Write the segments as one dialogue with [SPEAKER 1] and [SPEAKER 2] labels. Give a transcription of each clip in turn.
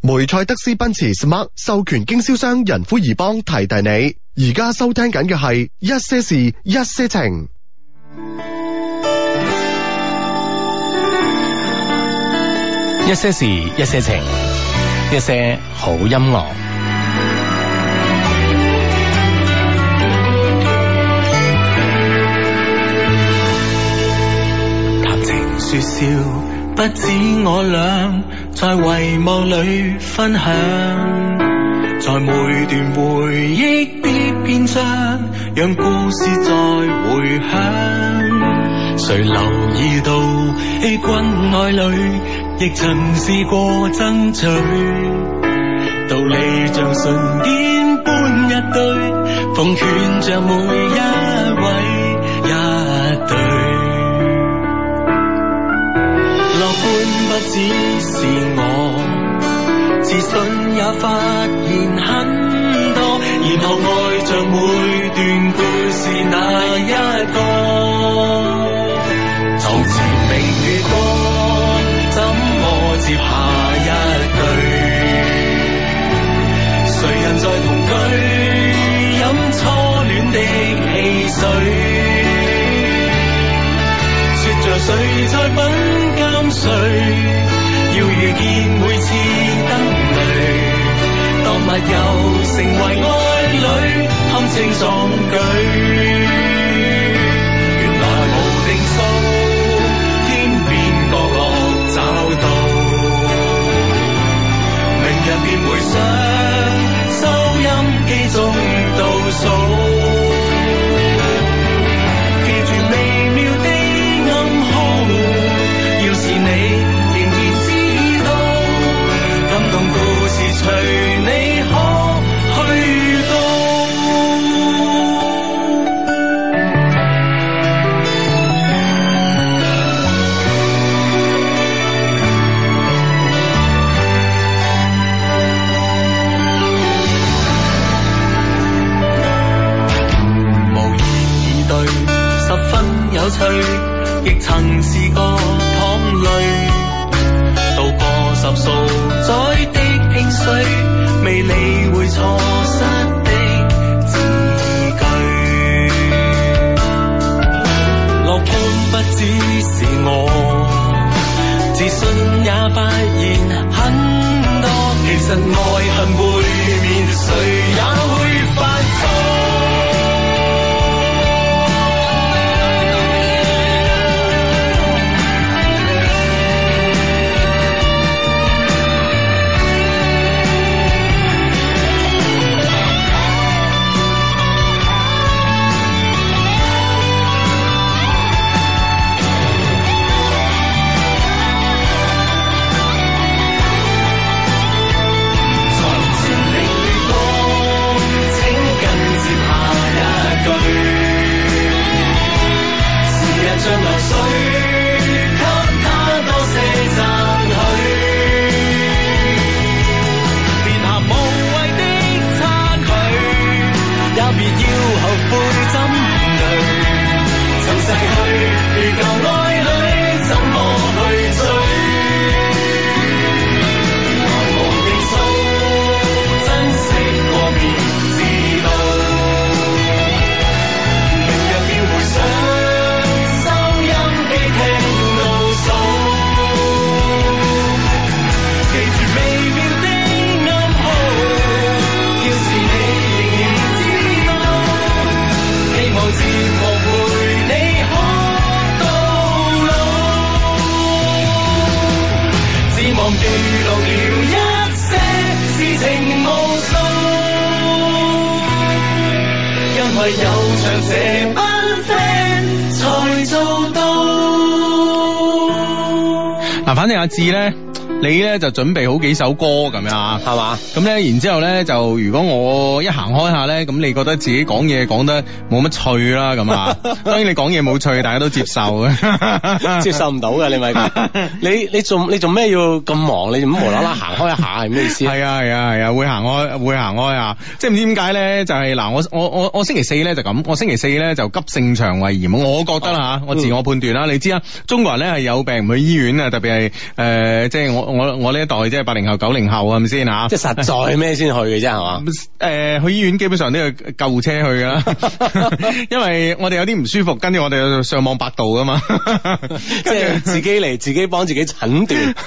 [SPEAKER 1] 梅賽德斯奔馳 Smart 授權經銷商仁孚宜邦提提你，而家收聽緊嘅係一些事一些情。
[SPEAKER 2] 一些事，一些情，一些好音樂。
[SPEAKER 3] 談情說笑，不止我倆，在遺忘裏分享，在每段回憶的篇章，讓故事再回響。誰留意到欺君愛侶，亦曾試過爭取，道理像唇邊般一堆，奉勸着每一位一對。樂觀不只是我，自信也發現很多，然後愛着每段故事那一個，就似明月光，怎麼接下一句？誰人在同居，飲初戀的汽水？說着誰在品鑑誰，要遇見每次燈淚，當密友成為愛侶，堪稱壯舉。原來無定數，天邊角落找到，明日便回想，收音機中倒數。記住微妙的暗號，要是你仍然知道，感動故事隨你可去到。無言以對，十分有趣，亦曾試過淌淚，渡過十數載的興衰，未理會錯失的字句。樂觀不只是我，自信也發現很多，其實愛恨背面，誰也會犯錯。床前明月光，請跟接下一句。時日像流水，給他多些讚許。別談無謂的差距，也別要後悔怎對。曾逝去，如舊愛侶，怎麼去追？原來無定數，珍惜過便知道。明日便回想，收音機聽倒數。記住微妙的暗號，要是你仍然知道，希望節目陪你可到老。只望記錄了一些事情無數，因為有場這班 friend 才做到。
[SPEAKER 2] 嗱，反正阿志咧，你咧就準備好幾首歌咁樣啊，係嘛？咁咧，然之後咧就如果我一行開下咧，咁你覺得自己講嘢講得冇乜趣啦，咁啊？當然你講嘢冇趣，大家都接受嘅，
[SPEAKER 4] 接受唔到嘅，你咪 講你你做你做咩要咁忙？你咁無啦啦行開一下係咩意思？
[SPEAKER 2] 係啊係啊係啊，會行開會行開啊！即係唔知點解咧，就係、嗱，我我我我星期四咧就咁，我星期四咧就急性腸胃炎，我
[SPEAKER 4] 哦嗯
[SPEAKER 2] 覺得啦吓，我自我判斷啦，你知啊，中國人咧係有病唔去醫院啊，特別係誒，即係我我我呢一代即係八零後、九零後啊係咪先吓？
[SPEAKER 4] 即係實在咩先去嘅啫，係嘛？
[SPEAKER 2] 诶、去醫院基本上都要救護車去噶啦， 因為我哋有啲唔舒服，跟住我哋上網百度噶嘛，
[SPEAKER 4] 即係
[SPEAKER 2] 嗯跟住
[SPEAKER 4] 自己嚟，自己幫自己診斷。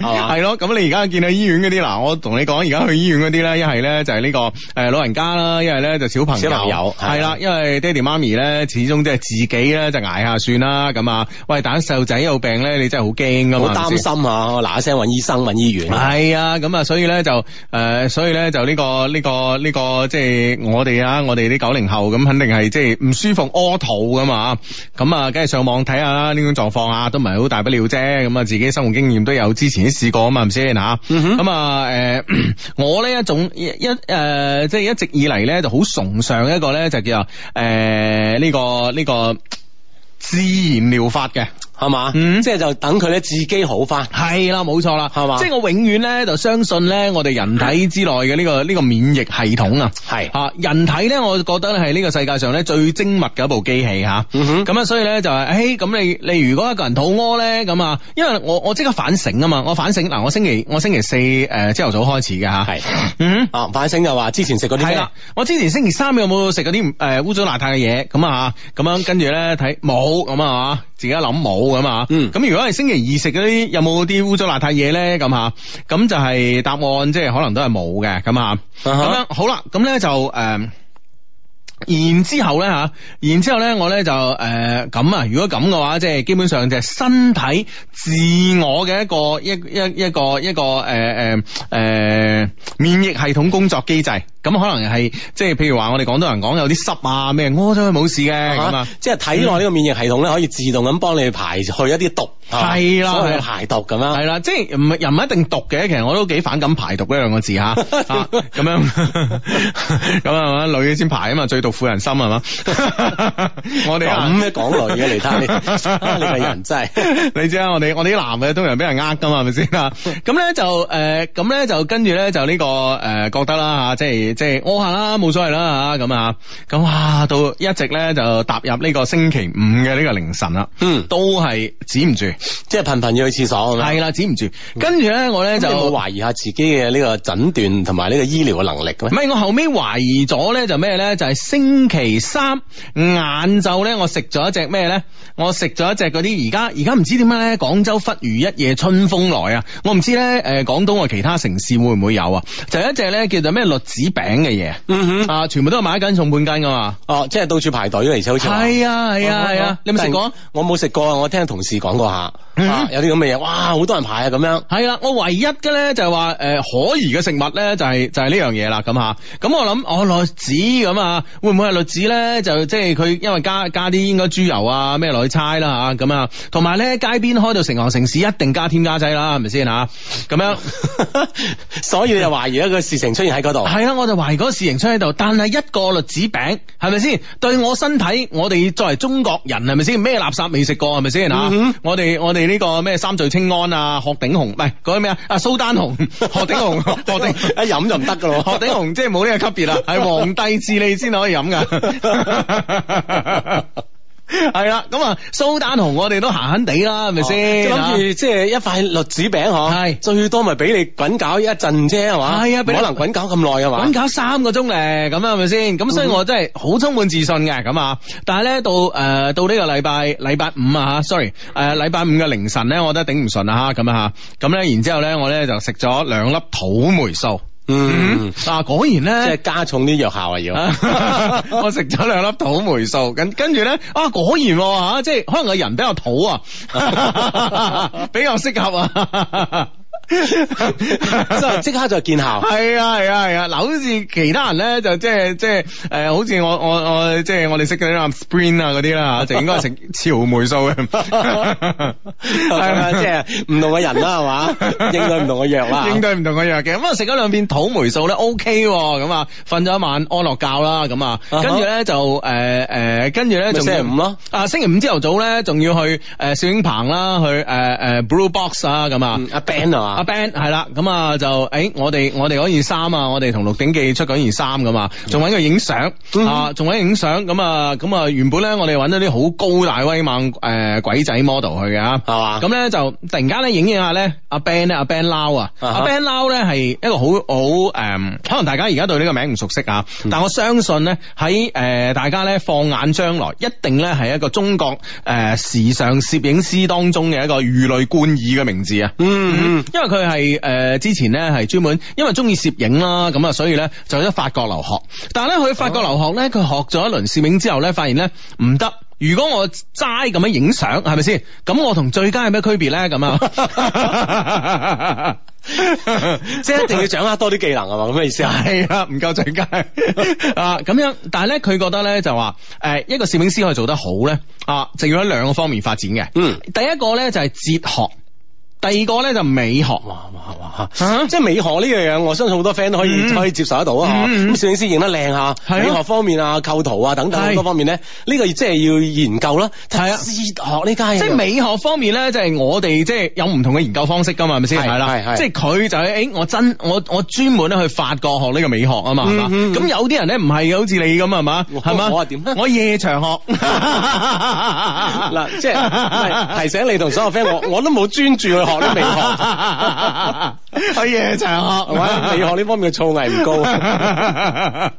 [SPEAKER 4] 嘛
[SPEAKER 2] 系咯，咁你而家見到醫院嗰啲嗱，我同你講，而家去醫院嗰啲咧，一係咧就係呢個诶老人家啦，一係咧就小朋友，
[SPEAKER 4] 小朋友啊
[SPEAKER 2] 係啦，因為爹哋媽咪咧，始終都係自己咧就捱下算啦，咁啊，喂，但係細路仔有病咧，你真係好驚噶
[SPEAKER 4] 好
[SPEAKER 2] 嘛，係咪
[SPEAKER 4] 擔
[SPEAKER 2] 先
[SPEAKER 4] 心啊！我嗱一聲揾醫生揾醫院，
[SPEAKER 2] 系啊，咁啊，所以咧就诶、呃所以咧就呢、個呢、個呢、個即係我哋啊，我哋啲九零後咁，肯定係即係唔舒服屙肚噶嘛，咁啊，梗係上網睇下啦，呢種狀況啊，都唔係好大不了啫，咁啊，自己生活經驗都有，之前都試過啊嘛，係咪先吓？咁啊，诶、 我呢一種一一诶、呃即係一直以嚟咧就好崇尚一個咧就叫诶呢、個呢、個自然療法嘅。
[SPEAKER 4] 係嘛？
[SPEAKER 2] 嗯
[SPEAKER 4] 即係就等佢咧自己好翻。
[SPEAKER 2] 系啦，冇錯啦，
[SPEAKER 4] 係嘛
[SPEAKER 2] 即係我永遠咧就相信咧，我哋人體之內嘅呢個呢、個免疫系統啊，
[SPEAKER 4] 係
[SPEAKER 2] 啊，人體咧，我覺得係呢個世界上咧最精密嘅一部機器吓。
[SPEAKER 4] 嗯哼
[SPEAKER 2] 咁啊，所以咧就係，诶，咁你你如果一個人肚屙咧，咁啊，因為我我即刻反省啊嘛，我反省嗱，我星期我星期四诶朝頭早開始嘅吓。
[SPEAKER 4] 係
[SPEAKER 2] 嗯哼。
[SPEAKER 4] 啊，反省就話之前食嗰啲
[SPEAKER 2] 系
[SPEAKER 4] 咩
[SPEAKER 2] 啦，我之前星期三有冇食嗰啲诶污糟邋遢嘅嘢咁啊？咁樣跟住咧睇冇咁啊，自己諗冇咁啊。
[SPEAKER 4] 嗯
[SPEAKER 2] 咁如果係星期二食嗰啲有冇啲污糟邋遢嘢咧？咁啊，咁就係答案即係可能都係冇嘅咁啊。
[SPEAKER 4] 啊
[SPEAKER 2] 咁
[SPEAKER 4] 哈
[SPEAKER 2] 樣好啦，咁咧就誒。呃然之後咧吓，然之後咧我咧就誒咁啊！如果咁嘅話，即係基本上就係身體自我嘅一個一一一個一個誒誒誒免疫系統工作機制。咁可能係即係譬如話我哋廣東人講有啲濕啊咩屙咗佢冇事嘅咁啊
[SPEAKER 4] 啊。即係體內呢個免疫系統咧，可以自動咁幫你排去一啲毒，嘛
[SPEAKER 2] 嗯係啦
[SPEAKER 4] 所謂
[SPEAKER 2] 係
[SPEAKER 4] 嘅排毒咁樣。
[SPEAKER 2] 系啦，即系唔係又唔一定讀嘅，其實我都幾反感排毒呢兩個字 吓，啊咁樣 咁啊，女嘅先排啊嘛，最毒婦人心係 嘛，我哋啊
[SPEAKER 4] 哦咁咩講女嘅嚟 睇你，啊你個人真係。嗯
[SPEAKER 2] 你知啊，我哋我哋啲男嘅通常俾人呃噶嘛，係咪先啊？咁咧就诶，咁、咧就跟住咧就呢、個个诶、呃覺得啦吓，即係即係屙下啦，冇所謂啦吓咁啊，咁哇到一直咧就踏入呢個星期五嘅呢個凌晨啦，
[SPEAKER 4] 嗯
[SPEAKER 2] 都係止唔住，
[SPEAKER 4] 即係頻頻要去廁所咁樣。
[SPEAKER 2] 係啦止唔住，跟住咧我咧
[SPEAKER 4] 咁
[SPEAKER 2] 就
[SPEAKER 4] 就冇懷疑下自己嘅呢個診斷同埋呢個醫療嘅能力嘅
[SPEAKER 2] 唔
[SPEAKER 4] 咩？
[SPEAKER 2] 係，我後尾懷疑咗咧，就咩咧？就係、星期三晏晝咧，我食咗一隻咩咧？我食咗一隻嗰啲而家而家唔知點解咧，廣州忽如一夜春風來啊！我唔知咧，誒、呃、廣東嘅其他城市會唔會有啊？就有一隻咧叫做咩栗子餅嘅嘢、
[SPEAKER 4] 嗯哼，
[SPEAKER 2] 啊，全部都係買一斤送半斤噶嘛。
[SPEAKER 4] 哦，即係到處排隊嘅，而且好似話哦
[SPEAKER 2] 係啊係啊係啊，你有冇食過？？
[SPEAKER 4] 我冇食過，我聽同事講過下，
[SPEAKER 2] 嗯
[SPEAKER 4] 啊有啲咁嘅嘢，哇，好多人排啊咁樣。
[SPEAKER 2] 係啦，我唯一嘅咧就係話誒可疑嘅食物咧就係、就係呢樣嘢啦咁吓，咁我諗哦栗子咁啊，會唔會係栗子咧？就即係佢因為加加啲應該豬油啊咩落去猜啦吓，咁啊，同埋咧街邊開到成行成市一定加添加劑啦，係咪先吓？咁樣。
[SPEAKER 4] 所以你就懷疑一個事情出現喺嗰度。
[SPEAKER 2] 系啦，我就懷疑嗰個事情出喺度，但係一個栗子餅係咪先？對我身體，我哋作為中國人係咪先？咩垃圾未食過係咪先啊
[SPEAKER 4] 嗯哼？
[SPEAKER 2] 我哋我哋呢個咩三聚氰胺啊，鶴頂紅唔係嗰啲咩啊？啊蘇丹 紅、鶴頂紅、鶴頂
[SPEAKER 4] 一飲就唔得㗎
[SPEAKER 2] 鶴
[SPEAKER 4] 咯
[SPEAKER 2] 頂紅即係冇呢個級別啦，係皇帝治理先可以飲 㗎。係啦，咁啊蘇丹紅我哋都閒閒地啦，係咪先？
[SPEAKER 4] 哦
[SPEAKER 2] 啊
[SPEAKER 4] 即係諗住即係一塊栗子餅嗬，
[SPEAKER 2] 係
[SPEAKER 4] 最多咪俾你滾搞一陣啫，係嘛？
[SPEAKER 2] 係啊俾
[SPEAKER 4] 唔
[SPEAKER 2] 你
[SPEAKER 4] 可能滾搞咁耐啊嘛。
[SPEAKER 2] 搵搞三個鐘咧，咁啊係咪先？咁所以我真係好充滿自信嘅咁啊！但係咧到誒、呃到呢個禮拜禮拜五啊嚇，sorry 誒、禮拜五嘅凌晨咧，我覺得頂唔順啊嚇咁啊嚇，咁咧然之後咧我咧就食咗兩粒土霉素，
[SPEAKER 4] 嗯，
[SPEAKER 2] 啊果然
[SPEAKER 4] 即
[SPEAKER 2] 咧
[SPEAKER 4] 係。加重啲藥效啊要。
[SPEAKER 2] 啊 我食咗兩粒土霉素，跟跟住咧，啊果然喎吓、即係可能個人比較土啊， 比較適 合啊，
[SPEAKER 4] 即係即刻就見效。
[SPEAKER 2] 系啊系啊系啊，嗱、好似其他人咧就即系即系诶，誒好似我我我即系我哋識嗰啲啊 spring 啊嗰啲啦，就應該係 食潮霉素嘅，
[SPEAKER 4] 係啦， 即係唔同嘅人啦，係嘛，應對唔同嘅藥啊啦。
[SPEAKER 2] 應對唔同嘅藥嘅。咁啊食咗兩片土霉素咧 OK 喎，咁啊瞓咗一晚安樂覺啦，咁啊
[SPEAKER 4] 啊哈
[SPEAKER 2] 跟住咧就誒誒，呃跟住咧
[SPEAKER 4] 咪
[SPEAKER 2] 仲
[SPEAKER 4] 星期五咯。
[SPEAKER 2] 啊星期五朝頭早咧仲要去誒兆英棚啦，去誒誒 Blue Box 啊咁啊。
[SPEAKER 4] 嗯阿 Ben 啊嘛，
[SPEAKER 2] 阿 Ben 係啦，咁啊就誒、我哋我哋嗰件衫啊，我哋同《鹿鼎記》出嗰件衫噶嘛，
[SPEAKER 4] 嗯
[SPEAKER 2] 仲揾佢影相啊，仲揾佢影相咁啊咁啊，原本咧我哋揾咗啲好高大威猛誒、鬼仔 model 去嘅啊，
[SPEAKER 4] 係嘛
[SPEAKER 2] 咁咧就突然間咧影影下咧，阿 Ben 咧阿 Ben Lau 啊，
[SPEAKER 4] 啊哈
[SPEAKER 2] 阿 Ben Lau 咧係一個好好誒，可能大家而家對呢個名唔熟悉啊，
[SPEAKER 4] 嗯
[SPEAKER 2] 但我相信咧喺誒大家咧放眼將來，一定咧係一個中國誒、時尚攝影師當中嘅一個如雷貫耳嘅名字啊。
[SPEAKER 4] 嗯，
[SPEAKER 2] 因為佢係誒之前咧係專門因為中意攝影啦，咁啊所以咧就去咗法國留學。但係咧去法國留學咧，佢學咗一輪攝影之後咧，發現咧唔得。如果我齋咁樣影相，係咪先？咁我同最佳有咩區別咧？咁啊，
[SPEAKER 4] 即係一定要掌握多啲技能啊嘛，咁嘅意思啊？
[SPEAKER 2] 係啊，唔夠最佳啊咁樣。但係咧，佢覺得咧就話誒、一個攝影師可以做得好咧啊，就要喺兩個方面發展嘅。
[SPEAKER 4] 嗯，
[SPEAKER 2] 第一個咧就係哲學，第二個咧就美學。
[SPEAKER 4] 哇哇哇！
[SPEAKER 2] 啊
[SPEAKER 4] 即係美學呢樣嘢，我相信好多 friend 都可以
[SPEAKER 2] 嗯
[SPEAKER 4] 可以接受得到啊！
[SPEAKER 2] 嗯嗯
[SPEAKER 4] 咁攝影師影得靚啊，
[SPEAKER 2] 係啊
[SPEAKER 4] 美學方面啊、構圖啊等等好
[SPEAKER 2] 係
[SPEAKER 4] 多方面咧，呢個即係要研究啦。
[SPEAKER 2] 係啊
[SPEAKER 4] 哲學呢家嘢，
[SPEAKER 2] 即 係美學方面咧，就係我哋即係有唔同嘅研究方式噶嘛，係咪先？
[SPEAKER 4] 係
[SPEAKER 2] 係
[SPEAKER 4] 係
[SPEAKER 2] 啦，
[SPEAKER 4] 係
[SPEAKER 2] 即係佢就係、誒，我真我我專門咧去法國學呢個美學啊嘛，係嘛？
[SPEAKER 4] 嗯嗯嗯
[SPEAKER 2] 咁有啲人咧唔係嘅，好似你咁係嘛？
[SPEAKER 4] 我
[SPEAKER 2] 係嘛？
[SPEAKER 4] 我係點咧
[SPEAKER 2] 我夜場學
[SPEAKER 4] 嗱，
[SPEAKER 2] 嗱
[SPEAKER 4] 即 係唔係提醒你同所有 friend，我我都冇專注去學啲美 學，
[SPEAKER 2] 學，我夜場學
[SPEAKER 4] 係咪？美學呢方面嘅造詣 唔高啊。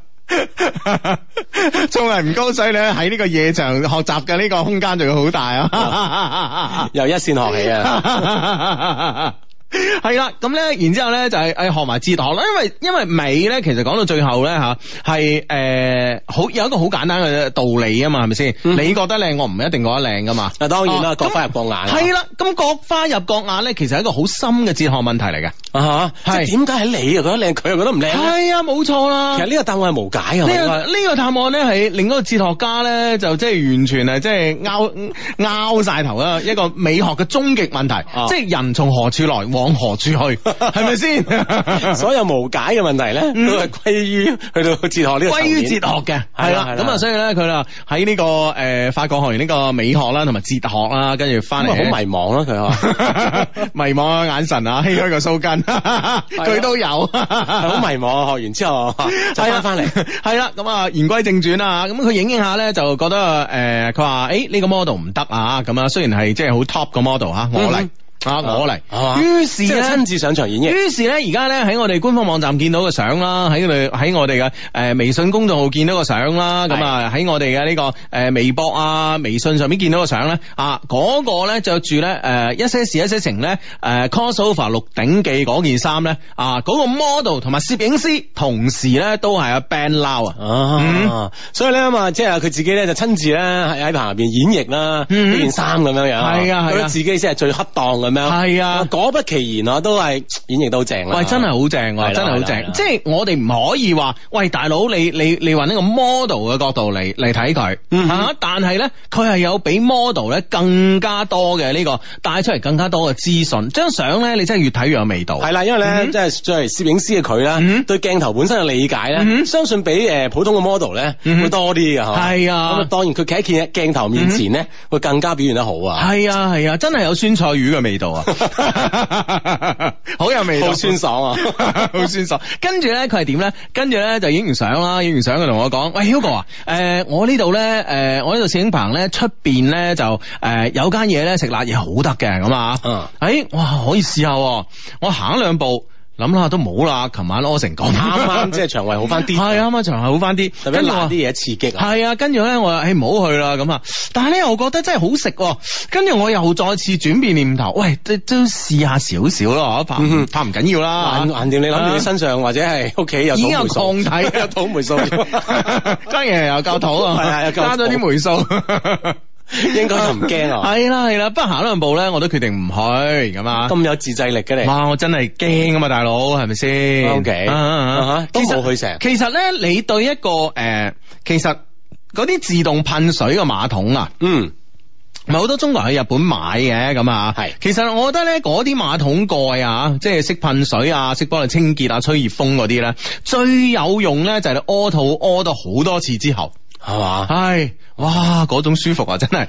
[SPEAKER 2] 仲係唔高，所以咧喺呢個夜場學習嘅呢個空間就要好大 啊！
[SPEAKER 4] 由一線學起啊！
[SPEAKER 2] 系啦，咁咧，然之后咧就係诶學埋哲學啦，因為因為美咧，其實講到最後咧吓係诶好有一個好簡單嘅道理啊嘛，係咪先？
[SPEAKER 4] 嗯
[SPEAKER 2] 你覺得靚，我唔一定覺得靚噶嘛。
[SPEAKER 4] 啊，當然啦，
[SPEAKER 2] 哦
[SPEAKER 4] 各花入各眼啊。
[SPEAKER 2] 係啦，咁各花入各眼咧，其實係一個好深嘅哲學問題嚟嘅。
[SPEAKER 4] 啊哈，
[SPEAKER 2] 係
[SPEAKER 4] 即係點解係你又覺得靚，佢又覺得唔靚咧？
[SPEAKER 2] 係啊，冇錯啦
[SPEAKER 4] 其實呢個答案係無解啊嘅，
[SPEAKER 2] 呢、
[SPEAKER 4] 應
[SPEAKER 2] 個
[SPEAKER 4] 該
[SPEAKER 2] 呢個答案咧係另一個哲學家咧就即係完全係即係拗拗晒頭啦，一個美學嘅終極問題，
[SPEAKER 4] 啊
[SPEAKER 2] 即係人從何處來，往何處 去， 係咪先？
[SPEAKER 4] 所有無解嘅問題咧，
[SPEAKER 2] 嗯
[SPEAKER 4] 都係歸於去到哲學呢 個
[SPEAKER 2] 歸
[SPEAKER 4] 層
[SPEAKER 2] 於
[SPEAKER 4] 面
[SPEAKER 2] 哲學嘅，
[SPEAKER 4] 係
[SPEAKER 2] 係
[SPEAKER 4] 啦
[SPEAKER 2] 啦
[SPEAKER 4] 係，啦
[SPEAKER 2] 咁啊，所以咧，佢啊喺呢個誒法國學完呢個美學啦，同埋哲學啦，跟住翻嚟
[SPEAKER 4] 咁啊好迷茫啊咯，佢嗬，
[SPEAKER 2] 迷迷茫嘅眼神啊，唏噓個鬚根， 佢都有，
[SPEAKER 4] 啊係好迷茫。學完之後
[SPEAKER 2] 啊
[SPEAKER 4] 就翻翻嚟，
[SPEAKER 2] 係啦，咁啊言歸正傳啦，咁佢影影下咧就覺得誒，佢話誒呢個 model 唔得啊，咁啊雖然係即係好 top 嘅 model 嚇，我嚟
[SPEAKER 4] 嗯
[SPEAKER 2] 啊我嚟
[SPEAKER 4] 係嘛，
[SPEAKER 2] 於
[SPEAKER 4] 即
[SPEAKER 2] 是
[SPEAKER 4] 係
[SPEAKER 2] 咧。
[SPEAKER 4] 親自上場演繹。
[SPEAKER 2] 於是咧，而家咧喺我哋官方網站見到個相啦，喺我哋喺我哋嘅誒微信公眾號見到個相啦，咁啊喺我哋嘅呢個誒微博啊、微信上面見到個相咧，啊嗰、個咧着住咧誒一些事一些情咧誒 crossover 鹿鼎記嗰件衫咧，啊嗰、個 model 同埋攝影師同時咧都係阿 Ben Lau 啊。
[SPEAKER 4] 啊，所以咧嘛，即係佢自己咧就親自咧喺喺棚入邊演繹啦，
[SPEAKER 2] 嗯
[SPEAKER 4] 呢件衫咁樣樣，
[SPEAKER 2] 係啊係啊
[SPEAKER 4] 覺得自己先係最恰當咁樣，
[SPEAKER 2] 係啊
[SPEAKER 4] 果不其然啊，都係演繹到正啊啦，
[SPEAKER 2] 喂，真係好正
[SPEAKER 4] 係
[SPEAKER 2] 喎，
[SPEAKER 4] 啦
[SPEAKER 2] 真係好
[SPEAKER 4] 係啦係啦
[SPEAKER 2] 正。即係我哋唔可以話，喂，大佬，你你你揾呢個 model 嘅角度嚟嚟睇佢，
[SPEAKER 4] 嗯
[SPEAKER 2] 啊但係咧，佢係有比 model 咧更加多嘅呢個帶出嚟更加多嘅資訊。張相咧，你真係越睇越有味道。
[SPEAKER 4] 係啦，因為咧，
[SPEAKER 2] 嗯
[SPEAKER 4] 即係作為攝影師嘅佢啦
[SPEAKER 2] 嗯，
[SPEAKER 4] 對鏡頭本身嘅理解咧，
[SPEAKER 2] 嗯
[SPEAKER 4] 相信比誒普通嘅 model 咧
[SPEAKER 2] 嗯
[SPEAKER 4] 會多啲嘅，係嘛
[SPEAKER 2] 係啊嗯
[SPEAKER 4] 咁啊，當然佢企喺鏡鏡頭面前咧，會更加表現得好啊，
[SPEAKER 2] 係啊係啊，真係有酸菜魚嘅味道 啊， 好有味道，
[SPEAKER 4] 好酸爽 啊
[SPEAKER 2] 好酸爽。跟住咧，佢係點咧？跟住咧就影完相啦，影完相佢同我講：，喂，Hugo 啊，誒、我呢度咧，誒、我呢度攝影棚咧出邊咧就誒、有間嘢咧食辣嘢好得嘅咁啊，
[SPEAKER 4] 嗯
[SPEAKER 2] 誒、哇可以試下喎，我行咗兩步。諗啦都冇啦，琴晚屙成咁，
[SPEAKER 4] 啱啱即係腸胃好翻啲，
[SPEAKER 2] 係啱啱場係好翻啲，
[SPEAKER 4] 特別
[SPEAKER 2] 跟住我
[SPEAKER 4] 辣
[SPEAKER 2] 話
[SPEAKER 4] 啲嘢刺激啊，
[SPEAKER 2] 係啊，跟住咧我話誒唔好去啦咁啊，但係咧我覺得真係好食喎，跟住我又再次轉變念頭，喂都都試下少少咯，怕
[SPEAKER 4] 嗯
[SPEAKER 2] 唔怕唔緊要啦啊
[SPEAKER 4] 橫，橫掂你諗住你身上或者係屋企有
[SPEAKER 2] 已經
[SPEAKER 4] 土
[SPEAKER 2] 有
[SPEAKER 4] 霉素
[SPEAKER 2] 抗，體，
[SPEAKER 4] 有土霉素，
[SPEAKER 2] 當然又夠肚
[SPEAKER 4] 係啊
[SPEAKER 2] 啊，
[SPEAKER 4] 有夠
[SPEAKER 2] 加咗啲霉素。
[SPEAKER 4] 應該就唔驚 啊，
[SPEAKER 2] 係啦係啦，不過行兩步咧，我都決定唔去咁啊。
[SPEAKER 4] 咁有自制力嘅你。
[SPEAKER 2] 哇！我真係驚啊嘛，大佬係咪先
[SPEAKER 4] OK，
[SPEAKER 2] 啊啊啊
[SPEAKER 4] 啊哈都
[SPEAKER 2] 其實
[SPEAKER 4] 冇去成
[SPEAKER 2] 其實咧，你對一個誒、呃其實嗰啲自動噴水嘅馬桶啊。
[SPEAKER 4] 嗯，
[SPEAKER 2] 咪好多中國人去日本買嘅咁啊，
[SPEAKER 4] 係
[SPEAKER 2] 其實我覺得咧，嗰啲馬桶蓋啊，即係識噴水啊，識幫你清潔啊、吹熱風嗰啲咧，最有用咧就係你屙肚屙到好多次之後，
[SPEAKER 4] 係嘛？
[SPEAKER 2] 唉，哇，嗰種舒服啊，真係，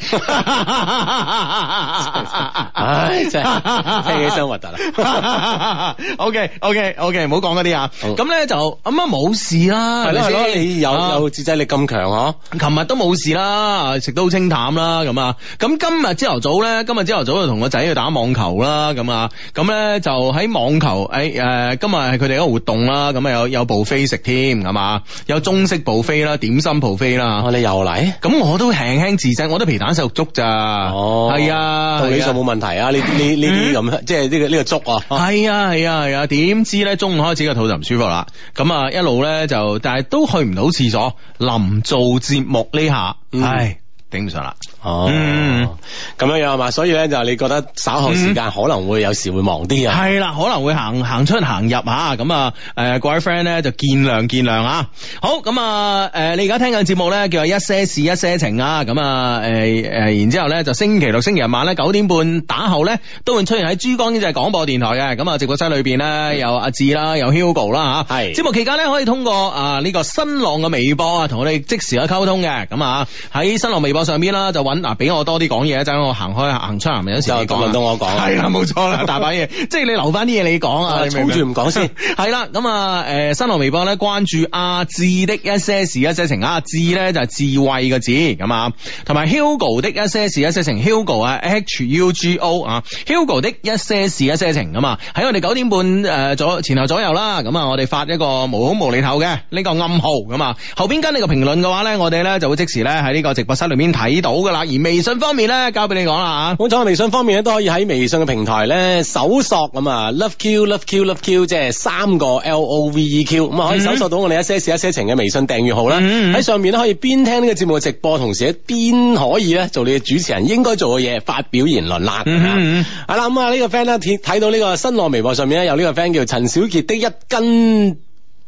[SPEAKER 4] 唉，真係聽起身核突啊！
[SPEAKER 2] O K O K O K，唔好講嗰啲啊。
[SPEAKER 4] 好
[SPEAKER 2] 咁咧就咁啊冇事啦，
[SPEAKER 4] 係咯係咯，
[SPEAKER 2] 先
[SPEAKER 4] 你有
[SPEAKER 2] 啊
[SPEAKER 4] 有自制力咁強嗬？
[SPEAKER 2] 琴日都冇事啦，食得好清淡啦，咁啊，咁今日朝頭早咧，今日朝頭早就同個仔去打網球啦，咁啊，咁咧就喺網球，哎誒、誒、今日係佢哋一個活動啦，咁啊有有 buffet 食添，係嘛，有中式 buffet 啦，點心 buffet 啦
[SPEAKER 4] 我，哋又嚟。
[SPEAKER 2] 咁我都輕輕自制，我都皮蛋瘦肉粥咋，
[SPEAKER 4] 哦，
[SPEAKER 2] 係啊，
[SPEAKER 4] 道理上
[SPEAKER 2] 係啊嗯
[SPEAKER 4] 冇問題啊！呢呢呢啲咁，即係呢個呢個粥啊，
[SPEAKER 2] 係啊係啊係啊，點知咧中午開始個肚就唔舒服啦，咁啊一路咧就，但係都去唔到廁所，臨做節目呢下，
[SPEAKER 4] 嗯
[SPEAKER 2] 唉頂唔順啦，
[SPEAKER 4] 哦
[SPEAKER 2] 嗯，
[SPEAKER 4] 咁樣樣啊係嘛，所以咧就你覺得稍後時間可能會有時會忙啲啊，
[SPEAKER 2] 係啦，可能會行行出行入吓，咁啊誒各位 friend 咧就見諒見諒啊，好咁啊誒你而家聽緊節目咧叫做一些事一些情啊，咁啊誒誒然之後咧就星期六星期日晚咧九點半打後咧都會出現喺珠江經濟廣播電台嘅，咁啊直播室裏邊咧有阿志啦，有 Hugo 啦吓，
[SPEAKER 4] 係
[SPEAKER 2] 節目期間咧可以通過啊呢個新浪嘅微博啊，同我哋即時去溝通嘅。咁啊喺新浪微博上邊啦，就揾嗱俾我多啲講嘢，陣我行開行出行入有時
[SPEAKER 4] 就
[SPEAKER 2] 你講啊
[SPEAKER 4] 輪到我講啦
[SPEAKER 2] 係啦，冇錯啦， 大把嘢，即係你留翻啲嘢你講啊，
[SPEAKER 4] 啊
[SPEAKER 2] 你明唔明
[SPEAKER 4] 操住唔講先。
[SPEAKER 2] 係啦，咁啊誒新浪微博咧關注阿志的一些事一些情，阿志咧就係智慧嘅字咁啊，同埋 Hugo 的一些事一些情，Hugo 啊 H U G O 啊，Hugo 的一些事一些情咁啊，喺我哋九點半誒左前後左右啦，咁啊我哋發一個無好無厘頭嘅呢個暗號咁啊，後邊跟你個評論嘅話咧，我哋咧就會即時咧喺呢個直播室裏面睇到噶啦，而微信方面咧交俾你講啦啊
[SPEAKER 4] 咁喺微信方面咧，都可以喺微信嘅平台咧搜索咁啊，love q love q love q，即係三個 L O V E Q，咁啊可以搜索到我哋一些事一些情嘅微信訂閱號啦。
[SPEAKER 2] 嗯嗯
[SPEAKER 4] 喺上面咧可以邊聽呢個節目嘅直播，同時咧邊可以咧做你嘅主持人應該做嘅嘢，發表言論啦。
[SPEAKER 2] 嗯嗯嗯
[SPEAKER 4] 係啦，咁啊呢個 friend 咧睇睇到呢個新浪微博上面咧有呢個 friend 叫陳小傑的一根。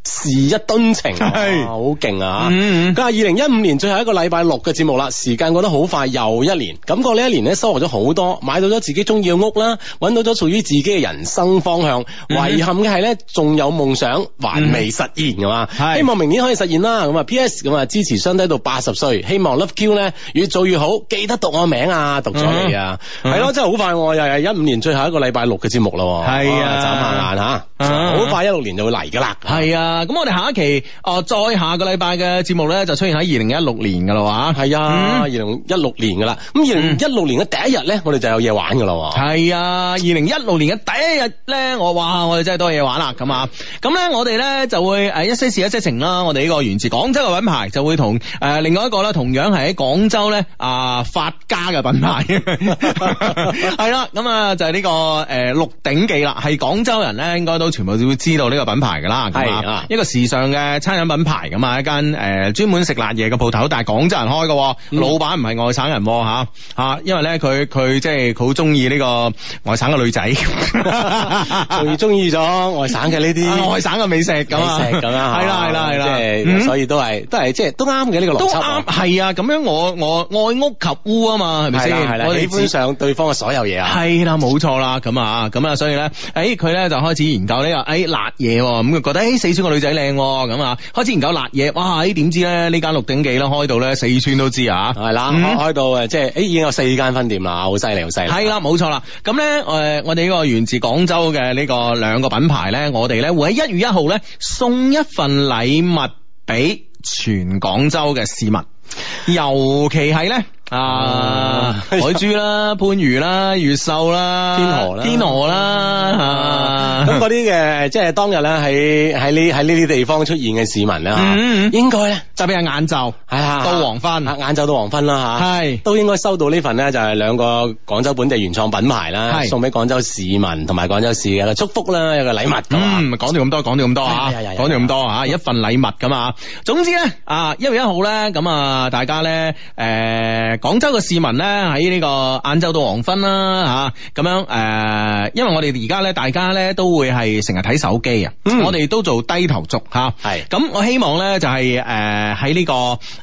[SPEAKER 4] 是一噸情，
[SPEAKER 2] 係
[SPEAKER 4] 哇好勁啊！
[SPEAKER 2] 嗯嗯
[SPEAKER 4] 佢話二零一五年最後一個禮拜六嘅節目啦，時間過得好快，又一年，感覺呢一年咧收穫咗好多，買到咗自己中意嘅屋啦，揾到咗屬於自己嘅人生方向。
[SPEAKER 2] 嗯
[SPEAKER 4] 遺憾嘅係咧，仲有夢想還未實現㗎嘛，
[SPEAKER 2] 係
[SPEAKER 4] 希望明年可以實現啦。咁啊，P.S. 咁啊，支持雙低到八十歲，希望 Love Q 咧越做越好，記得讀我名啊，讀咗你啊，
[SPEAKER 2] 嗯
[SPEAKER 4] 係咯，真係好快喎，又係一五年最後一個禮拜六嘅節目啦喎，
[SPEAKER 2] 係啊
[SPEAKER 4] 哇眨下眼嚇，
[SPEAKER 2] 啊
[SPEAKER 4] 好快一六年就會嚟㗎啦，
[SPEAKER 2] 吓，係啊，咁我哋下一期哦，再下個禮拜嘅節目咧就出現喺二零一六年噶啦哇，
[SPEAKER 4] 系啊，
[SPEAKER 2] 嗯
[SPEAKER 4] 二零一六年噶啦，咁二零
[SPEAKER 2] 嗯
[SPEAKER 4] 一六年嘅第一日咧，我哋就有嘢玩噶 啦喎。
[SPEAKER 2] 係啊，二零一六年嘅第一日咧，我哇，我哋真係多嘢玩啦，咁啊，咁咧我哋咧就會誒一些事一些情啦，我哋呢個源自廣州嘅品牌就會同誒、呃另外一個咧同樣係喺廣州咧啊發家嘅品牌，係啦，咁啊就係呢、個誒、呃、鹿鼎記啦，係廣州人咧應該都全部都會知道呢個品牌噶啦，咁
[SPEAKER 4] 係啊
[SPEAKER 2] 啊一個時尚嘅餐飲品牌咁啊，一間誒專門食辣嘢嘅鋪頭，但係廣州人開嘅喎，
[SPEAKER 4] 嗯
[SPEAKER 2] 老闆唔係外省人喎嚇嚇，因為咧佢佢即係好中意呢個外省嘅女仔，
[SPEAKER 4] 仲要中意咗外省嘅 呢
[SPEAKER 2] 啊
[SPEAKER 4] 啲
[SPEAKER 2] 外省嘅美食咁啊，
[SPEAKER 4] 美食咁 啊，
[SPEAKER 2] 係啦係啦係啦，
[SPEAKER 4] 即係
[SPEAKER 2] 嗯
[SPEAKER 4] 所以都係都係即係都啱嘅呢個邏
[SPEAKER 2] 都
[SPEAKER 4] 輯
[SPEAKER 2] 啱
[SPEAKER 4] 啊。
[SPEAKER 2] 係啊，咁樣我我愛屋及烏啊嘛，係咪
[SPEAKER 4] 係啦係
[SPEAKER 2] 先？
[SPEAKER 4] 啦，喜
[SPEAKER 2] 自
[SPEAKER 4] 歡上對方嘅所有嘢啊。
[SPEAKER 2] 係啦，冇錯啦，咁啊，咁啊，所以咧，誒佢咧就開始研究呢、個誒辣嘢喎，咁佢覺得哎誒四川個女仔靚喎，咁啊，開始研究辣嘢，哇！誒點知咧呢間鹿鼎記咧開到咧四川都知啊，
[SPEAKER 4] 係啦，
[SPEAKER 2] 嗯
[SPEAKER 4] 開開到誒，即係誒已經有四間分店啦，好犀利好犀利。
[SPEAKER 2] 係啦，冇錯啦。咁咧，誒，我哋呢個源自廣州嘅呢個兩個品牌咧，我哋咧會喺一月一號咧送一份禮物俾全廣州嘅市民，尤其係咧。啊，海珠啦、番禺啦、越秀啦、啊
[SPEAKER 4] 天河啦
[SPEAKER 2] 天河啦，
[SPEAKER 4] 啊咁嗰啲嘅即係當日咧喺喺呢喺呢啲地方出現嘅市民咧啊
[SPEAKER 2] 嗯嗯嗯，
[SPEAKER 4] 應該咧
[SPEAKER 2] 特別係晏晝，
[SPEAKER 4] 係啊
[SPEAKER 2] 到黃昏
[SPEAKER 4] 啊晏晝到黃昏啦嚇，
[SPEAKER 2] 係
[SPEAKER 4] 都應該收到呢份咧，就係兩個廣州本地原創品牌啦，
[SPEAKER 2] 係
[SPEAKER 4] 送俾廣州市民同埋廣州市嘅祝福啦，有個禮物咁啊
[SPEAKER 2] 嗯，講到咁多，講到咁多啊，
[SPEAKER 4] 係係係係
[SPEAKER 2] 講到咁多啊，一份禮物咁啊。總之咧，啊一月一號咧，咁啊，大家咧，誒廣州嘅市民咧喺呢個晏晝到黃昏啦嚇，咁樣誒，因為我哋而家咧，大家咧都會係成日睇手機啊，
[SPEAKER 4] 嗯
[SPEAKER 2] 我哋都做低頭族嚇。
[SPEAKER 4] 係
[SPEAKER 2] 咁，我希望咧就係誒喺呢個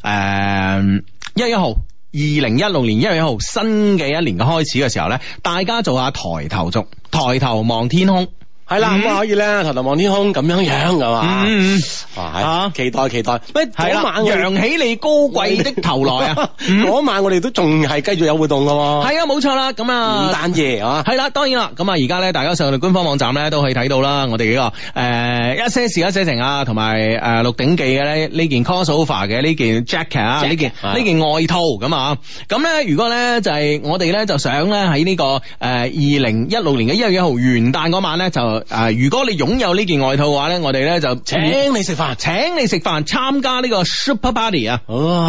[SPEAKER 2] 誒一月一號。二零一六年一月一號新嘅一年嘅開始嘅時候咧，大家做下抬頭族，抬頭望天空。
[SPEAKER 4] 係係啦，咁啊可以咧，抬頭望天空咁樣樣噶嘛，
[SPEAKER 2] 嗯嗯嗯
[SPEAKER 4] 哇
[SPEAKER 2] 啊，
[SPEAKER 4] 期待期待，喂，
[SPEAKER 2] 系
[SPEAKER 4] 嗰
[SPEAKER 2] 啦，
[SPEAKER 4] 晚我哋！
[SPEAKER 2] 揚起你高貴的頭來啊 嗯
[SPEAKER 4] 嗰晚我哋都仲係繼續有活動噶喎，
[SPEAKER 2] 係啊，冇錯啦，咁啊，
[SPEAKER 4] 元旦夜啊，
[SPEAKER 2] 系啦，當然啦，咁啊，而家咧，大家上我哋官方網站咧都可以睇到啦，我哋呢、個诶、一些事一些情啊，同埋诶《鹿鼎記》嘅咧呢件 crossover 嘅呢件 jacket 啊，呢件
[SPEAKER 4] Jacket，
[SPEAKER 2] 呢件外套咁啊，咁咧如果咧就係我哋咧就想咧喺呢個诶二零一六年嘅一月一號元旦嗰晚咧就诶、呃如果你擁有呢件外套嘅話咧，我哋咧就
[SPEAKER 4] 請你食飯，
[SPEAKER 2] 請你食飯參加呢個 super party 啊！
[SPEAKER 4] 哇，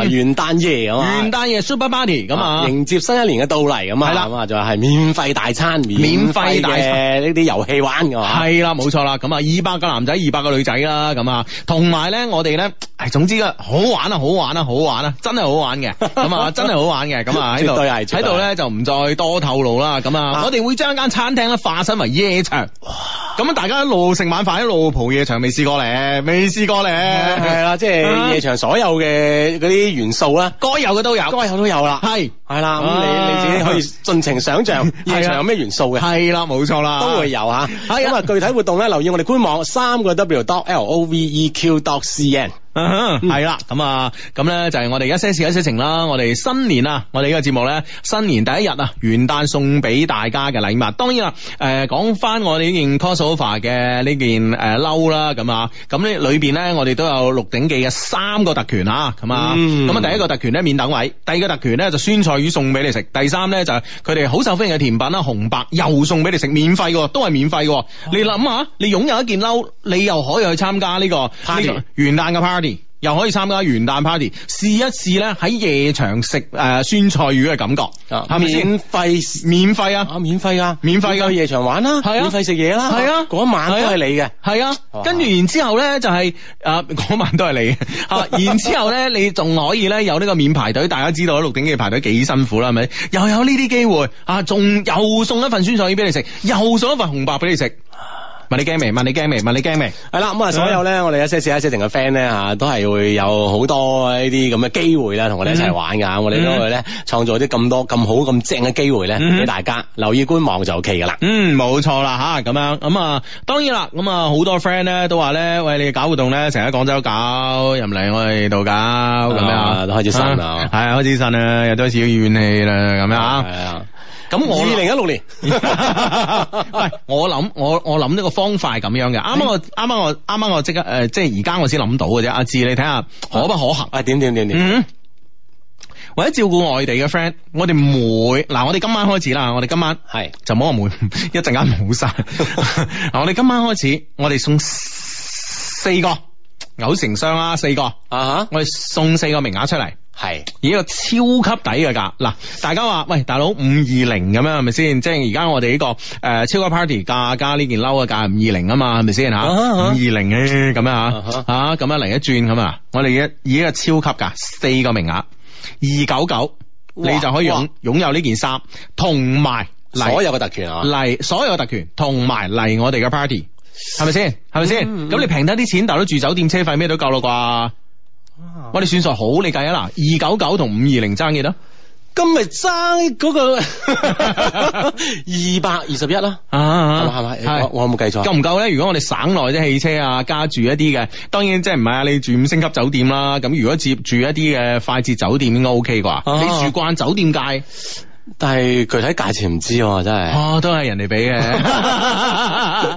[SPEAKER 2] 嗯
[SPEAKER 4] 元旦夜啊嘛，
[SPEAKER 2] 元旦夜 super party 咁啊，
[SPEAKER 4] 迎接新一年嘅到嚟咁啊，
[SPEAKER 2] 係啦
[SPEAKER 4] 咁啊就係免費大餐，
[SPEAKER 2] 免
[SPEAKER 4] 費
[SPEAKER 2] 費大
[SPEAKER 4] 嘅
[SPEAKER 2] 餐
[SPEAKER 4] 呢啲遊戲玩噶嘛，
[SPEAKER 2] 系啦，冇錯啦，咁啊，二百個男仔，二百個女仔啦，咁啊，同埋咧，我哋咧，唉，總之啊，好玩啊，好玩啊，好玩啊，真係好玩 嘅，咁啊，真係好玩嘅，咁啊，喺
[SPEAKER 4] 絕
[SPEAKER 2] 度
[SPEAKER 4] 對係絕對
[SPEAKER 2] 喺度咧就唔再多透露啦，咁
[SPEAKER 4] 啊
[SPEAKER 2] 啊，我哋會將間餐廳咧化身為夜場，咁啊，大家一路食晚飯一路蒲夜場，未試過咧，未試過咧，
[SPEAKER 4] 係啦，即
[SPEAKER 2] 啊
[SPEAKER 4] 係夜場所有嘅嗰啲元素啦，
[SPEAKER 2] 該有嘅都有，
[SPEAKER 4] 該有都有啦，
[SPEAKER 2] 係
[SPEAKER 4] 係啦，咁
[SPEAKER 2] 啊
[SPEAKER 4] 你你自己可以盡情 想像夜場有咩元素嘅。
[SPEAKER 2] 係啦，冇錯啦，
[SPEAKER 4] 都會有吓，
[SPEAKER 2] 係啊
[SPEAKER 4] 咁啊具體活動咧，留意我哋官網三個 W dot L O V E Q dot C N。
[SPEAKER 2] 嗯哼，系啦，咁啊，咁咧就係我哋一些事一些情啦，我哋新年啊，我哋呢個節目咧，新年第一日啊，元旦送俾大家嘅禮物，當然啦，诶、講讲翻我哋呢件 crossover 嘅呢件诶褛啦，咁啊，咁呢裏边咧，我哋都有《鹿鼎記》嘅三個特權啊，咁啊，
[SPEAKER 4] 嗯
[SPEAKER 2] 咁啊、第一個特權咧免等位，第二個特權咧就酸菜魚送俾你食，第三咧就係佢哋好受歡迎嘅甜品啦，紅白又送俾你食，免費嘅，都係免費
[SPEAKER 4] 哦
[SPEAKER 2] 嘅，你諗下，你擁有一件褛，你又可以去參加呢、個。
[SPEAKER 4] Party
[SPEAKER 2] 呢個元旦嘅 party。又可以參加元旦 party，試一試咧喺夜場食誒、呃酸菜魚嘅感覺，係咪先
[SPEAKER 4] 免？費
[SPEAKER 2] 免費啊，
[SPEAKER 4] 啊，免費啊，
[SPEAKER 2] 免費㗎
[SPEAKER 4] 去夜場玩啦，
[SPEAKER 2] 係啊
[SPEAKER 4] 免費食嘢啦，
[SPEAKER 2] 係啊
[SPEAKER 4] 嗰一晚都係你嘅。哦
[SPEAKER 2] 係啊
[SPEAKER 4] 哇，
[SPEAKER 2] 跟住然之後咧就係、啊 嗰晚都係你 啊，然之後咧你仲可以咧有呢個免排隊，大家知道啦鹿鼎記排隊幾辛苦啦，係咪？又有呢啲機會啊，仲又送一份酸菜魚俾你食，又送一份紅白俾你食。
[SPEAKER 4] 啊
[SPEAKER 2] 問你驚未？問你驚未？問你驚未？
[SPEAKER 4] 係啦，咁啊，所有咧，
[SPEAKER 2] 嗯
[SPEAKER 4] 我哋一些事一些情嘅 friend 咧吓，都係會有好多呢啲咁嘅機會啦，同我哋一
[SPEAKER 2] 嗯
[SPEAKER 4] 齊玩噶，我哋都會咧創造啲咁多咁好咁正嘅機會咧，
[SPEAKER 2] 嗯
[SPEAKER 4] 俾大家留意官網就 OK 噶啦。
[SPEAKER 2] 嗯，冇錯啦吓，咁樣咁啊，當然啦，咁啊好多 friend 咧都話咧，喂，你搞活動咧成日喺廣州搞，又唔嚟我哋度搞，咁
[SPEAKER 4] 啊
[SPEAKER 2] 樣
[SPEAKER 4] 都開始呻啦
[SPEAKER 2] 係啊，開始呻啦，又多少怨氣啦，咁樣啊，
[SPEAKER 4] 係啊，
[SPEAKER 2] 咁我
[SPEAKER 4] 二零一六 年啊
[SPEAKER 2] 喂，我諗我我谂呢個方法係咁樣嘅，啱
[SPEAKER 4] 嗯
[SPEAKER 2] 啱我啱啱我啱啱我即刻诶，即係而家我先諗到嘅啫，阿志你睇下可不可行？
[SPEAKER 4] 啊點點點點，
[SPEAKER 2] 嗯。為咗照顧外地嘅 friend，我哋每嗱，我哋今晚開始啦，我哋今晚
[SPEAKER 4] 係
[SPEAKER 2] 就冇話冇， 一陣間冇 晒。嗱，我哋今晚開始，我哋送四個牛成箱啦，四個，
[SPEAKER 4] 啊
[SPEAKER 2] 我哋送四個名額出嚟。
[SPEAKER 4] 吓，係
[SPEAKER 2] 以一個超級抵嘅價，嗱，大家話喂，大佬五二零咁樣係咪先？即係而家我哋呢、個誒、呃超級 party 價加呢件褸嘅價五二零啊嘛，係咪先嚇？
[SPEAKER 4] 啊
[SPEAKER 2] 五
[SPEAKER 4] 哈
[SPEAKER 2] 二零咧咁樣
[SPEAKER 4] 啊
[SPEAKER 2] 嚇
[SPEAKER 4] 哈
[SPEAKER 2] 嚇咁樣嚟一轉咁啊！我哋嘅以一個超級價四個名額，二九九
[SPEAKER 4] 哇
[SPEAKER 2] 你就可以
[SPEAKER 4] 哇
[SPEAKER 2] 擁擁有呢件衫，同埋嚟
[SPEAKER 4] 所有嘅特權啊，
[SPEAKER 2] 嚟所有特權，同埋嚟我哋嘅 party，係咪先？係咪先？咁、
[SPEAKER 4] 嗯啊
[SPEAKER 2] 你平得啲錢，大佬住酒店車費咩都夠啦啩？我哋算數好，你計啊嗱，二九九同五二零爭幾多？
[SPEAKER 4] 咁咪爭嗰 個 二百二十一啦，係
[SPEAKER 2] 啊
[SPEAKER 4] 咪係咪？我我有冇計錯？
[SPEAKER 2] 夠唔夠咧？如果我哋省內啲汽車啊，加住一啲嘅，當然即係唔係啊？你住五星級酒店啦，咁如果接住一啲嘅快捷酒店應該 OK
[SPEAKER 4] 啊
[SPEAKER 2] 啩？你住慣酒店界，
[SPEAKER 4] 但係具體價錢唔知喎，真係。
[SPEAKER 2] 哦，都係人哋俾嘅。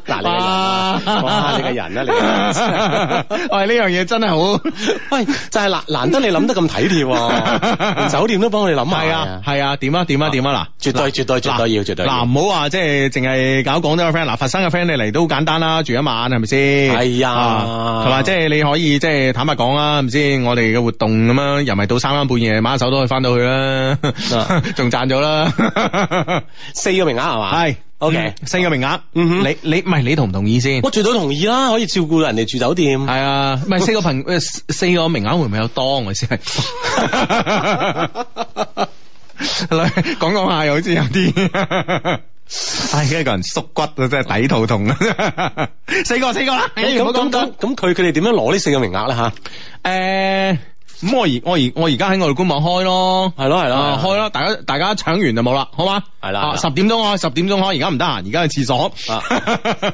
[SPEAKER 2] 嗱
[SPEAKER 4] 嗱你個人啊哇你個人啊你
[SPEAKER 2] 喂，呢樣嘢真係好。
[SPEAKER 4] 喂，就 係難難得你諗得咁體貼喎，連酒店都幫我哋諗埋
[SPEAKER 2] 系啊，，係啊，點啊，點啊，點啊，嗱，
[SPEAKER 4] 絕對絕對絕對要絕對要
[SPEAKER 2] 嗱，唔好話即係淨係搞廣州嘅 friend，嗱，佛山嘅 friend 你嚟都好簡單啦，住一晚係咪先？
[SPEAKER 4] 係啊
[SPEAKER 2] 同埋即係你可以即係坦白講啦，係咪先？我哋嘅活動咁樣，又唔係到三更半夜，晚黑手都可以翻到去啦，
[SPEAKER 4] 啊
[SPEAKER 2] 仲賺咗啦，
[SPEAKER 4] 四個名額係 嘛？
[SPEAKER 2] 係
[SPEAKER 4] 啊 OK
[SPEAKER 2] 嗯四個名額，
[SPEAKER 4] 嗯哼
[SPEAKER 2] 你你唔係你同唔同意先？
[SPEAKER 4] 我絕對同意啦，可以照顧到人哋住酒店。
[SPEAKER 2] 係啊，唔係四個 朋誒四四個名額會唔會有多我先係？講講下又好似有啲， 唉，一個人縮骨啊，真係抵肚痛啊！ 四個四個啦，
[SPEAKER 4] 誒
[SPEAKER 2] 唔好講
[SPEAKER 4] 咁咁
[SPEAKER 2] 咁
[SPEAKER 4] 咁咁，佢佢哋點樣攞呢四個名額咧吓？
[SPEAKER 2] 誒。咁我而我而我而家喺我哋官網開咯。
[SPEAKER 4] 係咯係咯
[SPEAKER 2] 啊，開啦！大家大家搶完就冇啦，好嘛？
[SPEAKER 4] 係啦係啦
[SPEAKER 2] 十點鐘開，十點鐘開，而家唔得閒，而家去廁所。
[SPEAKER 4] 啊，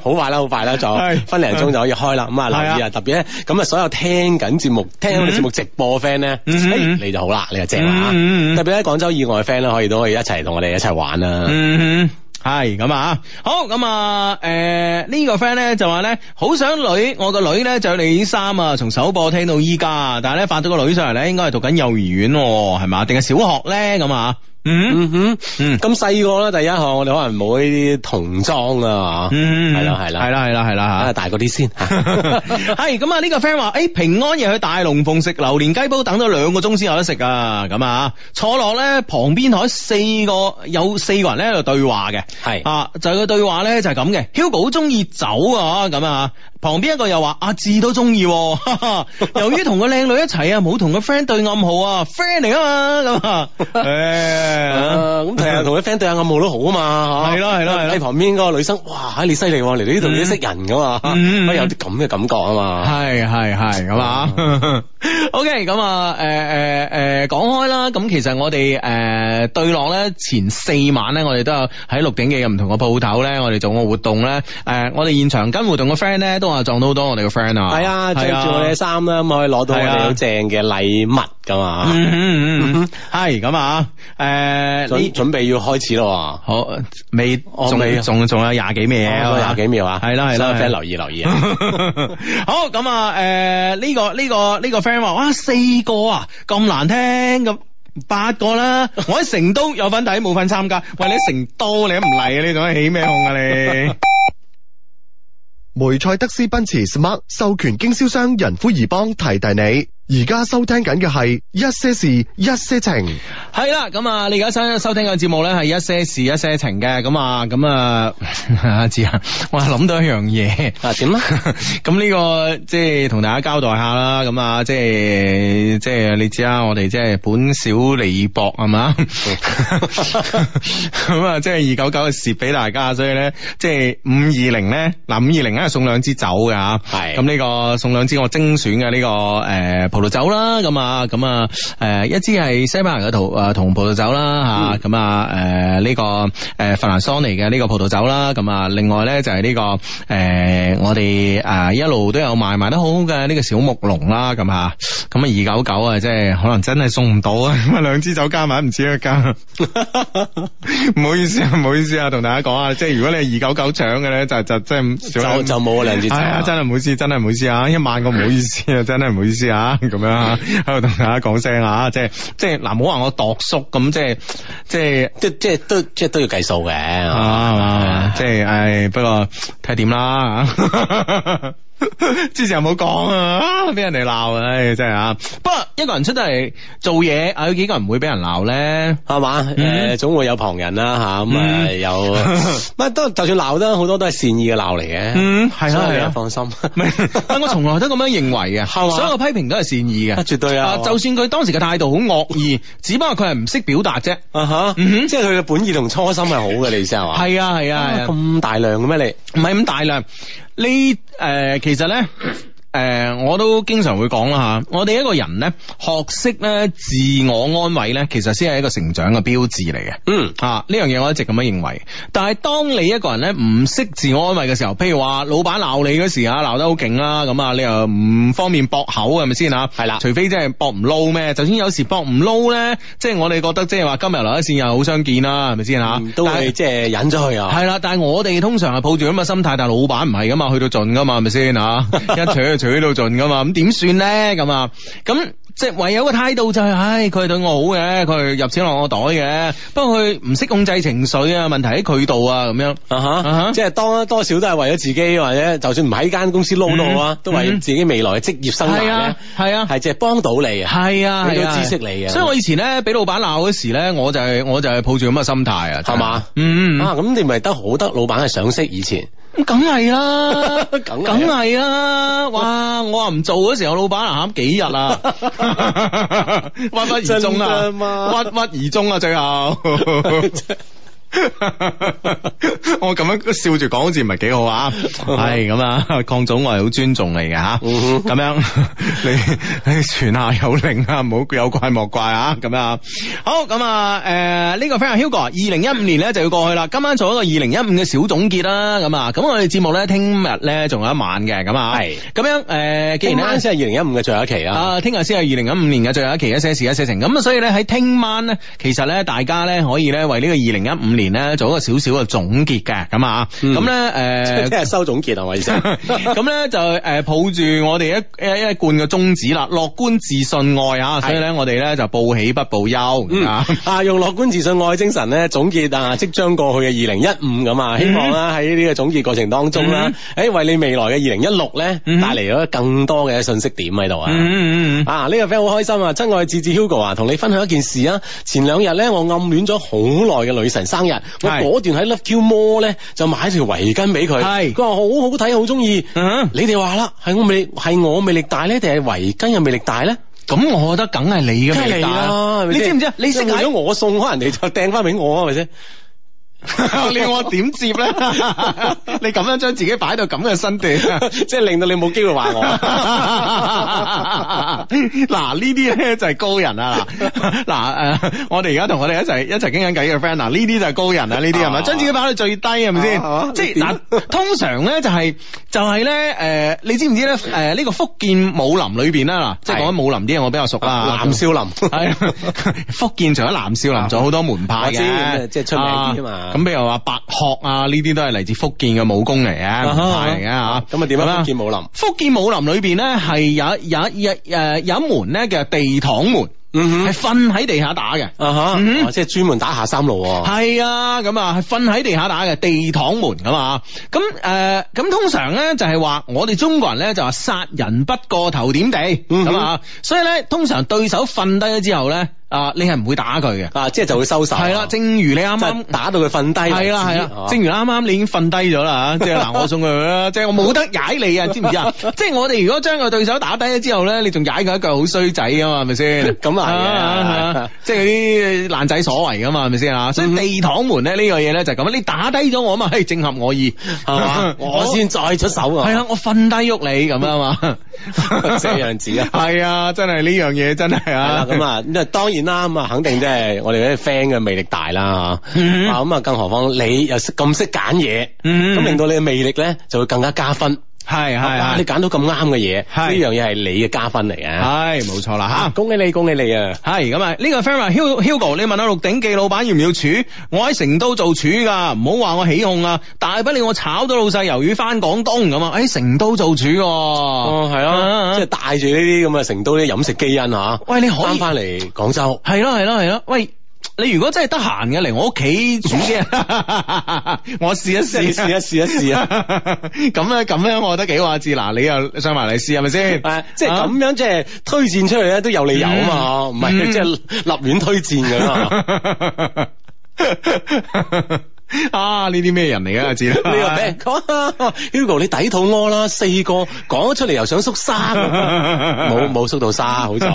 [SPEAKER 4] 好快啦，好快啦，就
[SPEAKER 2] 係
[SPEAKER 4] 分零鐘就可以開啦。咁啊，留意
[SPEAKER 2] 係
[SPEAKER 4] 啊，
[SPEAKER 2] 啊
[SPEAKER 4] 特別咧，咁啊，所有聽緊節目、聽我哋節目直播嘅 friend 咧，
[SPEAKER 2] 嗯嗯嗯
[SPEAKER 4] 誒你就好啦，你就正啦。
[SPEAKER 2] 嗯嗯嗯
[SPEAKER 4] 特別咧，廣州以外嘅 friend 咧，可以都可以一齊同我哋一齊玩啦。
[SPEAKER 2] 嗯哼。系咁啊，好咁啊，诶、呢、個个 friend 咧就話咧，好想女，我個女咧就你三啊，從首播聽到依家啊，但係咧發咗個女上嚟咧，應該係讀緊幼兒園喎，係嘛，定係小學咧咁啊，嗯
[SPEAKER 4] 嗯哼，
[SPEAKER 2] 嗯
[SPEAKER 4] 咁細個咧，第一項我哋可能冇呢啲童裝啊，
[SPEAKER 2] 嗯，
[SPEAKER 4] 係啦係啦
[SPEAKER 2] 係啦係啦係啦
[SPEAKER 4] 啊
[SPEAKER 2] 吓。
[SPEAKER 4] 大個 啲先。
[SPEAKER 2] 系咁啊！呢個 friend 話：，诶，平安夜去大龍鳳食榴蓮雞煲，等咗兩個鐘先有得食啊！咁啊，坐落咧旁邊台四個有四個人咧喺度對話嘅，
[SPEAKER 4] 係
[SPEAKER 2] 啊，就係個對話咧就係咁嘅，Hugo 好中意酒啊，咁啊，旁邊一個又話阿志都中意喎，哈哈由於同個靚女一齊啊，冇同個 friend 對暗號啊，friend 嚟啊嘛，咁啊，誒
[SPEAKER 4] 啊咁其實同啲 friend 對下暗號都好啊嘛，嚇
[SPEAKER 2] 係咯係咯係咯
[SPEAKER 4] 你旁邊嗰個女生，哇！你犀利喎，嚟到呢度你都識人噶嘛，
[SPEAKER 2] 嗯嗯
[SPEAKER 4] 啊有啲咁嘅感覺 啊嘛。
[SPEAKER 2] 系系系咁啊 ，OK 咁啊，诶诶诶，讲、開开啦，咁其實我哋诶、誒對落咧前四晚咧，我哋都有喺鹿鼎記嘅唔同嘅鋪頭咧，我哋做個活動咧，诶、我哋現場跟活動嘅 friend 咧都話撞到好多我哋嘅 friend 啊，
[SPEAKER 4] 系啊，着
[SPEAKER 2] 係
[SPEAKER 4] 住我哋嘅衫啦，咁可以攞到我
[SPEAKER 2] 係啊
[SPEAKER 4] 哋好正嘅禮物噶嘛。
[SPEAKER 2] 嗯嗯嗯，係咁啊，诶、
[SPEAKER 4] 準
[SPEAKER 2] 你
[SPEAKER 4] 準備要開始咯
[SPEAKER 2] 好未？
[SPEAKER 4] 我
[SPEAKER 2] 仲
[SPEAKER 4] 未
[SPEAKER 2] 仲仲有廿幾秒
[SPEAKER 4] 喎，
[SPEAKER 2] 啊，
[SPEAKER 4] 仲有廿幾秒啊，
[SPEAKER 2] 係啦係啦，
[SPEAKER 4] 所有
[SPEAKER 2] 係啦
[SPEAKER 4] friend 留意留意啊。
[SPEAKER 2] 好咁啊，诶、呢、個呢、個呢、個 friend 話，哇四個啊咁難聽咁。八個 啦，我喺成都有份睇冇份參加。喂，你喺成都你都唔嚟啊？你仲喺起咩控啊你？
[SPEAKER 1] 梅赛德斯奔驰 Smart 授權經銷商仁孚怡邦提提你，而家收聽緊嘅係一些事一些情。
[SPEAKER 2] 係啦，咁啊，你而家收收聽嘅節目咧係一些事一些情嘅，咁啊，咁啊， 阿志啊，我諗到一樣嘢。
[SPEAKER 4] 啊 點啊？
[SPEAKER 2] 咁呢、個即係同大家交代下啦，咁啊，即係即係你知啦，我哋即係本小利薄係嘛， 咁啊，即係二九九嘅蝕俾大家，所以咧，即係五二零咧，嗱五二零咧送兩支酒㗎吓，
[SPEAKER 4] 係
[SPEAKER 2] 咁呢個送兩支我精選嘅呢、個誒葡萄酒啦，咁啊咁啊誒一支係西班牙嘅葡誒同葡萄酒
[SPEAKER 4] 嗯
[SPEAKER 2] 啦嚇，咁啊誒呢個誒法蘭桑尼嘅呢個葡萄酒啦，咁啊另外咧就係呢、個誒、我哋誒一路都有賣賣得好好嘅呢個小木龍啦，咁啊咁啊二九九啊，即係可能真係送唔到啊， 咁啊兩支酒加 埋唔止一間，唔好意思啊，唔好意思啊，同大家講啊，即係如果你係二九九搶嘅咧，就就真係少
[SPEAKER 4] 就就冇啊兩支酒
[SPEAKER 2] 係啊，真係唔好意思，真係唔好意思啊！一萬個唔好意思 啊，真係唔好意思啊，咁樣啊，喺度同大家講聲啊，即係即係嗱，唔好話我度叔咁，即係即係
[SPEAKER 4] 即即係都即係都要計數嘅。
[SPEAKER 2] 啊，即係唉，不過睇下點啦。 之前又冇講啊，俾人哋鬧，唉，真係啊！不過一個人出得嚟做嘢，啊，有幾個人唔會俾人鬧咧？
[SPEAKER 4] 係嘛？
[SPEAKER 2] 嗯
[SPEAKER 4] 誒，總會有旁人啦吓，咁啊
[SPEAKER 2] 嗯
[SPEAKER 4] 有，乜都就算鬧得好多都係善意嘅鬧嚟嘅，
[SPEAKER 2] 嗯，係啊，
[SPEAKER 4] 所以
[SPEAKER 2] 係
[SPEAKER 4] 你
[SPEAKER 2] 啊
[SPEAKER 4] 就。放心。
[SPEAKER 2] 唔係，我從來都咁樣認為嘅，
[SPEAKER 4] 係嘛
[SPEAKER 2] 所有批評都係善意嘅，
[SPEAKER 4] 啊 絕對啊
[SPEAKER 2] 就算佢當時嘅態度好惡意，只不過佢係唔識表達啫。
[SPEAKER 4] 啊哈，
[SPEAKER 2] 嗯哼
[SPEAKER 4] 即係佢嘅本意同初心係好嘅，你意思係嘛？
[SPEAKER 2] 係啊係啊係啊，
[SPEAKER 4] 咁大量嘅咩
[SPEAKER 2] 唔係咁大量。呢誒、呃其實咧。誒、我都經常會講啦嚇，我哋一個人咧學識咧自我安慰咧，其實先係一個成長嘅標誌嚟嘅。
[SPEAKER 4] 你？嗯。
[SPEAKER 2] 啊，呢樣嘢我一直咁樣認為。但係當你一個人咧唔識自我安慰嘅時候，譬如話老闆鬧你嗰時啊，鬧得好勁啦，咁啊你又唔方便駁口係咪先啊？
[SPEAKER 4] 係啦
[SPEAKER 2] 除非即係駁唔撈咩？就算有時駁唔撈咧，即係我哋覺得即係話今日留一線又好相見啦，係咪先啊
[SPEAKER 4] 嗯？都
[SPEAKER 2] 但係
[SPEAKER 4] 會即係忍咗佢啊！
[SPEAKER 2] 係啦，但係我哋通常係抱住咁嘅心態，但係老闆唔係噶嘛，去到盡噶嘛，係咪先 啊？一取就取到盡噶嘛，咁點算咧？咁啊，咁即係唯有個態度就係、唉，佢係對我好嘅，佢入錢落我袋嘅，不過佢唔識控制情緒啊，問題喺佢度啊，咁樣。
[SPEAKER 4] 啊
[SPEAKER 2] 啊
[SPEAKER 4] 哈
[SPEAKER 2] 哈，
[SPEAKER 4] 即係多多少都係為咗自己，或者就算唔喺間公司撈到啊
[SPEAKER 2] 嗯，
[SPEAKER 4] 都為自己未來嘅職業生涯
[SPEAKER 2] 係
[SPEAKER 4] 咧
[SPEAKER 2] 啊，係啊
[SPEAKER 4] 係即係幫到你啊，
[SPEAKER 2] 係啊，
[SPEAKER 4] 俾到
[SPEAKER 2] 係啊
[SPEAKER 4] 知識你啊
[SPEAKER 2] 所以我以前咧俾老闆鬧嗰時咧，我就係、我就係抱住咁嘅心態啊，
[SPEAKER 4] 係嘛
[SPEAKER 2] 嗯嗯嗯
[SPEAKER 4] 啊，咁你咪得好得老闆係賞識以前，
[SPEAKER 2] 咁梗係啦，
[SPEAKER 4] 梗係啊
[SPEAKER 2] 梗係啦，哇！我話唔做嗰時候，老闆啊喊幾日啊，鬱鬱而終
[SPEAKER 4] 真㗎
[SPEAKER 2] 啊，
[SPEAKER 4] 嘛
[SPEAKER 2] 鬱鬱而終啊，最後。我咁樣笑住講好似唔係幾好 啊。係咁啊，邝總我係好尊重你嘅吓。
[SPEAKER 4] 嗯
[SPEAKER 2] 咁樣 你你傳下有令啊，唔好有怪莫怪啊。咁啊，好咁啊，誒、呢、個 friend Hugo，二零一五年咧就要過去啦。今晚做一個二零一五嘅小總結啦。咁啊，咁我哋節目咧聽日咧仲有一晚嘅咁啊。
[SPEAKER 4] 係
[SPEAKER 2] 咁樣誒、既
[SPEAKER 4] 既
[SPEAKER 2] 然
[SPEAKER 4] 然
[SPEAKER 2] 咧
[SPEAKER 4] 啱。先係二零一五嘅最後一期啊，
[SPEAKER 2] 啊，聽日先係二零一五年嘅最後一期一些事一些情，咁啊，所以咧喺聽晚咧，其實咧大家咧可以咧為呢個二零一五年咧做一個少少嘅總結嘅，咁啊，
[SPEAKER 4] 嗯
[SPEAKER 2] 咁 咧誒。
[SPEAKER 4] 聽日收總結係咪 先？
[SPEAKER 2] 咁咧就誒抱住我哋一一一貫嘅宗旨啦，樂觀自信愛啊，所以咧我哋咧就報喜不報憂
[SPEAKER 4] 嗯
[SPEAKER 2] 啊。
[SPEAKER 4] 啊，用樂觀自信愛精神咧總結啊，即將過去嘅二零一五咁啊，希望啦喺呢個總結過程當中啦
[SPEAKER 2] 嗯，
[SPEAKER 4] 誒為你未來嘅二零一六咧
[SPEAKER 2] 嗯
[SPEAKER 4] 帶嚟咗更多嘅信息點喺度啊。
[SPEAKER 2] 嗯嗯嗯
[SPEAKER 4] 啊！呢、個 friend 好開心啊！親愛智智 Hugo 啊，同你分享一件事啊。前兩日咧，我暗戀咗好耐嘅女神生日，我
[SPEAKER 2] 係
[SPEAKER 4] 果斷喺 Love Q Mall 咧就買條圍巾俾佢。
[SPEAKER 2] 係
[SPEAKER 4] 佢話好好睇，好中意。
[SPEAKER 2] 嗯，
[SPEAKER 4] 你哋話啦，係我魅力係我魅力大咧，定係圍巾嘅魅力大咧？
[SPEAKER 2] 咁我覺得梗係你嘅
[SPEAKER 4] 梗係
[SPEAKER 2] 味
[SPEAKER 4] 你
[SPEAKER 2] 道
[SPEAKER 4] 啦，係咪
[SPEAKER 2] 你
[SPEAKER 4] 先
[SPEAKER 2] 知唔知啊？你識
[SPEAKER 4] 因為
[SPEAKER 2] 嗌
[SPEAKER 4] 如果我送，可能你就掟翻俾我，係咪先？
[SPEAKER 2] 你要我點接咧？ 你咁樣將自己擺到咁嘅身段。
[SPEAKER 4] 即係令到你冇機 會話啊我。
[SPEAKER 2] 嗱呢啲咧就係高人啊！嗱 嗱誒，我哋而家同我哋一齊一齊傾緊偈嘅 friend 嗱，呢啲就係高人啊！呢啲係咪
[SPEAKER 4] 啊
[SPEAKER 2] 將自己擺到最低係咪
[SPEAKER 4] 啊
[SPEAKER 2] 先？即係嗱，通常咧就係就係咧誒，你知唔知咧誒呢個福建武林裏邊啦嗱，即係講緊武林啲嘢我比較熟啦，
[SPEAKER 4] 藍啊少林
[SPEAKER 2] 係福建除咗南少林，仲有好多門派
[SPEAKER 4] 啊我
[SPEAKER 2] 嘅，
[SPEAKER 4] 知即係出名啲嘛
[SPEAKER 2] 啊咁譬如話白鶴啊，呢啲都係嚟自福建嘅武功嚟嘅，
[SPEAKER 4] 啊
[SPEAKER 2] 門
[SPEAKER 4] 哈
[SPEAKER 2] 派嚟嘅吓
[SPEAKER 4] 啊。咁啊點啊？福建武林。
[SPEAKER 2] 福建武林裏邊咧係有有有誒有一門咧叫地堂門，
[SPEAKER 4] 嗯
[SPEAKER 2] 係瞓喺地下打嘅。
[SPEAKER 4] 啊
[SPEAKER 2] 嗯
[SPEAKER 4] 哈，哦即係專門打下三路喎。
[SPEAKER 2] 係啊，咁啊，係瞓喺地下打嘅地堂門咁啊，咁誒，呃咁、通常咧就係話我哋中國人咧就話殺人不過頭點地
[SPEAKER 4] 嗯哼
[SPEAKER 2] 咁啊，所以咧通常對手瞓低咗之後咧啊，你係唔會打佢嘅，
[SPEAKER 4] 啊，即係就會收手。
[SPEAKER 2] 係啦，正如你啱
[SPEAKER 4] 就
[SPEAKER 2] 啱
[SPEAKER 4] 係。哦打到佢瞓低為止。啊
[SPEAKER 2] 係啦係啦，正
[SPEAKER 4] 正
[SPEAKER 2] 如啱啱你已經瞓低咗 啦嚇，即係嗱，我送佢去啦，即係我冇得踩你啊，知唔知啊？即係我哋如果將個對手打低咗之後咧，你仲踩佢一腳好衰仔噶嘛，係咪先？
[SPEAKER 4] 咁啊係嗯嘅
[SPEAKER 2] 啊即係嗰啲爛仔所為噶嘛，係咪先啊？所以地堂門咧呢個嘢咧就係咁，你打低咗我啊嘛，嘿，正合我意，
[SPEAKER 4] 係嘛， 我先再出手啊。
[SPEAKER 2] 係啦，我瞓低喐你咁啊嘛，
[SPEAKER 4] 這樣子啊
[SPEAKER 2] 係啊，真係呢樣嘢真係
[SPEAKER 4] 係
[SPEAKER 2] 啊
[SPEAKER 4] 啦，，咁啊，咁啊，當然啦，咁啊，肯定即係我哋嗰啲 friend 嘅魅力大啦嚇
[SPEAKER 2] 嗯
[SPEAKER 4] 啊，咁啊，更何況你又識咁識揀嘢，
[SPEAKER 2] 嗯
[SPEAKER 4] 咁令到你嘅魅力咧就會更加加分。
[SPEAKER 2] 係係
[SPEAKER 4] 哇啊你
[SPEAKER 2] 係
[SPEAKER 4] 揀到咁啱嘅嘢，
[SPEAKER 2] 係
[SPEAKER 4] 呢樣嘢係你嘅加分嚟嘅。
[SPEAKER 2] 係冇錯啦嚇
[SPEAKER 4] 啊，。恭喜你，恭喜你啊！
[SPEAKER 2] 系咁啊！呢個 friend 話 Hugo Hugo，你問下《鹿鼎記》老闆要唔要處？我喺成都做處噶，唔好話我起哄啊！大不了我炒咗老細魷魚翻廣東咁啊！喺成都做處喎，哦
[SPEAKER 4] 係啊即係帶住呢啲咁嘅成都啲飲食基因嚇，
[SPEAKER 2] 喂你可以
[SPEAKER 4] 翻翻嚟廣州。
[SPEAKER 2] 係咯係咯係咯，喂！你如果真係得閒嘅嚟我屋企煮嘅， 我試一
[SPEAKER 4] 你
[SPEAKER 2] 試，啊
[SPEAKER 4] 試一試一試啊！
[SPEAKER 2] 咁咧咁咧，我覺得幾話知嗱，你又上埋嚟試係咪先？
[SPEAKER 4] 誒，啊即係咁樣，即係推薦出嚟咧都有理由啊嘛，唔係
[SPEAKER 2] 嗯
[SPEAKER 4] 即係立亂推薦㗎 嘛。
[SPEAKER 2] 啊！呢啲咩人嚟噶？知啦，
[SPEAKER 4] 呢個俾人講 Hugo 你抵肚屙啦，四個講咗出嚟又想縮沙，啊冇冇縮到沙，好在。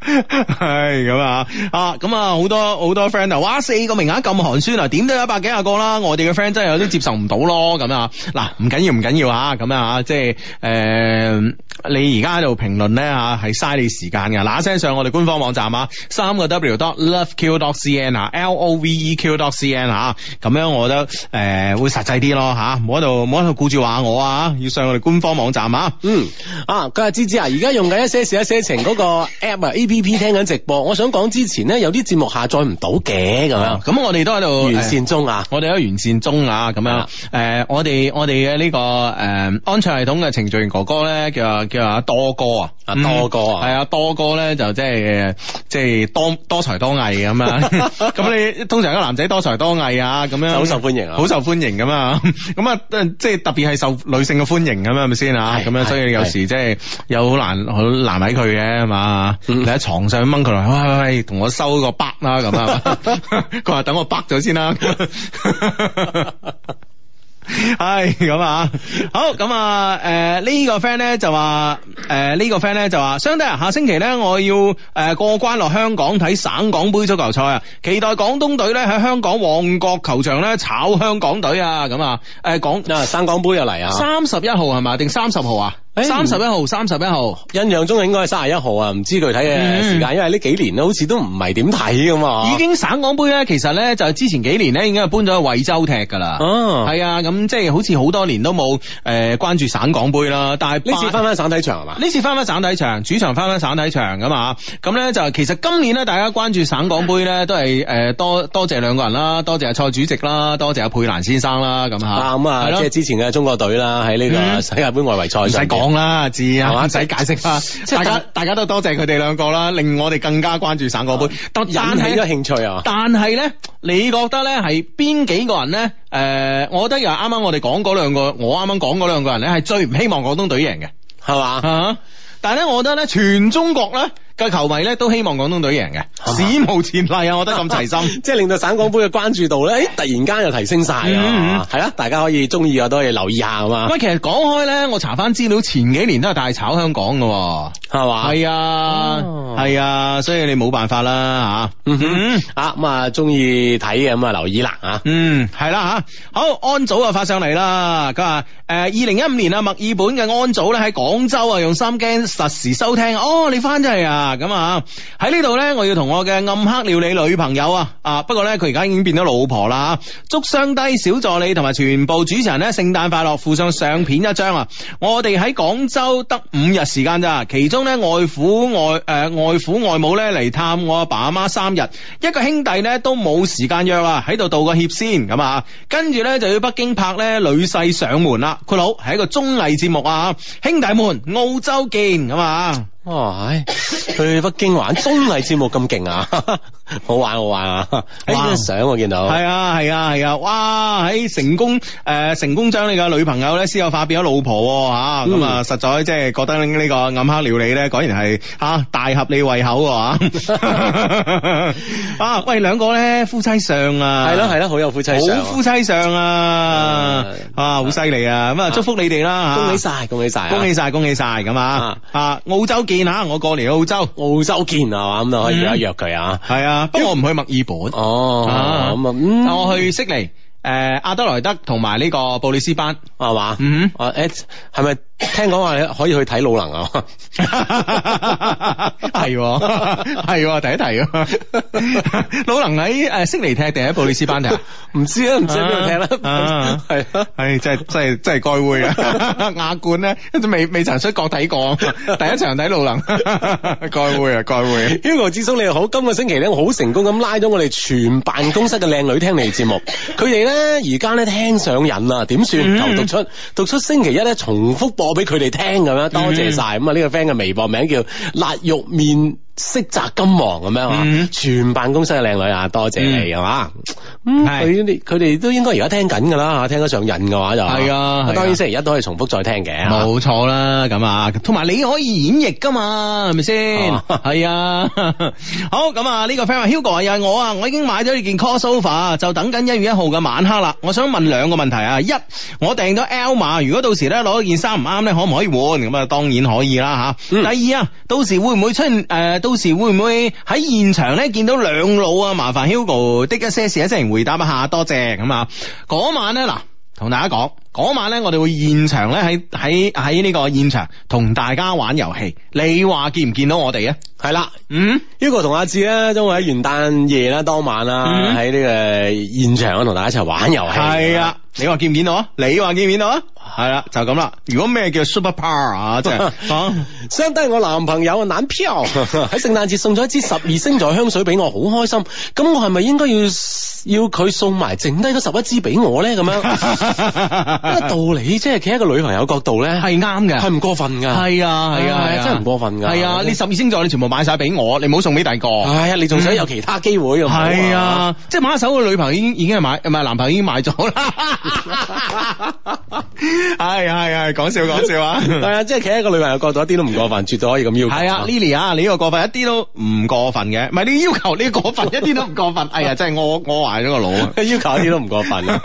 [SPEAKER 2] 系咁啊，啊咁啊，好多好多 friend 啊，哇四個名額咁寒酸啊，點都有一百幾廿個啦，我哋嘅 friend 真係有啲接受唔到咯，咁啊，嗱唔緊要唔緊要啊，咁啊，即係誒、你而家喺度評論咧嚇，係嘥你時間嘅，嗱一聲上我哋官方網站啊，三個 W dot loveq dot cn 啊，L O V E Q dot cn 啊，咁樣我覺得誒、會實際啲咯嚇，唔好喺度唔好喺度顧住話我啊，要上我哋官方網站啊。
[SPEAKER 4] 嗯，啊，佢話芝芝啊，而家用緊一些事一些情嗰個 app 啊 A P P 聽緊直播，我想講之前咧有啲節目下載唔到嘅咁樣，
[SPEAKER 2] 咁我哋都喺度
[SPEAKER 4] 完善中啊。
[SPEAKER 2] 我哋喺完善中啊，咁
[SPEAKER 4] 係
[SPEAKER 2] 樣
[SPEAKER 4] 啦
[SPEAKER 2] 誒、我哋我哋嘅呢個誒、安卓系統嘅程序員哥哥咧，叫啊叫啊多哥啊，
[SPEAKER 4] 啊多哥啊
[SPEAKER 2] 係啊多哥咧就即係即係多多才多藝咁啊， 咁你通常一個男仔多才多藝啊，咁樣
[SPEAKER 4] 就好受歡迎啊
[SPEAKER 2] 好受歡迎咁啊，咁啊呃即係特別係受女性嘅歡迎咁啊，係咪先啊？
[SPEAKER 4] 係
[SPEAKER 2] 咁樣所以
[SPEAKER 4] 係
[SPEAKER 2] 有時即係又好難好難為佢嘅係嘛，
[SPEAKER 4] 嗯
[SPEAKER 2] 你喺床上掹佢落嚟，喂喂喂，同我收個筆 啦咁啊，佢話等我筆咗先啦。咁 系咁啊，好咁啊，诶、呢、個个 friend 咧就話，诶、呢、個 friend 咧就話，相弟啊，下星期咧我要诶、誒過關落香港睇省港杯足球賽啊，期待廣東隊咧喺香港旺角球場咧炒香港隊啊，咁啊，诶、港
[SPEAKER 4] 啊，生港杯又嚟啊！哎
[SPEAKER 2] 三十一號係嘛，定三十號啊？
[SPEAKER 4] 誒
[SPEAKER 2] 三十一號，三十一號。
[SPEAKER 4] 印象中應該係三十一號啊，唔知具體嘅
[SPEAKER 2] 嗯
[SPEAKER 4] 時間，因為呢幾年咧好似都唔係點睇噶啊嘛。
[SPEAKER 2] 已經省港杯咧，其實咧就係之前幾年咧已經係搬咗去惠州踢㗎啦。
[SPEAKER 4] 哦
[SPEAKER 2] 係啊，咁即係好似好多年都冇诶關注省港杯啦。但係
[SPEAKER 4] 呢次
[SPEAKER 2] 八
[SPEAKER 4] 翻翻省體場係嘛？
[SPEAKER 2] 呢次翻翻省體場，主場翻翻省體場噶嘛，咁咧就其實今年咧，大家關注省港杯咧，都係誒、呃多多謝兩個人啦，多謝阿蔡主席啦，多謝阿佩蘭先生啦，咁嚇。
[SPEAKER 4] 啊咁啊，
[SPEAKER 2] 係咯
[SPEAKER 4] 即係之前嘅中國隊啦，喺呢個
[SPEAKER 2] 嗯
[SPEAKER 4] 世界盃外圍賽
[SPEAKER 2] 唔使
[SPEAKER 4] 上邊
[SPEAKER 2] 講啦，知
[SPEAKER 4] 啊係
[SPEAKER 2] 啊，
[SPEAKER 4] 嘛
[SPEAKER 2] 唔使解釋啦。
[SPEAKER 4] 即係
[SPEAKER 2] 大家大
[SPEAKER 4] 但
[SPEAKER 2] 家都多謝佢哋兩個啦，令我哋更加關注省港杯。但
[SPEAKER 4] 啊引
[SPEAKER 2] 但
[SPEAKER 4] 起
[SPEAKER 2] 係
[SPEAKER 4] 咗興趣啊！
[SPEAKER 2] 但係咧，你覺得咧係邊幾個人咧？誒、我覺得又係啱啱我哋講嗰兩個，我啱啱講嗰兩個人咧係最唔希望廣東隊贏嘅。
[SPEAKER 4] 係嘛？。
[SPEAKER 2] 啊！但系咧，我覺得咧，全中國咧嘅球迷咧都希望廣東隊贏嘅，史無前例啊！我覺得咁齊心
[SPEAKER 4] 即係令到省港杯嘅關注度咧，誒突然間又提升晒
[SPEAKER 2] 嗯嗯
[SPEAKER 4] 啊！係啦，大家可以中意嘅都可以留意 下啊嘛，
[SPEAKER 2] 喂，其實講開咧，我查翻資料，前幾年都係大炒香港嘅喎。
[SPEAKER 4] 係嘛？
[SPEAKER 2] 係啊，
[SPEAKER 4] 哦
[SPEAKER 2] 係啊，所以你冇辦法啦吓。
[SPEAKER 4] 嗯哼，啊咁啊，中意睇嘅咁啊，留意啦啊！
[SPEAKER 2] 嗯，系啦吓，好安祖啊發上嚟啦，佢話诶二零一五年啊墨爾本嘅安祖咧喺廣州啊用心機實時收聽，哦你翻咗嚟啊咁啊喺呢度咧我要同我嘅暗黑料理女朋友啊啊不過咧佢而家已經變咗老婆啦，祝雙低小助理同埋全部主持人咧聖誕快樂，附上相片一張啊，我哋喺廣州得五日時間咋，其中咧外父外誒、呃外父外母咧嚟探我阿爸阿媽三日，一個兄弟咧都冇時間約啦，喺度道個歉先咁啊，跟住咧就要北京拍咧女婿上門啦，佢佬係一個綜藝節目啊，兄弟們澳洲見咁啊，
[SPEAKER 4] 哇！哦唉，去北京玩綜藝節目咁勁啊， 好玩好玩啊！喺
[SPEAKER 2] 哇
[SPEAKER 4] 啲相我見到，
[SPEAKER 2] 係啊係啊係啊，哇喺成功誒、呃成功將你嘅女朋友咧私有化變咗老婆喎啊咁啊、
[SPEAKER 4] 嗯
[SPEAKER 2] 實在即係覺得呢個暗黑料理咧，果然係嚇、啊大合你胃口喎啊！ 啊喂，兩個咧夫妻相啊，
[SPEAKER 4] 係咯係咯，好有夫妻相
[SPEAKER 2] 好
[SPEAKER 4] 啊，
[SPEAKER 2] 夫妻相啊，啊好犀利啊！咁啊，祝福你哋啦
[SPEAKER 4] 恭喜！晒恭喜晒
[SPEAKER 2] 嚇
[SPEAKER 4] 啊，
[SPEAKER 2] 恭喜晒，恭喜晒咁啊！啊，澳洲見吓，我過嚟澳洲，
[SPEAKER 4] 澳洲見啊嘛，咁就可以約一約佢啊。
[SPEAKER 2] 係啊，不過我唔去墨爾本，
[SPEAKER 4] 哦，
[SPEAKER 2] 啊
[SPEAKER 4] 咁啊，嗯，
[SPEAKER 2] 我去悉尼、誒阿德萊德同埋呢個布里斯 班，
[SPEAKER 4] 係嘛？
[SPEAKER 2] 嗯
[SPEAKER 4] 啊，誒，係咪聽講話可以去睇魯能啊？
[SPEAKER 2] 係喎係喎， 第一題喎，魯能喺誒悉尼踢定喺布里斯班踢啊？
[SPEAKER 4] 唔知啊，唔知喺邊度踢啦
[SPEAKER 2] 啊，
[SPEAKER 4] 係啊。
[SPEAKER 2] 唉，真係真係真係該會 啊！亞冠咧都未未曾出國睇過，第一場睇魯能， 該會啊，該會。
[SPEAKER 4] Hugo 志松你好，今個星期咧，我好成功咁拉咗我哋全辦公室嘅靚女聽你 節目，佢哋咧而家咧聽上癮啦，點算？
[SPEAKER 2] 嗯
[SPEAKER 4] 求讀出，讀出星期一咧重複播俾佢哋聽咁
[SPEAKER 2] 嗯
[SPEAKER 4] 樣，多謝晒。咁啊呢個 friend 嘅微博名叫辣肉面。色澤金黃咁樣啊，
[SPEAKER 2] 嗯
[SPEAKER 4] 全辦公室嘅靚女啊，多謝你係嘛？嗯，
[SPEAKER 2] 係
[SPEAKER 4] 佢哋佢哋都應該而家聽緊㗎啦，聽得上癮嘅話就
[SPEAKER 2] 係啊係啊
[SPEAKER 4] 當然星期一都可以重複再聽嘅。
[SPEAKER 2] 冇錯啦，咁啊，同埋你可以演繹噶嘛，係咪先？
[SPEAKER 4] 哦
[SPEAKER 2] 係啊， 好咁啊，呢個 friend 話 Hugo 啊又係我啊，我已經買咗呢件 call sofa，就等緊一月一號嘅晚黑啦。我想問兩個問題啊，一我訂咗 L 碼，如果到時咧攞咗件衫唔啱咧，可唔可以換？咁啊，當然可以啦吓。
[SPEAKER 4] 嗯
[SPEAKER 2] 第二啊，到時會唔會出現誒、到時會唔會喺現場咧見到兩老啊？麻煩 Hugo 的一些事一些人回答一下，多謝咁啊。嗰晚咧嗱。同大家講，嗰晚咧，我哋會現場咧喺喺喺呢個現場同大家玩遊戲，你話見唔見到我哋啊？
[SPEAKER 4] 係啦。
[SPEAKER 2] 嗯，
[SPEAKER 4] Hugo 同阿志咧，都會喺元旦夜啦，當晚啦，
[SPEAKER 2] 嗯
[SPEAKER 4] 喺呢個現場啊同大家一齊玩遊戲。
[SPEAKER 2] 係啊，，你話見唔見到啊？你話見唔見到啊？係啦，就咁啦。如果咩叫 super power 啊， 即 係啊
[SPEAKER 4] 相低我男朋友啊，男 票喺聖誕節送咗一支十二星座香水俾我，好開心。咁 我係咪應該要要佢送埋剩低嗰十一支俾我咧？咁樣呢個道理即係企喺一個女朋友角度咧，
[SPEAKER 2] 係啱嘅，
[SPEAKER 4] 係唔過分㗎。
[SPEAKER 2] 係啊係啊
[SPEAKER 4] 係啊真係唔過分㗎
[SPEAKER 2] 係啊，你十二星座你全部買晒俾我，你唔好送俾第二個。
[SPEAKER 4] 係啊，你仲想有其他機會咁
[SPEAKER 2] 嗯係啊，即係馬手嘅女朋友已經已經係買，唔係男朋友已經買咗啦。 係係係，講笑講笑啊！
[SPEAKER 4] 係啊，即係企喺一個女朋友角度，一啲都唔過分，絕對可以咁要求。
[SPEAKER 2] 係啊，Lily 啊，你呢個過分一啲都唔過分嘅，唔係你要求呢個過分一啲都唔過分。哎呀，真係我我壞咗個腦 啊！
[SPEAKER 4] 要求一啲都唔過分啊。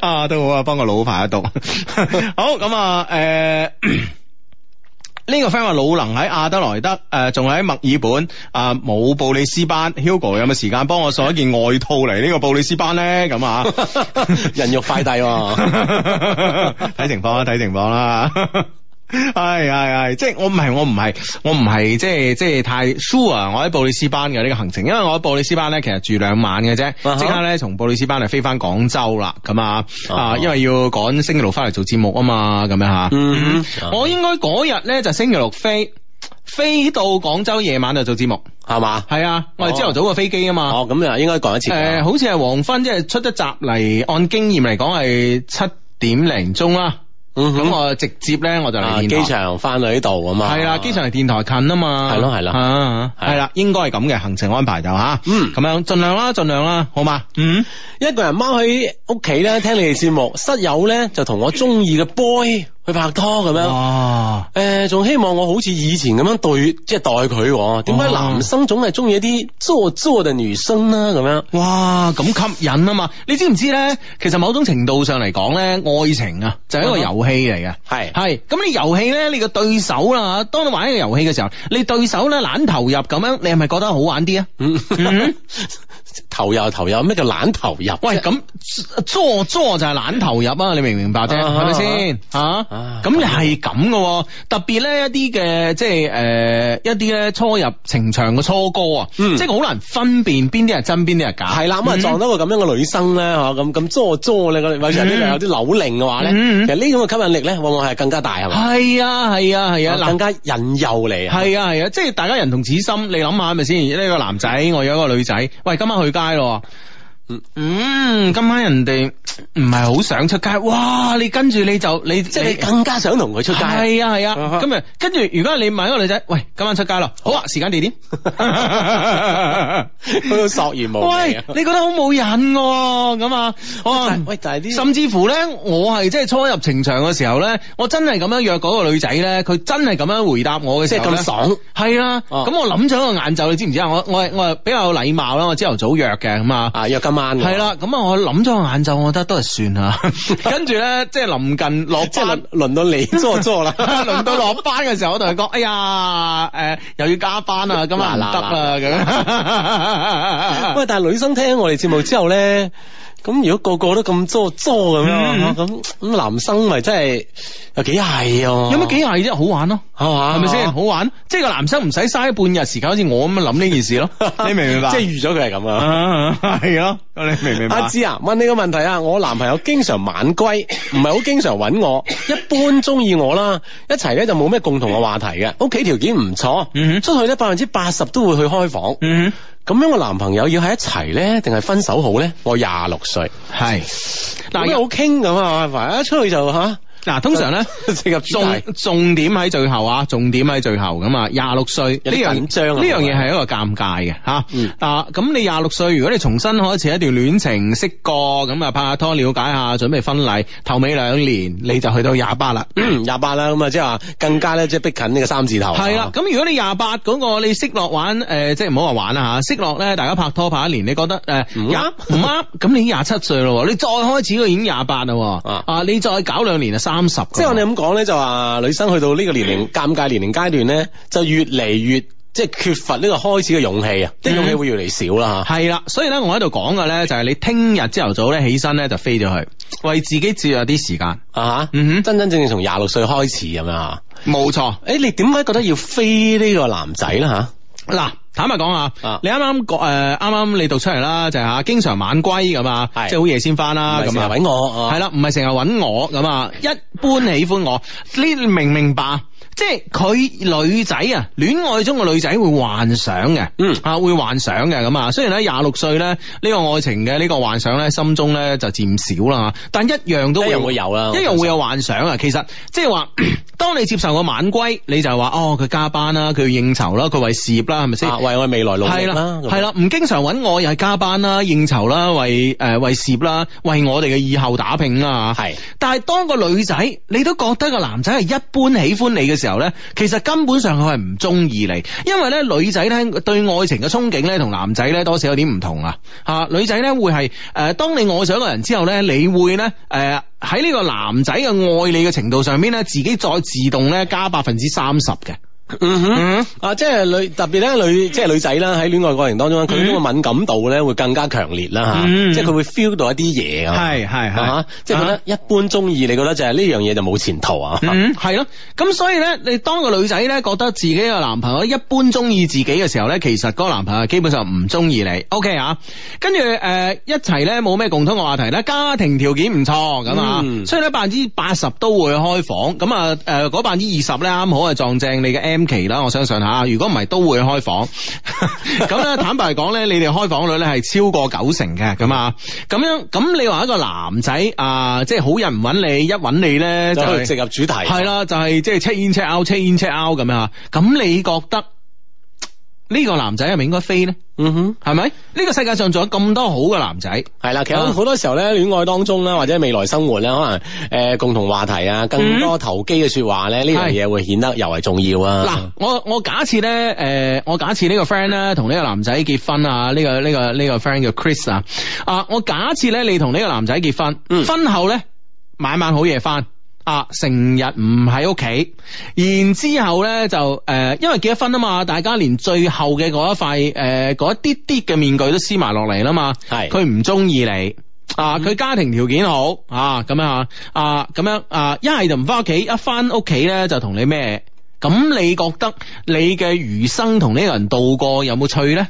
[SPEAKER 2] 啊，都好啊， 幫個老排一讀。好咁啊，誒、呢個 friend 話魯能喺亞德萊德，誒、仲喺墨爾本，啊、冇布里斯班，Hugo 有冇時間幫我送一件外套嚟呢個布里斯班咧？咁啊，
[SPEAKER 4] 人肉快遞喎，
[SPEAKER 2] 睇情況啦，啊睇情況啦。 係係係，即係我唔係我唔係我唔係即係即係太 sure 啊我喺布里斯班嘅呢個行程，因為我喺布里斯班咧其實住兩晚嘅啫
[SPEAKER 4] 啊哈
[SPEAKER 2] 即刻咧從布里斯班就飛翻廣州啦，咁啊
[SPEAKER 4] 啊
[SPEAKER 2] 啊，因為要趕星期六翻嚟做節目啊嘛，咁樣吓。
[SPEAKER 4] 嗯
[SPEAKER 2] 我應該嗰日咧就星期六飛，飛到廣州夜晚就做節目。
[SPEAKER 4] 係嘛？
[SPEAKER 2] 係啊，我係朝頭早嘅飛機啊嘛。
[SPEAKER 4] 哦，咁啊，應該講一次
[SPEAKER 2] 誒、。呃好似係黃昏，即係出得閘嚟，按經驗嚟講係七點零鐘啦。
[SPEAKER 4] 嗯
[SPEAKER 2] 咁、
[SPEAKER 4] 哼
[SPEAKER 2] 我直接咧我就
[SPEAKER 4] 啊，
[SPEAKER 2] 嚟
[SPEAKER 4] 機
[SPEAKER 2] 電台。
[SPEAKER 4] 場翻到呢度啊嘛。
[SPEAKER 2] 係啦，機場係電台近啊嘛。
[SPEAKER 4] 係咯係咯
[SPEAKER 2] 啊
[SPEAKER 4] 係
[SPEAKER 2] 係啦，應該係咁嘅行程安排就吓。
[SPEAKER 4] 嗯
[SPEAKER 2] 咁樣盡量啦，盡量啦，好嘛？嗯，
[SPEAKER 4] 一個人踎喺屋企咧，聽你哋節目，室友咧就同我中意嘅 boy 去拍拖咁
[SPEAKER 2] 哦
[SPEAKER 4] 樣。
[SPEAKER 2] 嗯哇，
[SPEAKER 4] 誒，仲希望我好似以前咁樣對，即係待佢喎。點解
[SPEAKER 2] 哦
[SPEAKER 4] 男生總係中意一啲做作嘅女生啦？咁樣
[SPEAKER 2] 哇，咁吸引啊嘛！你知唔知咧？其實某種程度上嚟講咧，愛情啊就係一個遊戲嚟嘅。
[SPEAKER 4] 係
[SPEAKER 2] 係，咁你遊戲咧，你個對手啦，當你玩一個遊戲嘅時候，你對手咧懶投入咁樣，你係咪覺得好玩啲啊？
[SPEAKER 4] 嗯
[SPEAKER 2] 嗯，
[SPEAKER 4] 投入投入，咩叫懶投入？
[SPEAKER 2] 喂，咁作作就係懶投入啊，你明唔明白啫？
[SPEAKER 4] 啊
[SPEAKER 2] 係咪先啊
[SPEAKER 4] 啊？
[SPEAKER 2] 咁你係咁嘅喎，特別咧一啲嘅即係誒一啲咧初入情場嘅初哥啊，
[SPEAKER 4] 嗯
[SPEAKER 2] 即係好難分辨邊啲係真邊啲係假。
[SPEAKER 4] 係啦，咁啊
[SPEAKER 2] 嗯
[SPEAKER 4] 撞到個咁樣嘅女生咧，吓咁咁作作咧，或者有啲有啲扭擰嘅話咧，
[SPEAKER 2] 嗯
[SPEAKER 4] 其實呢種嘅吸引力咧，往往係更加大係嘛，
[SPEAKER 2] 係啊係啊係啊，嗱
[SPEAKER 4] 更加引誘你啊，
[SPEAKER 2] 係啊係啊，即係大家人同此心，你諗下係咪先？呢個男仔，我有一個女仔，喂，今晚去街咯。嗯，今晚人哋唔係好想出街，哇！你跟住你就你
[SPEAKER 4] 即係你更加想同佢出街。
[SPEAKER 2] 係啊係
[SPEAKER 4] 啊
[SPEAKER 2] 啊
[SPEAKER 4] 哈，
[SPEAKER 2] 咁啊，跟住如果你問一個女仔，喂，今晚出街咯，好啊，時間 地點。
[SPEAKER 4] 嗰種索然無味
[SPEAKER 2] 喂
[SPEAKER 4] 啊，！
[SPEAKER 2] 你覺得好冇癮喎，咁啊，哇！
[SPEAKER 4] 喂，但係啲
[SPEAKER 2] 甚至乎咧，我係即係初入情場嘅時候咧，我真係咁樣約嗰個女仔咧，佢真係咁樣回答我嘅
[SPEAKER 4] 即
[SPEAKER 2] 時
[SPEAKER 4] 係
[SPEAKER 2] 候呢
[SPEAKER 4] 咁爽，
[SPEAKER 2] 係啊，
[SPEAKER 4] 哦
[SPEAKER 2] 咁我諗咗一個晏晝，你知唔知啊？我我係我係比較有禮貌啦，我朝頭早約嘅咁啊。
[SPEAKER 4] 啊，約今晚㗎
[SPEAKER 2] 係，啦，咁啊，我諗咗個晏晝，我覺得都係算啦。 跟住咧，即係臨近落
[SPEAKER 4] 即係輪
[SPEAKER 2] 班，，
[SPEAKER 4] 輪到你作作啦
[SPEAKER 2] 輪到落班嘅時候，我同佢講：哎呀，誒、又要加班啊，今晚唔得啦咁
[SPEAKER 4] 喂，
[SPEAKER 2] 樣。
[SPEAKER 4] 但係女生聽我哋節目之後咧，咁如果個個都咁作作咁樣，
[SPEAKER 2] 嗯
[SPEAKER 4] 咁咁男生咪真係有幾係 啊？
[SPEAKER 2] 有乜幾係啫？好玩咯、
[SPEAKER 4] 係嘛？。
[SPEAKER 2] 係咪先？好玩，即係個男生唔使嘥半日時間，好似我咁樣諗呢件事咯 你明唔明白？
[SPEAKER 4] 即係預咗佢係咁啊！
[SPEAKER 2] 啊，係咯，你明唔明白？
[SPEAKER 4] 阿芝啊，問你個問題啊，我男朋友經常 晚歸，唔係好經常揾我，一般中意我啦，一齊咧就冇咩共同嘅話題嘅，屋企條件唔錯，
[SPEAKER 2] 嗯哼
[SPEAKER 4] 出去咧百分之八十都會去開房，咁、
[SPEAKER 2] 嗯
[SPEAKER 4] 樣我男朋友要喺一齊咧，定係分手好咧？我廿六歲，
[SPEAKER 2] 哼，係。
[SPEAKER 4] 嗱
[SPEAKER 2] 嗱
[SPEAKER 4] 又好傾咁啊，反正一出去就吓，，
[SPEAKER 2] 嗱，通 常咧
[SPEAKER 4] 直入主題
[SPEAKER 2] 重重點喺最後啊，重點喺最後咁啊，廿六歲
[SPEAKER 4] 有
[SPEAKER 2] 呢
[SPEAKER 4] 啲
[SPEAKER 2] 樣
[SPEAKER 4] 緊張
[SPEAKER 2] 呢
[SPEAKER 4] 啊
[SPEAKER 2] 樣嘢係一個尷尬嘅吓
[SPEAKER 4] 嗯。
[SPEAKER 2] 啊，咁你廿六歲，如果你重新開始一段戀情，識過咁啊，拍下拖，了解下，準備婚禮，頭尾兩年你就去到廿八 啦。
[SPEAKER 4] 廿八啦，咁啊即係話更加咧即係逼近呢個三字頭，啊
[SPEAKER 2] 係啦，咁如果你廿八嗰個你識落玩，誒、即係唔好話玩啦吓，識落咧，大家拍拖拍一年，你覺得誒
[SPEAKER 4] 唔啱
[SPEAKER 2] 廿唔啱，咁你已經廿七歲咯喎，你再開始佢已經廿八啦喎，
[SPEAKER 4] 啊
[SPEAKER 2] 啊，你再搞兩年就三十，
[SPEAKER 4] 即係我哋咁講咧，就話女生去到呢個 年齡尷尬年齡階段咧，就越嚟越即係缺乏呢個開始嘅勇氣啊，啲
[SPEAKER 2] 嗯
[SPEAKER 4] 勇氣會越嚟越少啦
[SPEAKER 2] 係啦，所以咧，我喺度講嘅咧就係你聽日朝頭早咧起身咧就飛咗去，為自己節約啲時間。
[SPEAKER 4] 吓啊吓，
[SPEAKER 2] 嗯哼
[SPEAKER 4] 真真正正從廿六歲開始咁樣啊。
[SPEAKER 2] 冇錯，
[SPEAKER 4] 誒，你點解覺得要飛呢個男仔啦
[SPEAKER 2] 嗱，坦白講啊
[SPEAKER 4] 啊，
[SPEAKER 2] 你啱啱講誒，啱啱你讀出嚟啦，就係吓經常晚歸咁啊
[SPEAKER 4] 係，
[SPEAKER 2] 即係好夜先翻
[SPEAKER 4] 吓？
[SPEAKER 2] 啦
[SPEAKER 4] 咁
[SPEAKER 2] 咁
[SPEAKER 4] 啊
[SPEAKER 2] 啊，
[SPEAKER 4] 揾我啊
[SPEAKER 2] 係啦，唔係成日揾我咁啊，一般喜歡我，你明唔明白？即係佢女仔啊，戀愛中嘅女仔會幻想嘅，
[SPEAKER 4] 嗯
[SPEAKER 2] 啊會幻想嘅咁啊。雖然咧廿六歲咧呢、呢個愛情嘅呢個幻想咧，心中咧就漸少啦，但一樣都
[SPEAKER 4] 一樣會有啦
[SPEAKER 2] 一樣會有幻想啊。其實即係話， 當你接受個晚歸，你就係話哦，佢加班啦，佢要應酬啦，佢為事業啦，係咪先
[SPEAKER 4] 啊？為我未來努力
[SPEAKER 2] 係
[SPEAKER 4] 啦
[SPEAKER 2] 啦，，係啦，唔經常揾我又係加班啦、應酬啦、為誒、呃、為事業啦、為我哋嘅以後打拼啦。
[SPEAKER 4] 係
[SPEAKER 2] 但係當個女仔你都覺得個男仔係一般喜歡你嘅時候咧，其實根本上佢係唔中意你，因為咧女仔咧對愛情嘅憧憬咧同男仔咧多少有啲唔同啊。嚇，女仔咧會係誒、呃，當你愛上一個人之後咧，你會咧誒。呃喺呢個男仔嘅愛你嘅程度上邊咧，自己再自動咧加百分之三十嘅。
[SPEAKER 4] 嗯哼。
[SPEAKER 2] 嗯，
[SPEAKER 4] 啊，即係女特別咧女，即係女仔啦，喺戀愛過程當中，佢嗰個敏感度咧會更加強烈啦吓，
[SPEAKER 2] 嗯
[SPEAKER 4] 即係佢會 feel 到一啲嘢啊，
[SPEAKER 2] 係係係
[SPEAKER 4] 啊，即係覺得一般中意，你覺得就係呢樣嘢就冇前途啊，
[SPEAKER 2] 嗯，系咯，咁所以咧，你當個女仔咧覺得自己嘅男朋友一般中意自己嘅時候咧，其實嗰個男朋友基本上唔中意你。OK 啊，跟住誒一齊咧冇咩共通嘅話題咧，家庭條件唔錯咁啊，
[SPEAKER 4] 嗯
[SPEAKER 2] 所以咧百分之八十都會開房。咁啊誒嗰百分之二十咧啱好係撞正你嘅 M 期啦，我相信嚇。如果唔係都會開房。 咁咧坦白嚟講咧，你哋開房率咧係超過九成嘅咁啊。咁樣咁你話一個男仔啊，即係好人唔揾你，一揾你咧就
[SPEAKER 4] 就可
[SPEAKER 2] 係
[SPEAKER 4] 以直入主題，
[SPEAKER 2] 系啦，就係即係 check in check out check in check out 咁樣啊。咁你覺得呢個男仔係咪應該飛呢？
[SPEAKER 4] 嗯哼。
[SPEAKER 2] 係咪？呢個世界上仲有咁多好嘅男仔，
[SPEAKER 4] 係啦，其實
[SPEAKER 2] 啊
[SPEAKER 4] 好多時候咧，戀愛當中啦，或者未來生活咧，可能誒、呃共同話題啊，
[SPEAKER 2] 嗯
[SPEAKER 4] 更多投機嘅说話咧，呢樣嘢會顯得尤為重要啊。
[SPEAKER 2] 嗱，我我假設咧，诶、我假設呢個 friend 咧同呢個男仔結婚啊，呢、個呢、個呢、個 friend 叫 Chris 啊，啊，我假設咧你同呢個男仔結婚，
[SPEAKER 4] 嗯
[SPEAKER 2] 婚後咧晚晚好夜翻。啊，成日唔喺屋企，然之後咧就誒、呃因為結咗婚啊嘛，大家連最後嘅嗰一塊誒嗰、一啲啲嘅面具都撕埋落嚟啦嘛，
[SPEAKER 4] 係
[SPEAKER 2] 佢唔中意你。啊！佢家庭條件好啊，咁樣啊，啊咁樣啊，一係就唔翻屋企，一翻屋企咧就同你咩？咁你覺得你嘅餘生同呢個人度過有冇趣咧？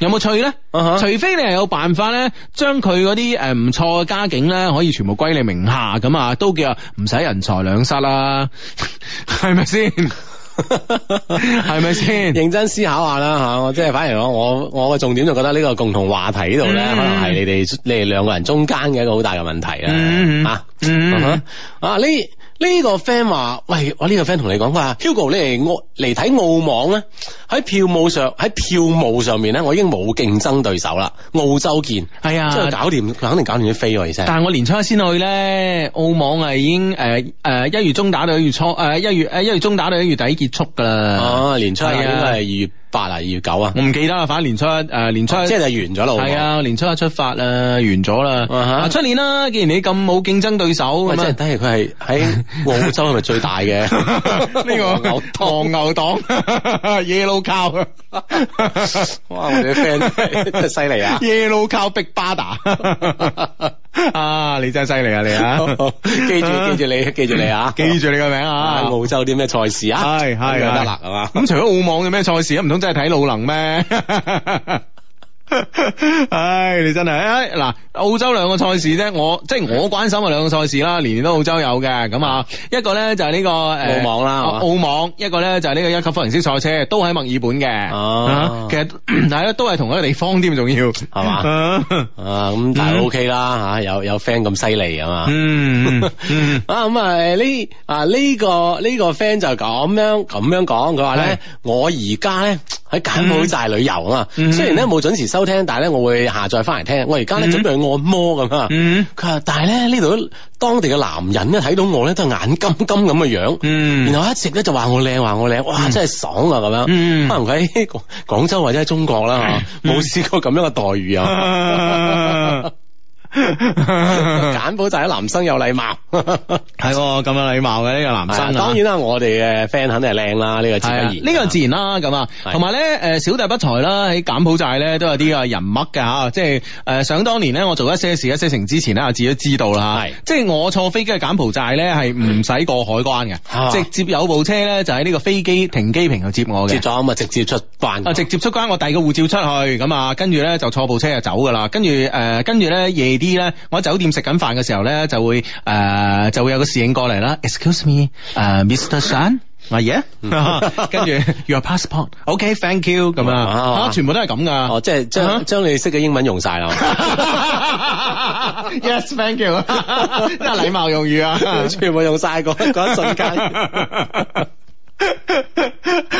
[SPEAKER 2] 有冇趣咧
[SPEAKER 4] 啊哈
[SPEAKER 2] 除 非你係有辦法咧，將佢嗰啲誒唔錯嘅家境咧，可以全部歸你名下咁啊，都叫唔使人財兩失啦， 係咪 先？係咪先？
[SPEAKER 4] 認真思考下啦吓，我即係反而講我我嘅重點就覺得呢個共同話題呢度咧，
[SPEAKER 2] 嗯
[SPEAKER 4] 可能係你哋你哋兩個人中間嘅一個好大嘅問題啦。
[SPEAKER 2] 嗯嗯
[SPEAKER 4] 啊，
[SPEAKER 2] 嗯
[SPEAKER 4] 啊哈啊呢呢個 friend 話，喂，我呢個 friend 同你講，佢話 Hugo 你嚟澳嚟睇澳網咧，喺票務上喺票務上面咧，我已經冇競爭對手啦，澳洲見，
[SPEAKER 2] 係
[SPEAKER 4] 即
[SPEAKER 2] 啊，
[SPEAKER 4] 係搞掂，肯定搞掂啲飛喎，而且。
[SPEAKER 2] 但係我年初一先去咧，澳網係已經誒誒一月中打到一月初呃誒一、月誒一月中打到一月底結束㗎啦。
[SPEAKER 4] 哦，年初一
[SPEAKER 2] 係啊
[SPEAKER 4] 應該係二月八啊，二月九啊，
[SPEAKER 2] 我唔記得啦，反正年初一誒、呃年初一
[SPEAKER 4] 哦即係就完咗啦。
[SPEAKER 2] 係啊，年初一出發啦，完咗啦。
[SPEAKER 4] 啊哈
[SPEAKER 2] 啊出年啦，既然你咁冇競爭對手
[SPEAKER 4] 喂，
[SPEAKER 2] 咁
[SPEAKER 4] 即係
[SPEAKER 2] 啊。
[SPEAKER 4] 等於佢係 喺澳洲係咪最大嘅
[SPEAKER 2] 呢個
[SPEAKER 4] 牛
[SPEAKER 2] 唐牛黨 yellow cow，
[SPEAKER 4] 哇我哋啲 friend 真係犀利啊
[SPEAKER 2] yellow cow big bada，啊你真係犀利啊你啊！
[SPEAKER 4] 記住記住你記住你啊！
[SPEAKER 2] 記住你個名
[SPEAKER 4] 啊！
[SPEAKER 2] 啊！
[SPEAKER 4] 澳洲啲咩賽事啊？
[SPEAKER 2] 係係
[SPEAKER 4] 咁就
[SPEAKER 2] 係
[SPEAKER 4] 得啦，係嘛？
[SPEAKER 2] 咁除咗澳網嘅咩賽事啊，唔通真係睇魯能咩？ 唉，你真係唉嗱，澳洲兩個賽事啫，我即係我關心嘅兩個賽事啦，年年都澳洲有嘅，咁啊，一個咧就係呢、個誒啊
[SPEAKER 4] 澳網啦係嘛
[SPEAKER 2] 澳網一個咧就係呢個一級方程式賽車，都喺墨爾本嘅，
[SPEAKER 4] 哦
[SPEAKER 2] 啊其實 係咯，都係同一個地方添，仲要係
[SPEAKER 4] 嘛？啊，咁但係
[SPEAKER 2] 嗯
[SPEAKER 4] OK 啦吓，有有 friend 咁犀利啊嘛。
[SPEAKER 2] 嗯嗯。
[SPEAKER 4] 啊咁啊誒呢啊呢個呢個 friend 就咁樣咁樣講，佢話
[SPEAKER 2] 係
[SPEAKER 4] 咧我而家咧喺柬埔寨旅遊啊嘛，
[SPEAKER 2] 嗯
[SPEAKER 4] 雖然咧冇準時收聽，但係咧我會下載翻嚟聽。我而家咧
[SPEAKER 2] 嗯
[SPEAKER 4] 準備去按摩咁啊，
[SPEAKER 2] 嗯
[SPEAKER 4] 佢話但係咧呢度當地嘅男人咧睇到我咧都係眼金金咁嘅樣。
[SPEAKER 2] 嗯
[SPEAKER 4] 然後一直咧就話我靚話我靚，哇真係爽啊咁樣，
[SPEAKER 2] 嗯
[SPEAKER 4] 可能佢喺廣廣州或者喺中國啦嚇，冇試過咁樣嘅待遇啊！ 柬埔寨啲男生有禮貌，
[SPEAKER 2] 係喎，咁有禮貌嘅呢個男生啊，
[SPEAKER 4] 當然啦，我哋嘅 friend 肯定係靚啦，呢個自
[SPEAKER 2] 係啊
[SPEAKER 4] 然，
[SPEAKER 2] 呢個自然啦，咁啊，
[SPEAKER 4] 係
[SPEAKER 2] 同埋咧，誒小弟不才啦，喺柬埔寨咧都有啲啊人脈嘅嚇，即係誒想當年咧，我做一些事一些情之前咧，阿志都知道啦
[SPEAKER 4] 係
[SPEAKER 2] 嚇，即係我坐飛機去柬埔寨咧係唔使過海關
[SPEAKER 4] 啊
[SPEAKER 2] 嘅，直接有部車咧就喺呢個飛機停機坪度接我
[SPEAKER 4] 接
[SPEAKER 2] 嘅。
[SPEAKER 4] 咗咁啊，直接出關。
[SPEAKER 2] 啊！直接出關，我遞個護照出去，咁啊，跟住咧就坐部車就走噶啦。跟住誒，呃跟住咧夜啲咧，我喺酒店食緊飯嘅時候咧，就會誒、呃就會有個侍應過嚟啦。Excuse me，誒、m r Sun。啊 yeah，跟住 your passport，OK，thank you 咁樣
[SPEAKER 4] 哇哇
[SPEAKER 2] 啊，全部都係咁噶。
[SPEAKER 4] 哦，即係
[SPEAKER 2] 啊
[SPEAKER 4] 將將你識嘅英文用晒啦。
[SPEAKER 2] yes, thank you，真係禮貌用語啊。
[SPEAKER 4] 全部用晒嗰嗰一瞬間，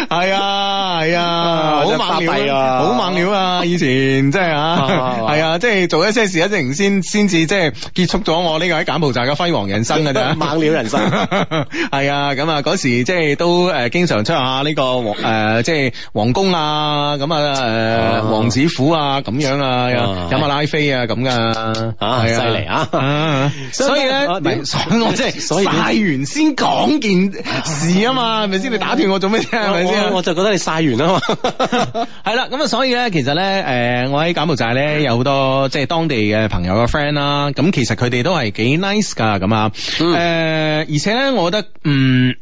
[SPEAKER 2] 系啊系啊，
[SPEAKER 4] 啊
[SPEAKER 2] 好猛
[SPEAKER 4] 真係巴閉
[SPEAKER 2] 料
[SPEAKER 4] 啊
[SPEAKER 2] 好猛料啊！以前即係啊
[SPEAKER 4] 啊，啊
[SPEAKER 2] 係啊，即係做一些事一啲先先至即係結束咗我呢個喺柬埔寨嘅輝煌人生嘅啫，
[SPEAKER 4] 猛料人生
[SPEAKER 2] 係啊，咁啊嗰時即係都誒經常出下呢個皇誒即係皇宮啊，咁啊
[SPEAKER 4] 啊
[SPEAKER 2] 誒王子府啊咁樣啊，
[SPEAKER 4] 啊
[SPEAKER 2] 飲下拉菲啊咁噶，
[SPEAKER 4] 啊
[SPEAKER 2] 係
[SPEAKER 4] 犀利啊
[SPEAKER 2] 所以咧，
[SPEAKER 4] 啊
[SPEAKER 2] 唔係
[SPEAKER 4] 點
[SPEAKER 2] 所以我即係
[SPEAKER 4] 所以點
[SPEAKER 2] 晒完先講件事啊嘛，係咪先？你打斷我做咩啫？係咪先啊
[SPEAKER 4] 我？我就覺得你晒完啦嘛。
[SPEAKER 2] 係啦，咁啊，所以咧，其實咧，誒、我喺柬埔寨咧有好多即係當地嘅朋友嘅 friend 啦，咁其實佢哋都係幾 nice 噶，咁啊，誒、
[SPEAKER 4] 嗯
[SPEAKER 2] 而且咧，我覺得，嗯。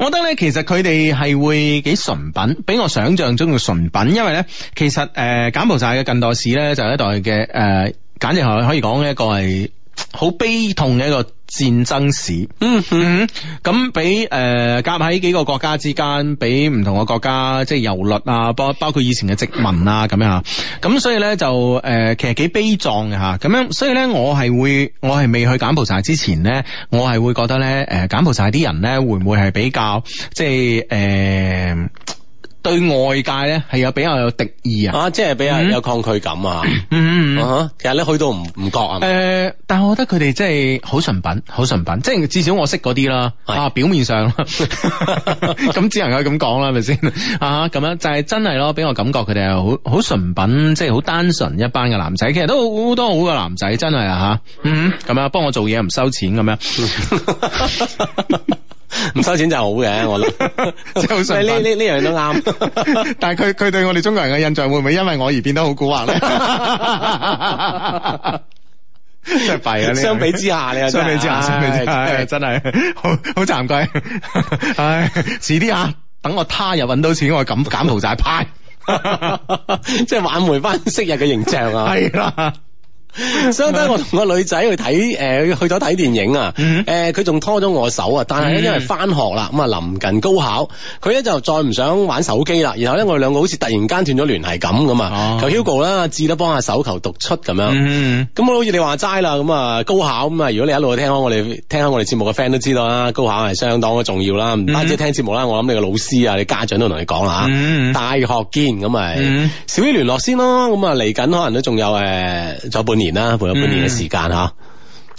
[SPEAKER 2] 我覺得咧，其實佢哋係會幾純品，比我想象中嘅純品。因為咧，其實誒、呃柬埔寨嘅近代史咧，就係一代嘅誒、呃，簡直係可以講一個係好悲痛嘅一個戰爭史。
[SPEAKER 4] 嗯
[SPEAKER 2] 嗯，咁俾誒夾喺幾個國家之間，俾唔同嘅國家即係遊律啊，包包括以前嘅殖民啊咁樣嚇，咁所以咧就誒、呃其實幾悲壯嘅嚇，咁樣所以咧我係會我係未去柬埔寨之前咧，我係會覺得咧誒、呃柬埔寨啲人咧會唔會係比較即係誒、呃、對外界咧係有比較有敵意啊？
[SPEAKER 4] 啊，即係俾人
[SPEAKER 2] 嗯
[SPEAKER 4] 有抗拒感啊。
[SPEAKER 2] 嗯嗯嗯
[SPEAKER 4] 啊哈其實咧去到唔唔覺啊
[SPEAKER 2] 誒、。但係我覺得佢哋真係好純品，好純品，即係至少我識嗰啲啦。
[SPEAKER 4] 係
[SPEAKER 2] 啊，表面上咁只能夠咁講啦，係咪先啊？咁樣就係真係咯，俾我感覺佢哋係好好純品，即係好單純一班嘅男仔。其實都好多好嘅男仔，真係啊嚇。嗯，咁樣幫我做嘢唔收錢咁樣。
[SPEAKER 4] 唔收錢就好 嘅，我諗
[SPEAKER 2] 真係好順品
[SPEAKER 4] 呢呢呢樣都啱。
[SPEAKER 2] 但係佢佢對我哋中國人嘅印象會唔會因為我而變得好蠱 惑咧？真係弊啊！呢樣嘢
[SPEAKER 4] 相比之下你又真
[SPEAKER 2] 相比
[SPEAKER 4] 係
[SPEAKER 2] 之下，相比之下，
[SPEAKER 4] 唉
[SPEAKER 2] 唉真係好好慚愧。唉，遲啲啊，等我他日揾到錢，我咁柬埔寨派。
[SPEAKER 4] 即係挽回翻昔日嘅形象啊！
[SPEAKER 2] 係啦，
[SPEAKER 4] 相當 我同個女仔去睇誒、呃去咗睇電影啊，
[SPEAKER 2] 嗯
[SPEAKER 4] 誒佢仲拖咗我手啊，但係
[SPEAKER 2] 嗯
[SPEAKER 4] 咧因為翻學啦，咁啊臨近高考，佢咧就再唔想玩手機啦，然後咧我哋兩個好似突然間斷咗聯繫咁
[SPEAKER 2] 哦
[SPEAKER 4] 咁啊，求 Hugo 啦，志得幫下手，求讀出咁樣。
[SPEAKER 2] 嗯，
[SPEAKER 4] 咁好似你話齋啦，咁啊高考咁啊，如果你一路聽開我哋聽開我哋節目嘅 friend 都知道啦，高考係相當嘅重要啦，唔單止聽節目啦，我諗你嘅老師啊、你家長都同你講啦
[SPEAKER 2] 嗯
[SPEAKER 4] 嚇，大學見咁咪
[SPEAKER 2] 嗯
[SPEAKER 4] 少啲聯絡先咯，咁啊嚟緊可能都仲有誒，仲有半年啦，仲有半年嘅時間嚇，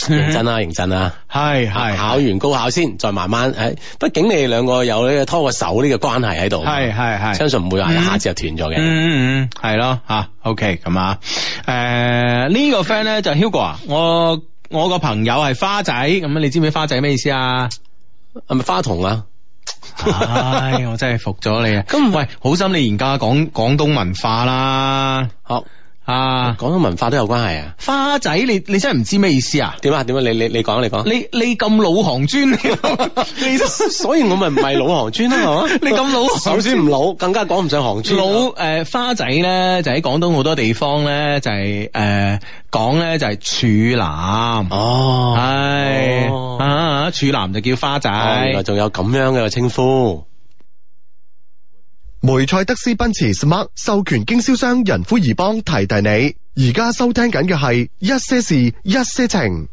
[SPEAKER 4] 認真啦，認真啦。
[SPEAKER 2] 係嗯係
[SPEAKER 4] 啊考完高考先，再慢慢誒。畢竟你哋兩個有呢個拖個手呢個關係喺度，
[SPEAKER 2] 係係係。
[SPEAKER 4] 相信唔會話一下子就斷咗嘅。
[SPEAKER 2] 嗯嗯嗯，系咯吓，OK 咁啊，诶、呢、個 friend 咧就 Hugo 啊，我我個朋友係花仔，咁你知唔知花仔咩意思啊？
[SPEAKER 4] 係咪花童啊？
[SPEAKER 2] 唉，我真係服咗你啊！咁喂，好心你研究下廣廣東文化啦，
[SPEAKER 4] 好，
[SPEAKER 2] 啊，
[SPEAKER 4] 廣東文化都有關係啊。
[SPEAKER 2] 花仔你你真係唔知咩意思啊？
[SPEAKER 4] 點啊？點啊？你你你講你講。
[SPEAKER 2] 你你咁老行專，你你
[SPEAKER 4] 所以我咪唔係老行專 啦，係嘛？
[SPEAKER 2] 你咁老行專
[SPEAKER 4] 首先啊唔老，更加講唔上行專。
[SPEAKER 2] 老誒、呃花仔咧，就喺廣東好多地方咧，就係誒講咧就係處男。
[SPEAKER 4] 哦，
[SPEAKER 2] 唉
[SPEAKER 4] 哦
[SPEAKER 2] 啊，處男就叫花仔，
[SPEAKER 4] 哦原來仲有咁樣嘅稱呼。
[SPEAKER 1] 梅賽德斯奔馳 Smart 授權經銷商仁孚怡邦提提你，而家收聽緊嘅係一些事一些情。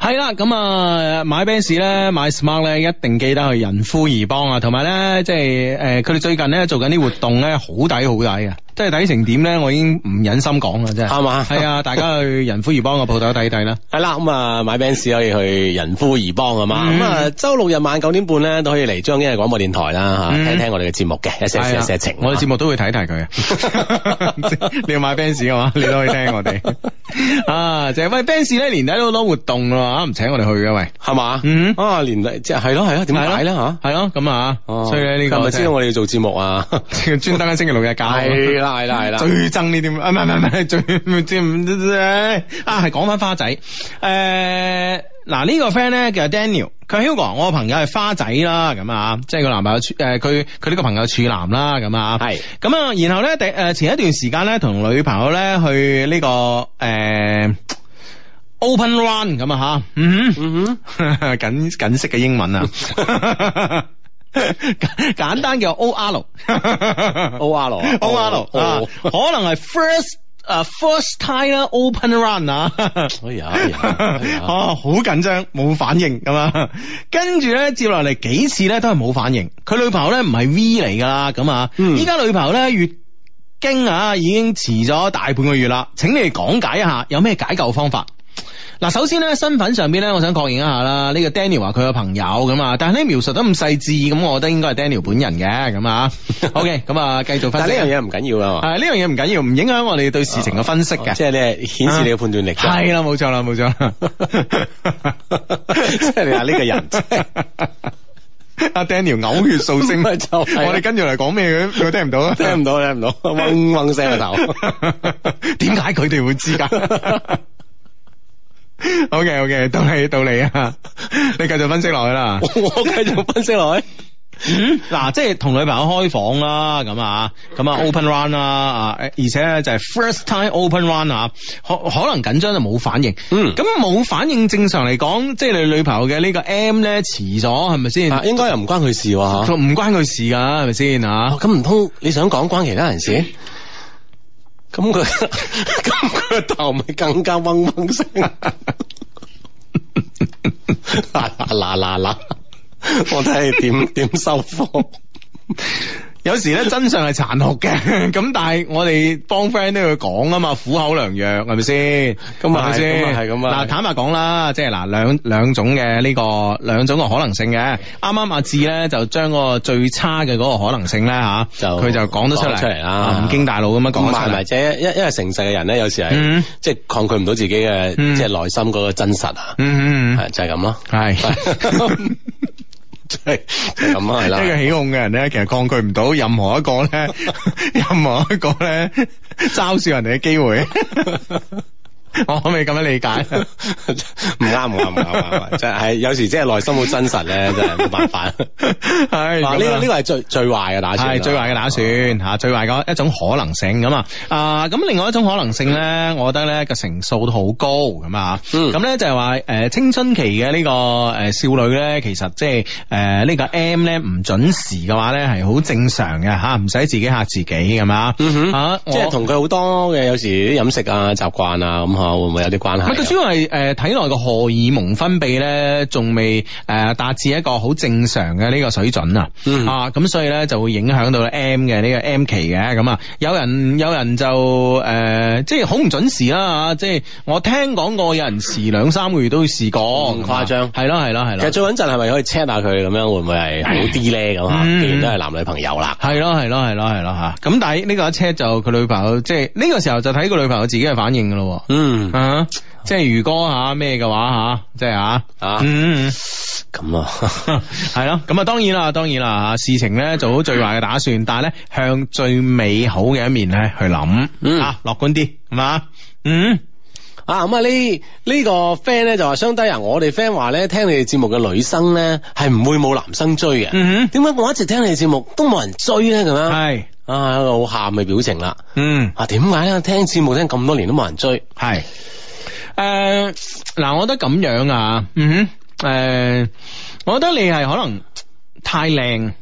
[SPEAKER 2] 係啦，咁啊買 Benz 咧，買 Smart 咧，一定記得去仁孚怡邦啊，同埋咧即係誒佢哋最近咧做緊啲活動咧，好抵好抵啊！即係抵成點咧，我已經唔忍心講啦，真係
[SPEAKER 4] 係嘛
[SPEAKER 2] 係 啊，大家去仁孚怡邦個鋪頭睇睇啦。
[SPEAKER 4] 係啦，咁啊買 Benz 可以去仁孚怡邦啊嘛，
[SPEAKER 2] 嗯
[SPEAKER 4] 咁啊周六日晚九點半咧都可以嚟張英嘅廣播電台啦
[SPEAKER 2] 嗯
[SPEAKER 4] 嚇，聽聽我哋嘅節目嘅一些
[SPEAKER 2] 係
[SPEAKER 4] 事
[SPEAKER 2] 啊
[SPEAKER 4] 一些情。
[SPEAKER 2] 我哋節目都會睇睇佢 嘅。你要買 Benz 嘅話，你都可以聽我哋。啊，就係喂 Benz 咧，年底都好多活動啦，唔請我哋去嘅喂。
[SPEAKER 4] 係嘛
[SPEAKER 2] 嗯，
[SPEAKER 4] 啊連嚟即係係咯係咯，點解咧嚇？
[SPEAKER 2] 係咯，咁啊，
[SPEAKER 4] 哦
[SPEAKER 2] 所以咧呢個
[SPEAKER 4] 係咪知道我哋要做節 目啊？
[SPEAKER 2] 專專登喺星期六日 搞。
[SPEAKER 4] 係啦係啦係啦
[SPEAKER 2] 最憎呢啲，啊 唔係唔係唔係最最唔啊係講翻花仔，誒嗱呢個 friend 咧叫 Daniel，佢係 Hugo，我個朋友係花仔啦，咁啊，即係佢男朋友處誒佢佢呢個朋友處男啦，咁啊，
[SPEAKER 4] 係
[SPEAKER 2] 咁啊，然後咧第誒前一段時間咧同女朋友咧去呢、個誒。 Open Run 咁啊吓，嗯哼，
[SPEAKER 4] 嗯哼。
[SPEAKER 2] 緊緊式嘅英文啊， 簡簡單嘅 O R。
[SPEAKER 4] O R 啊
[SPEAKER 2] O R 啊，可能係 first 啊 first time 啦，open run 啊，
[SPEAKER 4] 哎 呀哎呀哎呀
[SPEAKER 2] 哦， 好緊張，冇反應咁 啊，跟住咧接落嚟幾次咧都係冇反應，佢女朋友咧唔係 V 嚟噶啦，咁啊，
[SPEAKER 4] 嗯
[SPEAKER 2] 依家女朋友咧月經啊已經遲咗大半個月啦，請你哋講解一下有咩解救方法？嗱，首先咧身份上邊咧，我想確認一下啦。呢、個 Daniel 話佢嘅朋友咁啊，但係咧描述得咁細緻，咁我覺得應該係 Daniel 本人嘅咁 啊。OK，咁啊繼續分
[SPEAKER 4] 但
[SPEAKER 2] 析。
[SPEAKER 4] 係呢樣嘢唔緊 要啊嘛，
[SPEAKER 2] 係呢樣嘢唔緊要，唔影響我哋對事情嘅分析嘅。
[SPEAKER 4] 哦即係你係顯示你嘅判斷力啫。
[SPEAKER 2] 啊係啦，冇錯啦，冇錯啦。
[SPEAKER 4] 即係你啊話呢個人 真係
[SPEAKER 2] 阿 Daniel 嘔血掃星，
[SPEAKER 4] 咪就係啊
[SPEAKER 2] 我哋跟住嚟講咩佢佢聽唔到啊？
[SPEAKER 4] 聽唔到，聽唔到，嗡嗡聲個 頭。
[SPEAKER 2] 點解佢哋會知 噶？O K O K，到你到你啊，你繼續分析落去啦。
[SPEAKER 4] 我繼續分 析落去。嗯
[SPEAKER 2] 嗱，即係同女朋友開房啦，咁啊，咁
[SPEAKER 4] 嗯
[SPEAKER 2] 啊 open run 啦，啊，而且咧就係 first time open run 啊，可可能緊張就冇反應，
[SPEAKER 4] 嗯
[SPEAKER 2] 咁冇反應正常嚟講，即係你女朋友嘅呢個 M 咧遲咗，係咪先？
[SPEAKER 4] 啊，應該又唔關佢事喎嚇
[SPEAKER 2] 佢唔關佢事㗎，係咪先啊
[SPEAKER 4] 哦？咁唔通你想講關其他人事？咁佢 咁佢個頭咪更加嗡嗡聲。嗱嗱嗱嗱！我睇你 點點收科。
[SPEAKER 2] 有時咧真相係殘酷嘅， 咁但係我哋幫 friend 都要講啊嘛，苦口良藥係咪先？
[SPEAKER 4] 咁啊
[SPEAKER 2] 係咪先
[SPEAKER 4] 係咁啊係咁啊
[SPEAKER 2] 嗱，坦白講啦，即係嗱兩兩種嘅呢、個兩種嘅可能性嘅。啱啱阿志咧就將嗰個最差嘅嗰個可能性咧吓，
[SPEAKER 4] 就
[SPEAKER 2] 佢就講得出
[SPEAKER 4] 講
[SPEAKER 2] 嚟，
[SPEAKER 4] 出嚟啦
[SPEAKER 2] 啊唔經大腦咁樣
[SPEAKER 4] 唔
[SPEAKER 2] 講得
[SPEAKER 4] 係
[SPEAKER 2] 出
[SPEAKER 4] 唔係，
[SPEAKER 2] 嚟。
[SPEAKER 4] 即係因因為誠實嘅人咧，有時係、
[SPEAKER 2] 嗯
[SPEAKER 4] 即係抗拒唔到自己嘅、
[SPEAKER 2] 嗯
[SPEAKER 4] 即係內心嗰個真實啊，
[SPEAKER 2] 嗯嗯
[SPEAKER 4] 係就係咁 咯，
[SPEAKER 2] 嗯， 係。
[SPEAKER 4] 即係就係咁啊，係啦
[SPEAKER 2] 一。個起哄嘅人咧，其實抗拒唔到任何一個咧， 任何一個咧嘲笑人哋嘅機 會。 我可唔可以咁樣理解？
[SPEAKER 4] 唔啱唔啱唔啱唔啱，真係有時即係內心好真實咧，真係冇辦法。
[SPEAKER 2] 係
[SPEAKER 4] 哇！呢
[SPEAKER 2] 咁
[SPEAKER 4] 個
[SPEAKER 2] 啊
[SPEAKER 4] 呢個係最最壞嘅打算，啊
[SPEAKER 2] 係最壞嘅打算吓，最壞嘅一種可能性咁啊。啊，咁另外一種可能性咧，我覺得咧個成數都好高咁啊。
[SPEAKER 4] 嗯
[SPEAKER 2] 咁咧就係話誒青春期嘅呢個誒少女咧，其實即係誒呢個 M 咧唔準時嘅話咧係好正常嘅吓，唔使自己嚇自己咁啊。
[SPEAKER 4] 嗯哼
[SPEAKER 2] 啊
[SPEAKER 4] 即係
[SPEAKER 2] 我
[SPEAKER 4] 同佢好多嘅有時啲飲食啊、習慣啊咁嚇，會唔會有啲關
[SPEAKER 2] 唔係佢主
[SPEAKER 4] 係啊？
[SPEAKER 2] 要係誒體內嘅荷爾蒙分泌咧，仲未誒達至一個好正常嘅呢個水準啊，
[SPEAKER 4] 嗯
[SPEAKER 2] 啊咁所以咧就會影響到 M 嘅呢、個 M 期嘅咁啊，有人有人就誒、呃即係好唔準時啦啊嚇，即係我聽講過有人遲兩三個月都試過，啊
[SPEAKER 4] 咁嗯誇張
[SPEAKER 2] 係咯係咯係
[SPEAKER 4] 其實
[SPEAKER 2] 咯。
[SPEAKER 4] 最穩陣係咪可以 check 下佢咁樣會唔會係好啲咧咁嚇？
[SPEAKER 2] 嗯
[SPEAKER 4] 既然都係男女朋友啦，
[SPEAKER 2] 係咯係咯係咯係咯吓，咁但係呢個一 check 就佢女朋友，即係呢個時候就睇個女朋友自己嘅反應噶咯喎，
[SPEAKER 4] 嗯
[SPEAKER 2] 啊，即係如果吓咩嘅話吓，即係吓，
[SPEAKER 4] 啊
[SPEAKER 2] 嗯。嗯
[SPEAKER 4] 咁啊。
[SPEAKER 2] 系咯，咁啊，當然啦，當然啦，事情咧做好最壞嘅打算，但係咧向最美好嘅一面咧去諗，
[SPEAKER 4] 嗯
[SPEAKER 2] 啊，樂觀啲，係嘛，嗯，
[SPEAKER 4] 啊咁啊呢呢個 friend 咧就話相低啊，我哋 friend 話咧聽你哋節目嘅女生咧係唔會冇男生追嘅，
[SPEAKER 2] 嗯哼
[SPEAKER 4] 點解我一直聽你哋節目都冇人追咧咁樣？
[SPEAKER 2] 係，
[SPEAKER 4] 啊一個好喊嘅表情啦，
[SPEAKER 2] 嗯，
[SPEAKER 4] 啊點解咧聽節目聽咁多年都冇人追？
[SPEAKER 2] 係，誒，嗱，我覺得咁樣啊，嗯哼，誒，我覺得你係可能太靚，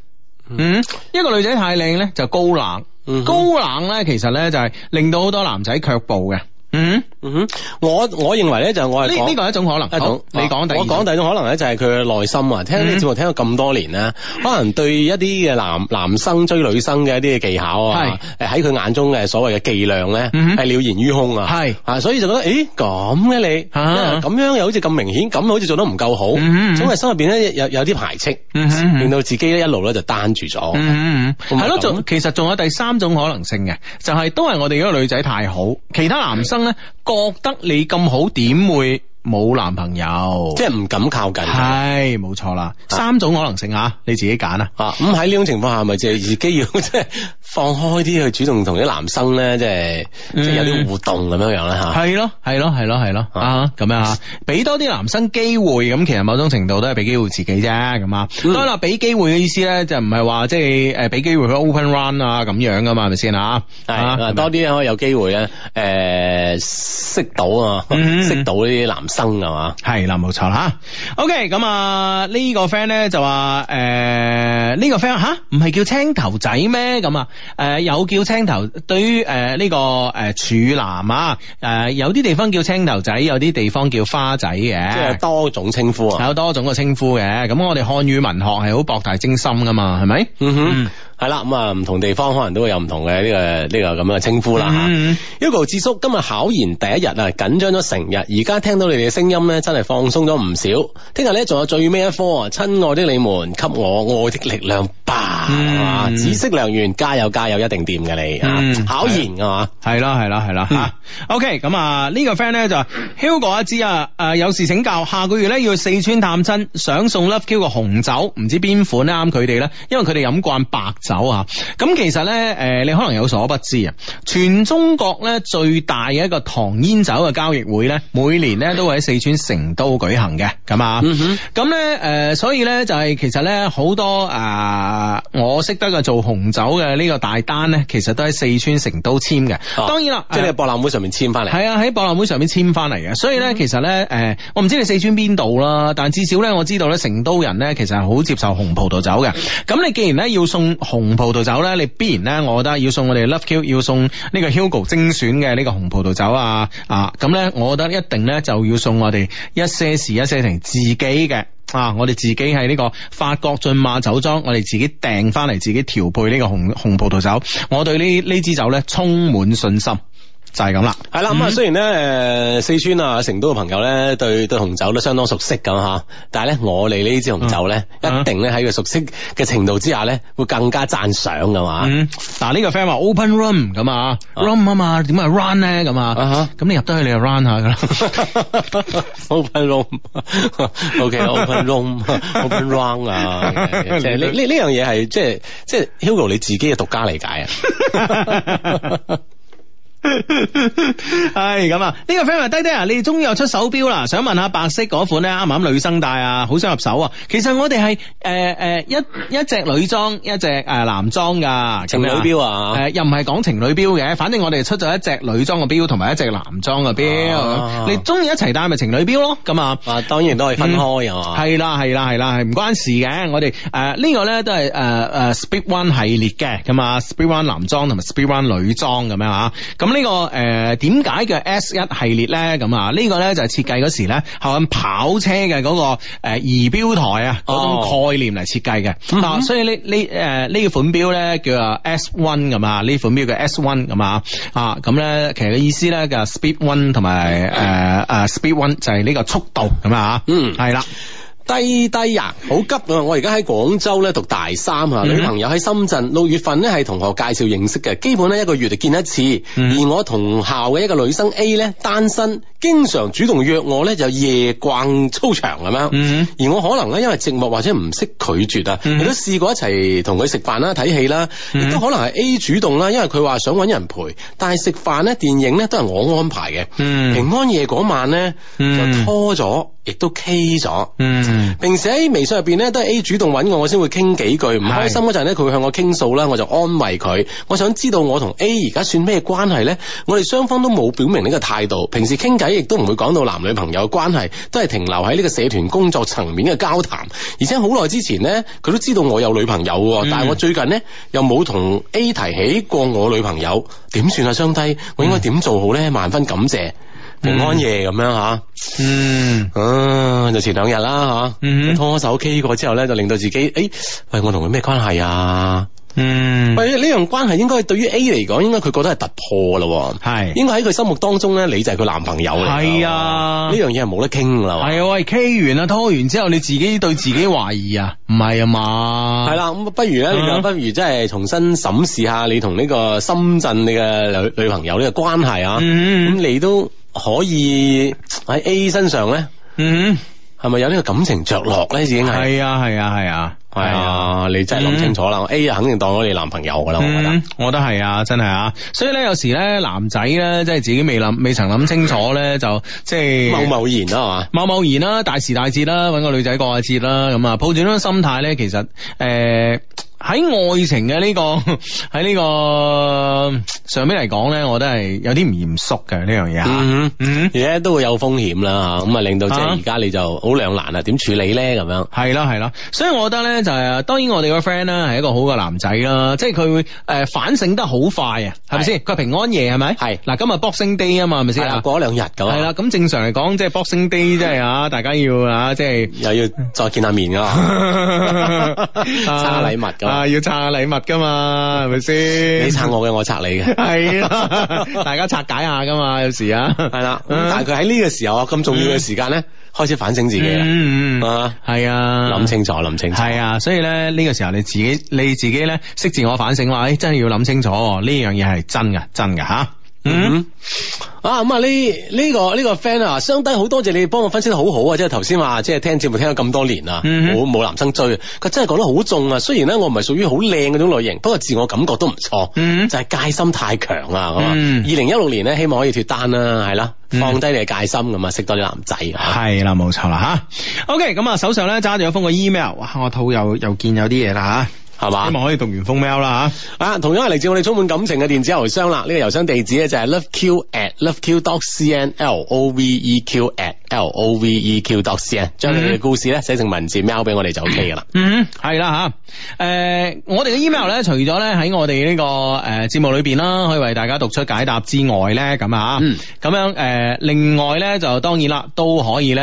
[SPEAKER 2] 嗯，一個女仔太靚咧就高冷，
[SPEAKER 4] 嗯哼
[SPEAKER 2] 高冷咧其實咧就係令到好多男仔卻步嘅，嗯，
[SPEAKER 4] 嗯哼，我我認為咧就我
[SPEAKER 2] 呢
[SPEAKER 4] 係講
[SPEAKER 2] 呢個係一種可能，好
[SPEAKER 4] 一種，
[SPEAKER 2] 你講第二
[SPEAKER 4] 我講
[SPEAKER 2] 種
[SPEAKER 4] 第二種可能咧，就係佢嘅內心啊。聽呢
[SPEAKER 2] 嗯
[SPEAKER 4] 啲節目聽咗咁多年咧，可能對一啲嘅男男生追女生嘅一啲嘅技巧啊，誒喺佢眼中嘅所謂嘅伎倆咧，
[SPEAKER 2] 嗯哼
[SPEAKER 4] 係了然於胸啊。
[SPEAKER 2] 係
[SPEAKER 4] 啊，所以就覺得，誒咁嘅你，
[SPEAKER 2] 啊
[SPEAKER 4] 因為咁樣又好似咁明顯，咁好似做得唔夠好，
[SPEAKER 2] 嗯嗯嗯
[SPEAKER 4] 總係心入邊咧有有啲排斥，
[SPEAKER 2] 嗯哼嗯哼
[SPEAKER 4] 令到自己咧一路咧就單住咗。
[SPEAKER 2] 嗯嗯
[SPEAKER 4] 會
[SPEAKER 2] 嗯，
[SPEAKER 4] 唔
[SPEAKER 2] 係
[SPEAKER 4] 會
[SPEAKER 2] 咯，
[SPEAKER 4] 咁
[SPEAKER 2] 仲其實仲有第三種可能性嘅，就係、都係我哋嗰個女仔太好，其他男生咧覺得你咁好，點會冇男朋友？
[SPEAKER 4] 即係唔敢靠近啊！
[SPEAKER 2] 係冇錯啦，三種可能性啊，你自己揀啊。
[SPEAKER 4] 咁喺呢種情況下，咪就係自己要 即係放開啲去主動同啲男生咧，即係
[SPEAKER 2] 嗯
[SPEAKER 4] 即係有啲互動咁樣樣啦嚇。
[SPEAKER 2] 係咯，係咯，係咯，係咯，
[SPEAKER 4] 啊
[SPEAKER 2] 啊咁樣啊，俾多啲男生機會，咁其實某種程度都係俾機會自己啫，咁啊。
[SPEAKER 4] 嗯
[SPEAKER 2] 當然啦，俾機會嘅意思咧，就唔係話即係誒俾機會佢 open run 啊咁樣噶嘛，係咪先啊？
[SPEAKER 4] 係
[SPEAKER 2] 啊
[SPEAKER 4] 啊，多啲可以有機會咧，誒、識到啊，
[SPEAKER 2] 嗯
[SPEAKER 4] 識到呢啲男生係嘛？
[SPEAKER 2] 系啦，冇錯啦吓。OK，咁啊呢個 friend 咧就話诶呢個 friend 吓唔係叫青頭仔咩？咁啊诶有叫青頭，對於诶呢個诶處男啊诶有啲地方叫青頭仔，有啲地方叫花仔
[SPEAKER 4] 即係
[SPEAKER 2] 嘅。
[SPEAKER 4] 多種稱呼啊。
[SPEAKER 2] 有多種嘅稱呼嘅，咁我哋漢語文學係好博大精深噶嘛，係咪？
[SPEAKER 4] 嗯哼
[SPEAKER 2] 嗯，
[SPEAKER 4] 係啦，咁啊，唔同地方可能都會有唔同嘅呢個呢個咁樣嘅稱呼啦嚇。
[SPEAKER 2] 嗯
[SPEAKER 4] Hugo 智叔今日考研第一日啊，緊張咗成日，而家聽到你哋嘅聲音咧，真係放鬆咗唔少。聽日咧仲有最尾一科啊，親愛的你們，給我愛的力量吧，
[SPEAKER 2] 嗯
[SPEAKER 4] 係嘛紫色良緣，加油加油，一定掂嘅你啊
[SPEAKER 2] 嗯！
[SPEAKER 4] 考研係嘛？
[SPEAKER 2] 系啦，系啦，系啦吓。OK，咁啊呢個 friend 咧就話 Hugo 阿芝啊，诶有事請教，下個月咧要去四川探親，想送 Love Q 個紅酒，唔知邊款啱佢哋咧，因為佢哋飲慣白酒啊。咁其實咧，诶你可能有所不知啊，全中國咧最大嘅一個糖煙酒嘅交易會咧，每年咧都會喺四川成都舉行嘅，咁啊。
[SPEAKER 4] 嗯哼
[SPEAKER 2] 咁咧誒，所以咧就係、其實咧好多啊、我識得嘅做紅酒嘅呢個大單咧，其實都喺四川成都簽嘅。
[SPEAKER 4] 哦
[SPEAKER 2] 當然啦，
[SPEAKER 4] 即係你
[SPEAKER 2] 誒
[SPEAKER 4] 喺博覽會上面簽翻嚟。
[SPEAKER 2] 係啊，喺博覽會上面簽翻嚟嘅，所以咧，其實咧，誒、我唔知你四川邊度啦，但至少咧，我知道咧，成都人咧其實係好接受紅葡萄酒嘅。咁你既然咧要送紅葡萄酒咧，你必然咧，我覺得要送我哋 Love Q，要送呢個 Hugo 精選嘅呢個紅葡萄酒啊啊，咁咧，我覺得一定咧就要送我哋一些事一些情自己嘅。啊！我哋自己喺呢個法國駿馬酒莊，我哋自己訂翻嚟，自己調配呢個紅紅葡萄酒。我對呢呢支酒咧充滿信心，就係咁啦。
[SPEAKER 4] 係啦，咁啊、雖然咧，诶、四川啊、成都嘅朋友咧，對對紅酒都相當熟悉咁吓，但係咧，我哋呢支紅酒咧，
[SPEAKER 2] 嗯
[SPEAKER 4] 一定咧喺佢熟悉嘅程度之下咧，會更加讚賞噶嘛。
[SPEAKER 2] 嗯，嗱呢個 friend 話 open room 咁啊，room 啊嘛，點解 run 咧咁
[SPEAKER 4] 啊
[SPEAKER 2] 啊
[SPEAKER 4] 哈？
[SPEAKER 2] 咁你入得去你就 run 下噶啦。
[SPEAKER 4] open room，OK，open room，open room 啊，即係呢呢呢樣嘢係即係即係 Hugo 你自己嘅獨家理解 啊。
[SPEAKER 2] 系咁啊！呢、個个 friend 話低低啊，你哋終於有出手錶啦，想問下白色嗰款咧啱唔啱女生戴啊？好想入手啊！其實我哋係诶诶一一隻女裝，一隻诶、呃男裝噶
[SPEAKER 4] 情侶錶啊
[SPEAKER 2] 诶、又唔係講情侶錶嘅，反正我哋出咗一隻女裝嘅錶同埋一隻男裝嘅錶。
[SPEAKER 4] 啊
[SPEAKER 2] 你中意一齊戴咪情侶錶咯，咁啊。
[SPEAKER 4] 啊，當然都係分開啊嘛。
[SPEAKER 2] 系啦，系啦，系啦，系唔關事嘅。我哋诶呢個咧都係诶诶 Speed One 系列嘅，咁啊 Speed One 男裝同埋 Speed One 女裝咁樣啊。咁呢、個个诶点解嘅 S 一系列咧？咁啊呢個咧就係設計嗰時咧後面跑車嘅嗰、個个诶儀表台啊
[SPEAKER 4] 哦
[SPEAKER 2] 嗰種概念嚟設計嘅。
[SPEAKER 4] 嗯
[SPEAKER 2] 嗱、所以呢呢诶呢款表咧叫啊 S One 咁啊，呢款表叫 S One 咁啊啊咁咧其實嘅意思咧就係 Speed One 同埋诶诶 Speed One 就係呢個速度咁啊。
[SPEAKER 4] 嗯
[SPEAKER 2] 系啦。
[SPEAKER 4] 低低啊，好急啊！我而家喺廣州咧讀大三啊，
[SPEAKER 2] 嗯
[SPEAKER 4] 女朋友喺深圳，六月份咧係同學介紹認識嘅，基本咧一個月就見一次。
[SPEAKER 2] 嗯
[SPEAKER 4] 而我同校嘅一個女生 A 咧單身，經常主動約我咧就夜逛操場咁樣。
[SPEAKER 2] 嗯
[SPEAKER 4] 而我可能咧因為寂寞或者唔識拒絕啊，亦、
[SPEAKER 2] 嗯
[SPEAKER 4] 都試過一齊同佢食飯啦、睇戲啦，亦、
[SPEAKER 2] 嗯
[SPEAKER 4] 都可能係 A 主動啦，因為佢話想揾人陪，但係食飯咧、電影咧都係我安排嘅。
[SPEAKER 2] 嗯
[SPEAKER 4] 平安夜嗰晚咧
[SPEAKER 2] 嗯
[SPEAKER 4] 就拖咗，亦都 K 咗。
[SPEAKER 2] 嗯
[SPEAKER 4] 平時喺微信入邊咧，都係 A 主動揾我，我先會傾幾句。唔開心嗰陣咧，佢會向我傾訴啦，我就安慰佢。我想知道我同 A 而家算咩關係咧？我哋雙方都冇表明呢個態度，平時傾偈亦都唔會講到男女朋友嘅關係，都係停留喺呢個社團工作層面嘅交談。而且好耐之前咧，佢都知道我有女朋友喎，但係我最近咧又冇同 A 提起過我女朋友，點算啊？雙低，我應該點做好咧？萬分感謝，平安夜咁樣嚇。
[SPEAKER 2] 嗯
[SPEAKER 4] 啊，就前兩日啦
[SPEAKER 2] 嗯
[SPEAKER 4] 吓，拖手 K 過之後咧，就令到自己，诶、喂，我同佢咩關係啊？
[SPEAKER 2] 嗯，
[SPEAKER 4] 喂，呢樣關係應該對於 A 嚟講，應該佢覺得係突破咯喎，
[SPEAKER 2] 係啊
[SPEAKER 4] 應該喺佢心目當中咧，你就係佢男朋友嚟㗎，
[SPEAKER 2] 係啊
[SPEAKER 4] 呢樣嘢係冇得傾㗎啦喎。
[SPEAKER 2] 係啊，喂，K 完啦，拖完之後你自己對自己懷疑啊，唔係啊嘛，
[SPEAKER 4] 係，啦，咁不如咧，你
[SPEAKER 2] 嗯
[SPEAKER 4] 就不如真係重新審視下你同呢個深圳你嘅女女朋友呢個關係啊，咁、
[SPEAKER 2] 嗯
[SPEAKER 4] 你都可以喺 A 身上咧，
[SPEAKER 2] 嗯，
[SPEAKER 4] 係咪有呢個感情着落咧？已經係。
[SPEAKER 2] 係啊係啊係啊，
[SPEAKER 4] 系啊，你真係諗清楚啦。A 啊，肯定當咗你男朋友噶啦，我覺得
[SPEAKER 2] 嗯。，我覺得係啊，真係啊，所以咧有時咧男仔咧即係自己未諗未曾諗清楚咧就即係
[SPEAKER 4] 貿貿然啦，
[SPEAKER 2] 貿貿然啦，大時大節啦，揾個女仔過下節啦，咁啊，抱住呢種心態咧，其實誒。喺愛情嘅呢、個 喺呢、個上面嚟講咧，我覺得係有啲唔嚴肅嘅呢樣嘢嚇。
[SPEAKER 4] 嗯哼，
[SPEAKER 2] 嗯
[SPEAKER 4] 而且都會有風險啦嚇，咁啊令到即係
[SPEAKER 2] 啊
[SPEAKER 4] 而家你就好兩難啊，點處理咧咁樣？
[SPEAKER 2] 係啦係啦，所以我覺得咧就係、當然我哋個 friend 啦係一個好嘅男仔啦，即係佢會誒反省得好快啊，係咪先？佢係平安夜係咪？
[SPEAKER 4] 係
[SPEAKER 2] 嗱，今日 Boxing Day 啊嘛，係咪
[SPEAKER 4] 係
[SPEAKER 2] 先
[SPEAKER 4] 啦，
[SPEAKER 2] 啊？
[SPEAKER 4] 過咗兩日咁啊
[SPEAKER 2] 係啦，，咁正常嚟講，即係 Boxing Day 即係啊，大家要啊，即 係。
[SPEAKER 4] 又要再見下面啊！
[SPEAKER 2] 差
[SPEAKER 4] 禮物㗎
[SPEAKER 2] 啊，要拆下禮物噶嘛，係咪先？
[SPEAKER 4] 你拆我嘅，我拆你嘅。
[SPEAKER 2] 係 啦，大家拆解下噶嘛，有時啊，
[SPEAKER 4] 系啦，咁但係佢喺呢個時候啊，咁重要嘅時間咧，開始反省自己啦，
[SPEAKER 2] 嗯嗯嗯嗯，
[SPEAKER 4] 啊，
[SPEAKER 2] 係啊，
[SPEAKER 4] 諗清楚，諗清楚，
[SPEAKER 2] 係啊，所以咧呢個時候你自己你自己咧識自我反省話，誒哎真係要諗清楚喎，呢樣嘢係真嘅，真嘅吓。
[SPEAKER 4] 嗯，啊咁啊呢呢個呢個 friend 啊，相低好多謝你幫我分析得好好啊！即係頭先話，即係聽節目聽咗咁多年啦，
[SPEAKER 2] 嗯
[SPEAKER 4] 冇冇男生追，佢真係講得好中啊！雖然咧我唔係屬於好靚嗰種類型，不過自我感覺都唔錯，
[SPEAKER 2] 嗯
[SPEAKER 4] 就係戒心太強啊！咁啊，二
[SPEAKER 2] 嗯
[SPEAKER 4] 零一六年咧希望可以脱單啦，係啦，
[SPEAKER 2] 嗯
[SPEAKER 4] 放低你嘅戒心咁啊，識多啲男仔啊。
[SPEAKER 2] 係啦，冇錯啦吓。OK，咁啊手上咧揸住一封個 email，哇，我肚又又見有啲嘢啦
[SPEAKER 4] 係
[SPEAKER 2] 吓，
[SPEAKER 4] 嘛
[SPEAKER 2] 希？望可以讀完封 mail 啦吓。
[SPEAKER 4] 啊，同樣係嚟自我哋充滿感情嘅電子郵箱啦。呢、個郵箱地址咧就係 loveq at loveq dot cn l o v e q at l o v e q dot cn，將你哋嘅故事咧寫成文字 mail 俾我哋就 OK 噶啦。
[SPEAKER 2] 嗯，係啦吓，誒、我哋嘅 email 咧，除咗咧喺我哋呢、個誒節、目裏邊啦，可以為大家讀出解答之外咧，咁啊，
[SPEAKER 4] 嗯
[SPEAKER 2] 咁樣誒、另外咧就當然啦，都可以咧，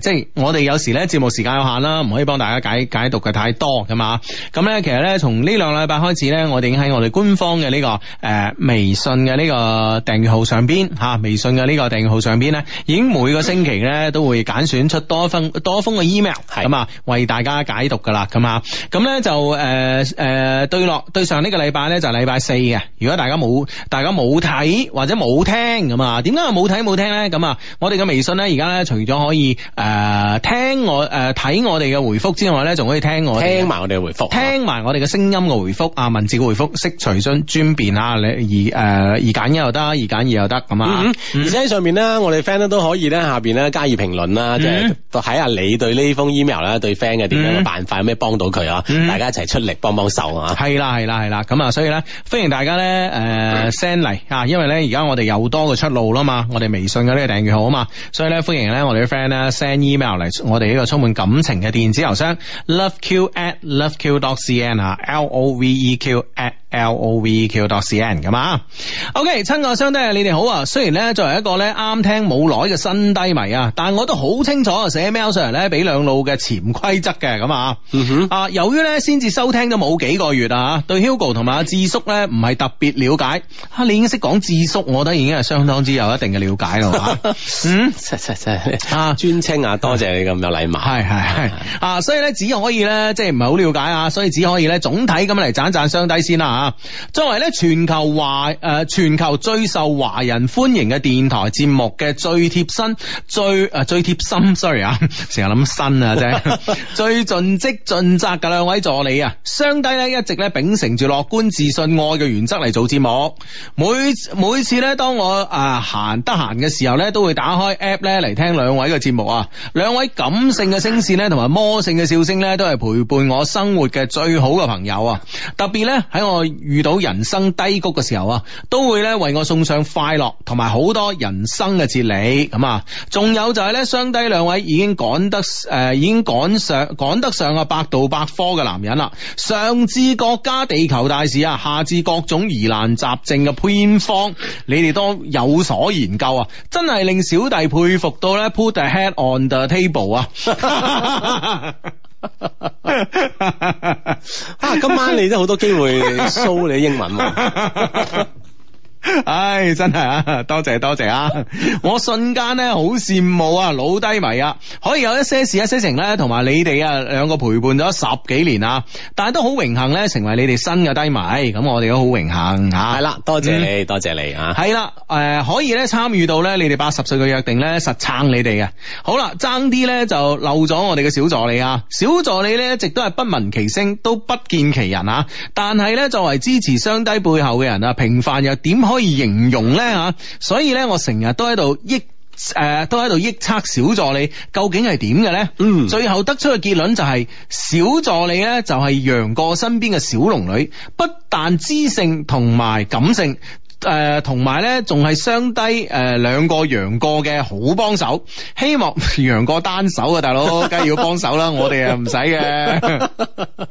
[SPEAKER 2] 誒、即係我哋有時咧節目時間有限啦，唔可以幫大家解解讀嘅太多咁啊，咁咧其實咧從呢兩禮拜開始咧，我哋已經喺我哋官方嘅呢、個誒、微信嘅呢個訂閱號上邊吓、微信嘅呢個訂閱號上邊咧，已經每個星期咧都會揀選出多一封多一封嘅 email
[SPEAKER 4] 係
[SPEAKER 2] 咁啊。為大家解讀噶啦，咁啊，咁咧就誒誒、呃呃對落對上呢個禮拜咧就係禮拜四嘅，如果大家冇大家冇睇或者冇聽咁啊，點解冇睇冇聽咧？咁啊，我哋嘅微信咧而家咧除咗可以誒、呃、聽我誒睇、我哋嘅回覆之外咧，仲可以聽我哋嘅
[SPEAKER 4] 聽埋我哋嘅回覆。
[SPEAKER 2] 嗯聽埋我哋嘅聲音嘅回覆啊，文字嘅回覆，悉隨尊尊便啊，你二誒二揀一又得，二揀二又得咁啊
[SPEAKER 4] 嗯，，而且喺上面咧，我哋 friend 咧都可以咧下邊咧加以評論啦，即係
[SPEAKER 2] 嗯
[SPEAKER 4] 睇下你對呢封 email 啦，對 friend 嘅點樣嘅
[SPEAKER 2] 嗯
[SPEAKER 4] 辦法，有咩幫到佢啊？
[SPEAKER 2] 嗯
[SPEAKER 4] 大家一齊出力幫幫 手啊！
[SPEAKER 2] 係啦係啦係啦，咁啊，所以咧，歡迎大家咧誒 send 嚟啊，因為咧而家我哋有多個出路啦嘛，我哋微信嘅呢個訂閱號啊嘛，所以咧歡迎咧我哋啲 friend 咧 send email 嚟我哋呢個充滿感情嘅電子郵箱 loveq at loveq dot cn 啊，l o v e q at l o v e q dot cn 咁啊。OK，親愛相低啊，你哋好啊，雖然咧作為一個咧啱聽冇耐嘅新低迷啊，但我都好清楚啊寫 mail 上嚟咧俾兩路嘅潛規則嘅咁啊。
[SPEAKER 4] 嗯哼，
[SPEAKER 2] 啊，由於咧先至收聽咗冇幾個月啊，對 Hugo 同埋阿智叔咧唔係特別了解。啊，你已經識講智叔，我覺得已經係相當之有一定嘅了解啦。嚇 嗯。
[SPEAKER 4] 真真真
[SPEAKER 2] 啊
[SPEAKER 4] 專稱啊，多謝你咁有禮貌。
[SPEAKER 2] 係係係啊，所以咧只可以咧，即係唔係好了解啊，所以只可以咧總體咁嚟讚一讚雙低先啦吓。作為咧全球華誒、呃全球最受華人歡迎嘅電台節目嘅最貼身、最誒、呃最貼心，sorry 啊，成日諗新啊 啫，最盡職盡責嘅兩位助理啊，雙低咧一直咧秉承住樂觀、自信、愛嘅原則嚟做節目。每每次咧，當我啊閒得閒嘅時候咧，都會打開 app 咧嚟聽兩位嘅節目啊。兩位感性嘅聲線咧，同埋魔性嘅笑聲咧，都係陪伴我生活嘅最好嘅朋友啊。特別咧喺我遇到人生低谷嘅時候啊，都會咧為我送上快樂同埋好多人生嘅哲理咁啊。仲有就係咧，相低兩位已經趕得誒、呃已經趕上趕得上啊百度百科嘅男人啦。上至國家地球大事啊，下至各種疑難雜症嘅偏方，你哋都有所研究啊！真係令小弟佩服到咧，put the head on the table 啊！
[SPEAKER 4] 啊，今晚你都好多機會 show 你英文喎。
[SPEAKER 2] 唉，真係啊，多謝多謝啊！我瞬間咧好羨慕啊，老低迷啊，可以有一些事一些情咧，同埋你哋啊兩個陪伴咗十幾年啊，但係都好榮幸咧，成為你哋新嘅低迷，咁我哋都好榮幸啊吓。
[SPEAKER 4] 係啦，多謝你，啊多謝你啊！
[SPEAKER 2] 係啦，誒、可以咧參與到咧你哋八十歲嘅約定咧，實撐你哋嘅。好啦，爭啲咧就漏咗我哋嘅小助理啊，小助理咧一直都係不聞其聲，都不見其人啊。但係咧作為支持雙低啊背後嘅人啊，平凡又點可以形容咧嚇？所以咧我成日都喺度憶诶都喺度臆測小助理究竟係點嘅咧？
[SPEAKER 4] 嗯
[SPEAKER 2] 最後得出嘅結論就係、小助理咧就係楊過身邊嘅小龍女，不但知性同埋感性。誒，同埋咧，仲係雙低誒、兩個楊過嘅好幫手，希望 楊過單手啊，大佬，梗係要幫手啦，我哋啊唔使嘅。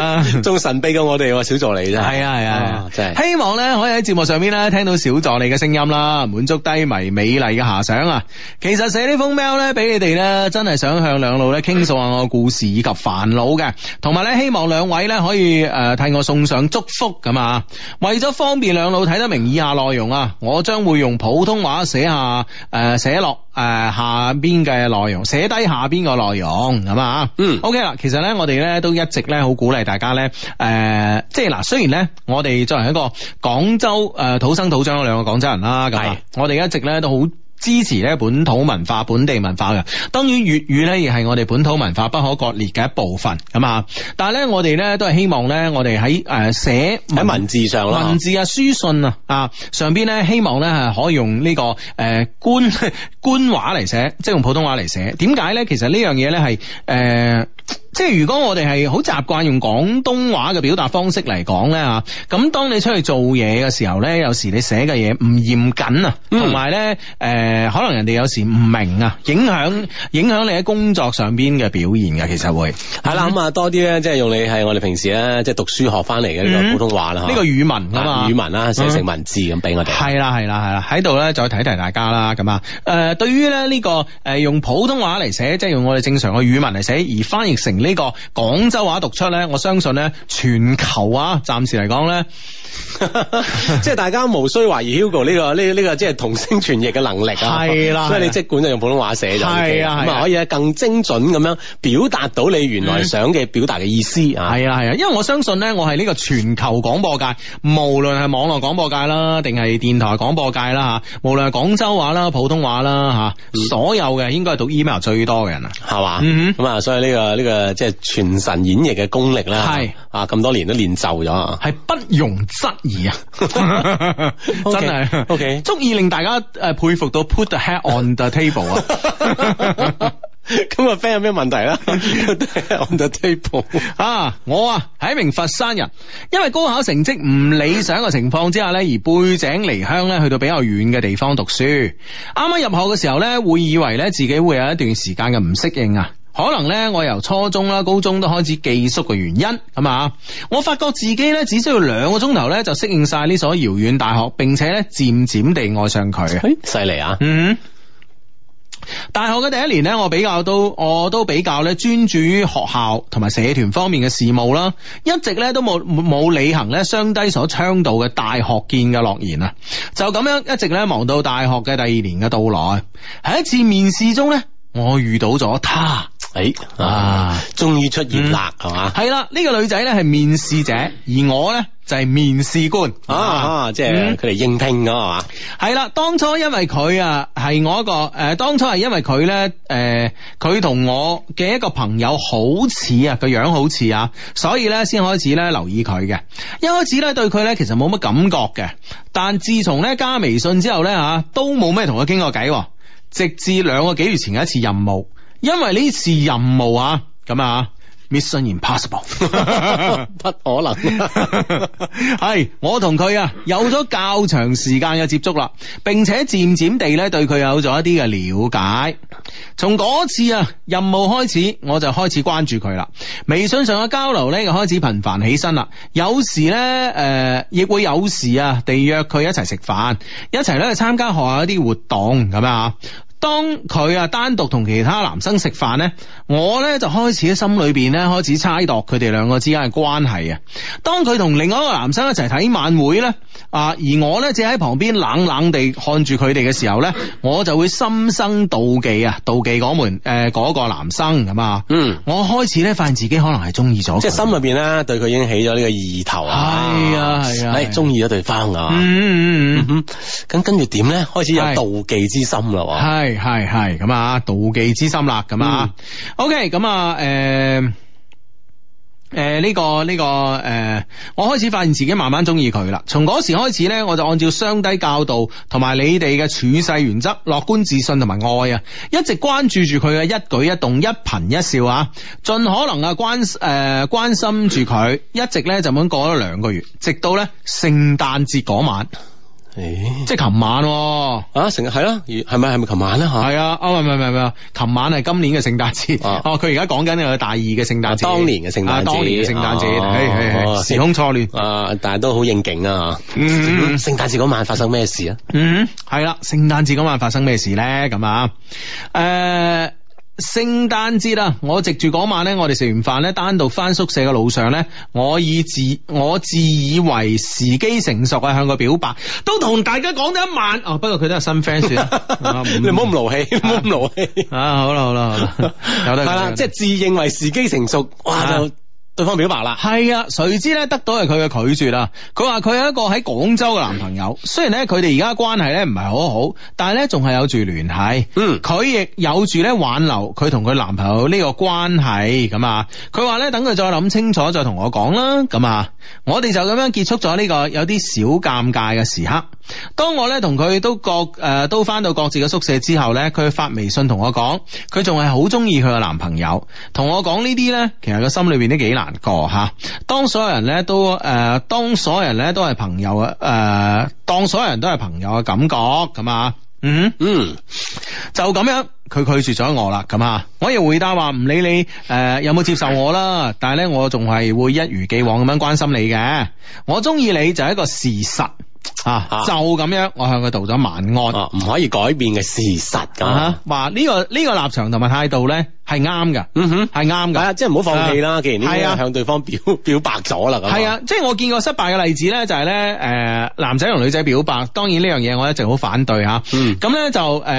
[SPEAKER 2] 啊
[SPEAKER 4] 仲神秘過我哋喎，小助理
[SPEAKER 2] 系
[SPEAKER 4] 真係哦
[SPEAKER 2] 啊系啊，
[SPEAKER 4] 真係
[SPEAKER 2] 希望咧可以喺節目上面咧聽到小助理嘅聲音啦，滿足低迷美麗嘅遐想啊！其實寫呢封 mail 咧俾你哋咧，真係想向兩老咧傾訴下我嘅故事以及煩惱嘅，同埋咧希望兩位咧可以诶替我送上祝福咁啊！為咗方便兩老睇得明以下內容啊，我將會用普通話寫下诶写落诶下邊嘅內容，寫低下邊個內容咁啊！
[SPEAKER 4] 嗯
[SPEAKER 2] OK 啦，其實咧，我哋咧都一直咧好鼓勵大家咧，誒、即係嗱，雖然咧，我哋作為一個廣州誒、土生土長嘅兩個廣州人啦，咁啊
[SPEAKER 4] 係，
[SPEAKER 2] 我哋一直咧都好。支持咧本土文化、本地文化嘅，當然粵語咧亦係我哋本土文化不可割裂嘅一部分咁啊。但係咧，我哋咧都係希望咧，我哋喺誒寫
[SPEAKER 4] 喺文字上啦
[SPEAKER 2] 文字啊、書信啊啊上邊咧，希望咧係可以用呢、個誒、呃官 官話嚟寫，即係用普通話嚟寫。點解咧？其實呢樣嘢咧係誒。呃即係如果我哋係好習慣用廣東話嘅表達方式嚟講咧嚇，咁當你出去做嘢嘅時候咧，有時你寫嘅嘢唔嚴謹啊，
[SPEAKER 4] 嗯
[SPEAKER 2] 同埋咧誒，可能人哋有時唔明啊，影響影響你喺工作上邊嘅表現嘅，其實會
[SPEAKER 4] 系啦，咁啊多啲咧，即係用你係我哋平時咧，即係讀書學翻嚟嘅呢
[SPEAKER 2] 嗯
[SPEAKER 4] 個普通話啦，
[SPEAKER 2] 呢個語文啊嘛，
[SPEAKER 4] 語文啦，寫成
[SPEAKER 2] 嗯
[SPEAKER 4] 文字咁俾我哋。
[SPEAKER 2] 系啦系啦系啦，喺度咧再提提大家啦，咁啊，诶、對於咧呢、個个呃用普通話嚟寫，即係用我哋正常嘅語文嚟寫，而翻譯成呢個廣州話讀出咧，我相信咧全球啊，暫時嚟講咧，
[SPEAKER 4] 即係大家無需懷疑 Hugo 呢、個呢呢、個即係同聲傳譯嘅能力啊，
[SPEAKER 2] 係啦
[SPEAKER 4] 所
[SPEAKER 2] 係
[SPEAKER 4] 以你
[SPEAKER 2] 啦
[SPEAKER 4] 即管就用普通話寫就 OK
[SPEAKER 2] 係啊嗯係啊
[SPEAKER 4] 啦咁啊可以咧更精準咁樣表達到你原來想嘅表達嘅意思啊，
[SPEAKER 2] 係啊係啊，因為我相信咧，我係呢個全球廣播界，無論係網絡廣播界啦，定係電台廣播界啦吓，無論係廣州話啦、普通話啦吓，所有嘅應該係讀 email 最多嘅人啊。
[SPEAKER 4] 係嘛，
[SPEAKER 2] 嗯
[SPEAKER 4] 咁啊所以呢、個呢、個即係全神演繹嘅功力啦，
[SPEAKER 2] 係
[SPEAKER 4] 啊咁多年都練就 咗啊。
[SPEAKER 2] 系不容質疑啊！真係
[SPEAKER 4] OK
[SPEAKER 2] 足以令大家诶佩服到 put the head on the table 啊！
[SPEAKER 4] 咁啊 friend 有咩問題 啦？On the table，
[SPEAKER 2] 啊，我啊係一名佛山人，因為高考成績唔理想嘅情況之下呢，而背井離鄉呢，去到比較遠嘅地方讀書。啱啱入學嘅時候呢，會以為呢自己會有一段時間嘅唔適應啊。可能呢，我由初中啦、高中都開始寄宿嘅原因，咁啊，我發覺自己呢，只需要兩個鐘頭呢，就適應晒呢所遙遠大學，並且呢，漸漸地愛上佢啊。
[SPEAKER 4] 誒犀利啊！
[SPEAKER 2] 嗯。大學嘅第一年咧，我比較都我都比較咧專注於學校同埋社團方面嘅事務啦，一直咧都冇冇履行咧雙低所倡導嘅大學見嘅諾言啊，就咁樣一直咧忙到大學嘅第二年嘅到來，喺一次面試中咧，我遇到咗他。
[SPEAKER 4] 誒啊
[SPEAKER 2] 啊，嗯
[SPEAKER 4] 終於出現啦，係嘛？
[SPEAKER 2] 系啦，呢、個女仔咧係面試者，而我咧就係面試官
[SPEAKER 4] 啊啊，即係
[SPEAKER 2] 嗯
[SPEAKER 4] 佢哋應聘 㗎係嘛？
[SPEAKER 2] 系啦，當初因為佢啊，係我一個誒、呃，當初係因為佢咧誒，佢、同我嘅一個朋友好似啊，個樣好似啊，所以咧先開始咧留意佢嘅。一開始咧對佢咧其實冇乜感覺嘅，但自從咧加微信之後咧嚇、啊都冇咩同佢傾過偈喎，直至兩個幾月前嘅一次任務，因為呢次任務啊，咁啊 Mission Impossible。
[SPEAKER 4] 不可能。
[SPEAKER 2] 系我同佢啊有咗較長時間嘅接觸啦，並且漸漸地咧對佢有咗一啲嘅了解。從嗰次啊任務開始，我就開始關注佢啦。微信上嘅交流咧又開始頻繁起身啦。有時咧诶、呃亦會有時啊地約佢一齊食飯，一齊咧去參加學校一啲活動咁啊。當佢啊單獨同其他男生食飯呢，我呢就開始喺心裏邊呢開始猜度佢哋兩個之間嘅關係啊。當佢同另外一個男生一齊睇晚會呢，啊而我呢只喺旁邊冷冷地看住佢哋嘅時候呢，我就會心生妒忌啊，妒忌嗰門誒嗰、個男生咁啊。
[SPEAKER 4] 嗯，
[SPEAKER 2] 我開始呢發現自己可能係中意咗佢，
[SPEAKER 4] 即係心裏邊咧，對佢已經起咗呢個意頭啊！
[SPEAKER 2] 係啊係啊係
[SPEAKER 4] 唉
[SPEAKER 2] 啊
[SPEAKER 4] 中意咗對方啊！
[SPEAKER 2] 嗯嗯嗯
[SPEAKER 4] 嗯
[SPEAKER 2] 嗯。
[SPEAKER 4] 哼，咁跟住點咧？開始有
[SPEAKER 2] 係
[SPEAKER 4] 妒忌之心啦
[SPEAKER 2] 系
[SPEAKER 4] 喎！
[SPEAKER 2] 系系咁啊，妒忌之心啦，咁啊、o k 咁啊，诶、诶、诶呢個呢、個誒，我開始發現自己慢慢中意佢啦。從嗰時開始咧，我就按照雙低教導同埋你哋嘅處世原則、樂觀自信同埋愛啊，一直關注住佢嘅一舉一動、一顰一笑啊，盡可能啊關誒、關心住佢，一直咧就咁過咗兩個月，直到咧聖誕節嗰晚，
[SPEAKER 4] 誒
[SPEAKER 2] 即係琴晚、喎。
[SPEAKER 4] 啊，成日係啦，係咪係咪琴晚啦吓？
[SPEAKER 2] 系啊，哦唔係唔係唔係唔係，琴晚係今年嘅聖誕節，
[SPEAKER 4] 啊
[SPEAKER 2] 哦佢而家講緊係大二嘅聖誕節，
[SPEAKER 4] 啊當年嘅聖誕節
[SPEAKER 2] 啊當年嘅聖誕節，
[SPEAKER 4] 哦
[SPEAKER 2] 係係係時空錯亂，
[SPEAKER 4] 啊，但係都好應景啊！
[SPEAKER 2] 嗯
[SPEAKER 4] 聖誕節嗰晚發生咩事啊？
[SPEAKER 2] 嗯，係啦，聖誕節嗰晚發生咩事咧？咁啊，誒。聖誕節啊，我藉住嗰晚咧，我哋食完飯咧，單獨翻宿舍嘅路上咧，我以自我自以為時機成熟啊，向佢表白，都同大家講咗一 晚。哦，不過佢都係新 fans 嚟啊，
[SPEAKER 4] 你唔好咁勞氣，唔好咁勞氣。
[SPEAKER 2] 啊，好啦好啦好 啦，有得
[SPEAKER 4] 係啦，即係自認為時機成熟，哇！
[SPEAKER 2] 啊
[SPEAKER 4] 就對方表白啦。
[SPEAKER 2] 系啊，誰知咧得到係佢嘅拒絕啦。佢話佢有一個喺廣州嘅男朋友，雖然咧佢哋而家關係咧唔係好好，但係咧仲係有住聯繫。
[SPEAKER 4] 嗯
[SPEAKER 2] 佢亦有住咧挽留佢同佢男朋友呢個關係咁啊。佢話咧等佢再諗清楚再同我講啦。咁啊，我哋就咁樣結束咗呢個有啲小尷尬嘅時刻。當我咧同佢都各誒、呃都翻到各自嘅宿舍之後咧，佢發微信同我講，佢仲係好中意佢嘅男朋友，同我講呢啲咧，其實個心裏邊都幾難過嚇。當所有人咧都誒、呃，當所有人咧都係朋友嘅誒、呃，當所有人都係朋友嘅感覺咁啊，嗯哼。
[SPEAKER 4] 嗯，
[SPEAKER 2] 就咁樣，佢拒絕咗我啦，咁啊，我亦回答話唔理你誒、呃有冇接受我啦，但係咧我仲係會一如既往咁樣關心你嘅，我中意你就係一個事實啊，
[SPEAKER 4] 啊
[SPEAKER 2] 就咁樣，我向佢道咗晚安。
[SPEAKER 4] 啊，唔可以改變嘅事實咁
[SPEAKER 2] 啊
[SPEAKER 4] 啊。
[SPEAKER 2] 哈！話呢、個呢、個立場同埋態度咧係啱噶，
[SPEAKER 4] 嗯哼，
[SPEAKER 2] 係啱
[SPEAKER 4] 係
[SPEAKER 2] 噶
[SPEAKER 4] 啊，。即係唔好放棄啦。既然呢
[SPEAKER 2] 係啊
[SPEAKER 4] 啲向對方表表白咗啦，咁
[SPEAKER 2] 係啊，即係我見過失敗嘅例子咧，就係咧，诶，男仔同女仔表白，當然呢樣嘢我一直好反對吓。
[SPEAKER 4] 嗯
[SPEAKER 2] 咁咧就诶、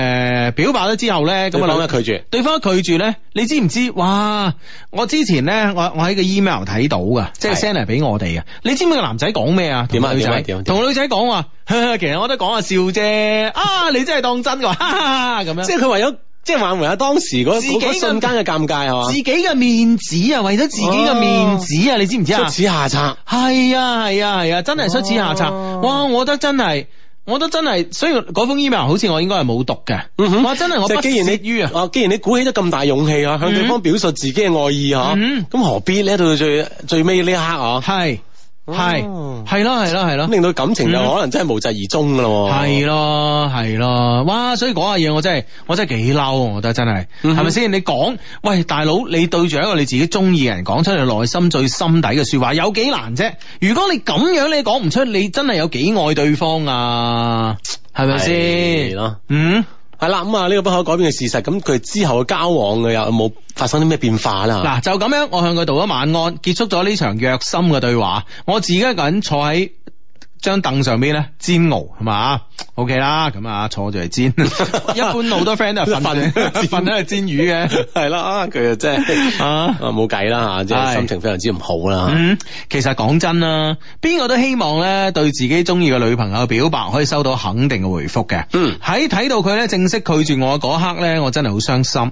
[SPEAKER 2] 呃表白咗之後咧，咁
[SPEAKER 4] 咁
[SPEAKER 2] 啊
[SPEAKER 4] 啊，
[SPEAKER 2] 女
[SPEAKER 4] 諗一拒絕。
[SPEAKER 2] 對方拒絕咧，你知唔知？哇！我之前咧，我我喺個 email 睇到噶，即係
[SPEAKER 4] 係
[SPEAKER 2] send 嚟俾我哋嘅。你知唔知個男仔講咩啊？同
[SPEAKER 4] 點啊
[SPEAKER 2] 個女
[SPEAKER 4] 點啊
[SPEAKER 2] 仔
[SPEAKER 4] 點啊點啊
[SPEAKER 2] 同個女仔講話， 其實我都講下笑啫。啊，你真係當真㗎，哈哈哈咁樣。
[SPEAKER 4] 即係佢為咗即係挽回下當時嗰
[SPEAKER 2] 自己嘅
[SPEAKER 4] 嗰瞬間嘅尷尬係嘛
[SPEAKER 2] 自，己嘅面子啊，為咗自己
[SPEAKER 4] 哦
[SPEAKER 2] 嘅面子啊，你知唔知啊
[SPEAKER 4] 出？此下策。
[SPEAKER 2] 係啊係啊係啊，
[SPEAKER 4] 哦
[SPEAKER 2] 真係出此下策。哇！我覺得真係，我覺得真係，所以嗰封 email 好似我應該係冇讀嘅。
[SPEAKER 4] 嗯哼
[SPEAKER 2] 哇！真係我
[SPEAKER 4] 即
[SPEAKER 2] 不
[SPEAKER 4] 係既然
[SPEAKER 2] 屑
[SPEAKER 4] 你
[SPEAKER 2] 於啊。
[SPEAKER 4] 啊，既然你鼓起咗咁大勇氣啊，向對方表述自己嘅愛意啊，
[SPEAKER 2] 嗯
[SPEAKER 4] 咁何必咧到最最尾呢一刻啊，
[SPEAKER 2] 係係
[SPEAKER 4] 哦
[SPEAKER 2] 係咯係咯係咯
[SPEAKER 4] 咁。令到感情就
[SPEAKER 2] 嗯
[SPEAKER 4] 可能真係無疾而終噶咯喎。
[SPEAKER 2] 系咯，系咯，哇！所以嗰下嘢我真係，我真係幾嬲，我覺得真係，
[SPEAKER 4] 嗯哼
[SPEAKER 2] 係咪先？你講，喂，大佬，你對住一個你自己中意嘅人講出你內心最心底嘅说話，有幾難啫？如果你咁樣你講唔出，你真係有幾愛對方啊？係咪
[SPEAKER 4] 係
[SPEAKER 2] 先？
[SPEAKER 4] 咯
[SPEAKER 2] 嗯，
[SPEAKER 4] 係啦，咁啊呢個不可改變嘅事實，咁佢之後嘅交往嘅有冇發生啲咩變化啦？
[SPEAKER 2] 嗱，就咁樣，我向佢道咗啊晚安，結束咗呢場虐心嘅對話，我自己一個人坐喺。張凳上邊咧煎熬係嘛？OK 啦，咁啊坐住嚟 煎，一般好多 friend 都係瞓
[SPEAKER 4] 瞓
[SPEAKER 2] 瞓喺度煎魚嘅。
[SPEAKER 4] 係啦，啊佢就真係
[SPEAKER 2] 啊
[SPEAKER 4] 啊冇計啦嚇，即係
[SPEAKER 2] 係
[SPEAKER 4] 心情非常之唔好啦。
[SPEAKER 2] 嗯，其實講真啦，邊個都希望咧對自己中意嘅女朋友表白可以收到肯定嘅回覆嘅。
[SPEAKER 4] 嗯
[SPEAKER 2] 喺睇到佢咧正式拒絕我嗰刻咧，我真係好傷心。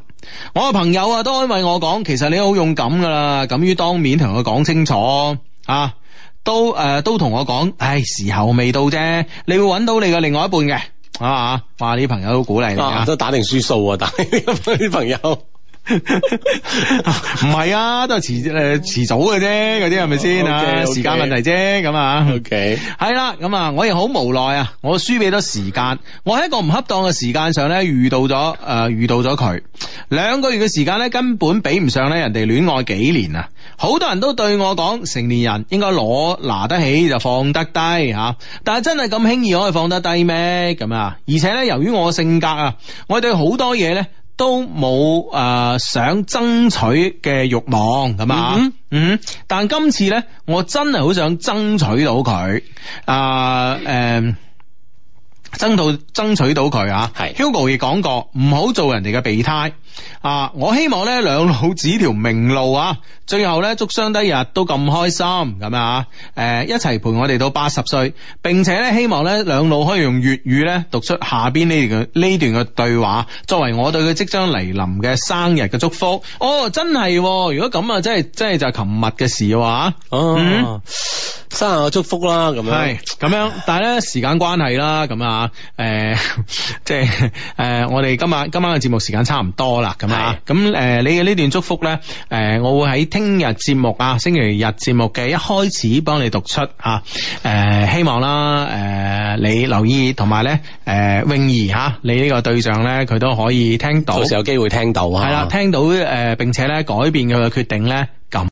[SPEAKER 2] 我嘅朋友啊都安慰我講，其實你好勇敢噶啦，敢於當面同佢講清楚啊。都誒、呃都同我講，唉，時候未到啫，你會揾到你嘅另外一半嘅，啊，哇！啲朋友都鼓勵你
[SPEAKER 4] 啊
[SPEAKER 2] 啊，
[SPEAKER 4] 都打定輸數啊，但係啲朋友。
[SPEAKER 2] 唔係啊，都係遲誒遲早嘅啫，嗰啲係咪先啊？
[SPEAKER 4] OK，OK
[SPEAKER 2] 時間問題啫，咁啊。
[SPEAKER 4] O K，
[SPEAKER 2] 係啦，咁啊，我亦好無奈啊，我輸俾咗時間，我喺一個唔恰當嘅時間上咧遇到咗誒、呃遇到咗佢，兩個月嘅時間咧根本比唔上咧人哋戀愛幾年啊！好多人都對我講，成年人應該攞拿得起就放得低嚇、但係真係咁輕易可以放得低咩？咁啊，而且咧由於我性格啊，我對好多嘢咧。都冇誒、呃想爭取嘅慾望咁啊，
[SPEAKER 4] 嗯哼
[SPEAKER 2] 嗯但今次呢，我真係好想爭取到佢啊誒。爭到爭取到佢啊
[SPEAKER 4] 係
[SPEAKER 2] ，Hugo 亦講過唔好做人哋嘅備胎啊！我希望咧兩老指條明路啊，最後咧祝雙低日都咁開心咁啊！誒、一齊陪我哋到八十歲，並且咧希望咧兩老可以用粵語咧讀出下邊呢段嘅呢段嘅對話，作為我對佢即將嚟臨嘅生日嘅祝福。哦，真係喎、如果咁啊，真係真係就係琴日嘅事喎啊！嗯
[SPEAKER 4] 哦，生日嘅祝福啦，咁樣
[SPEAKER 2] 系咁样，但系咧時間關係啦，咁啊，诶、 即係诶、誒我哋今晚今晚嘅節目時間差唔多啦，咁啊，咁诶、誒你嘅呢段祝福咧，诶、我會喺聽日節目啊，星期日節目嘅一開始幫你讀出啊，诶、希望啦，诶、你留意同埋咧，诶、泳兒吓、你呢個對象咧，佢都可以聽到，
[SPEAKER 4] 到時有機會聽到啊
[SPEAKER 2] 係啦，聽到诶、誒並且咧改變佢嘅決定咧，咁。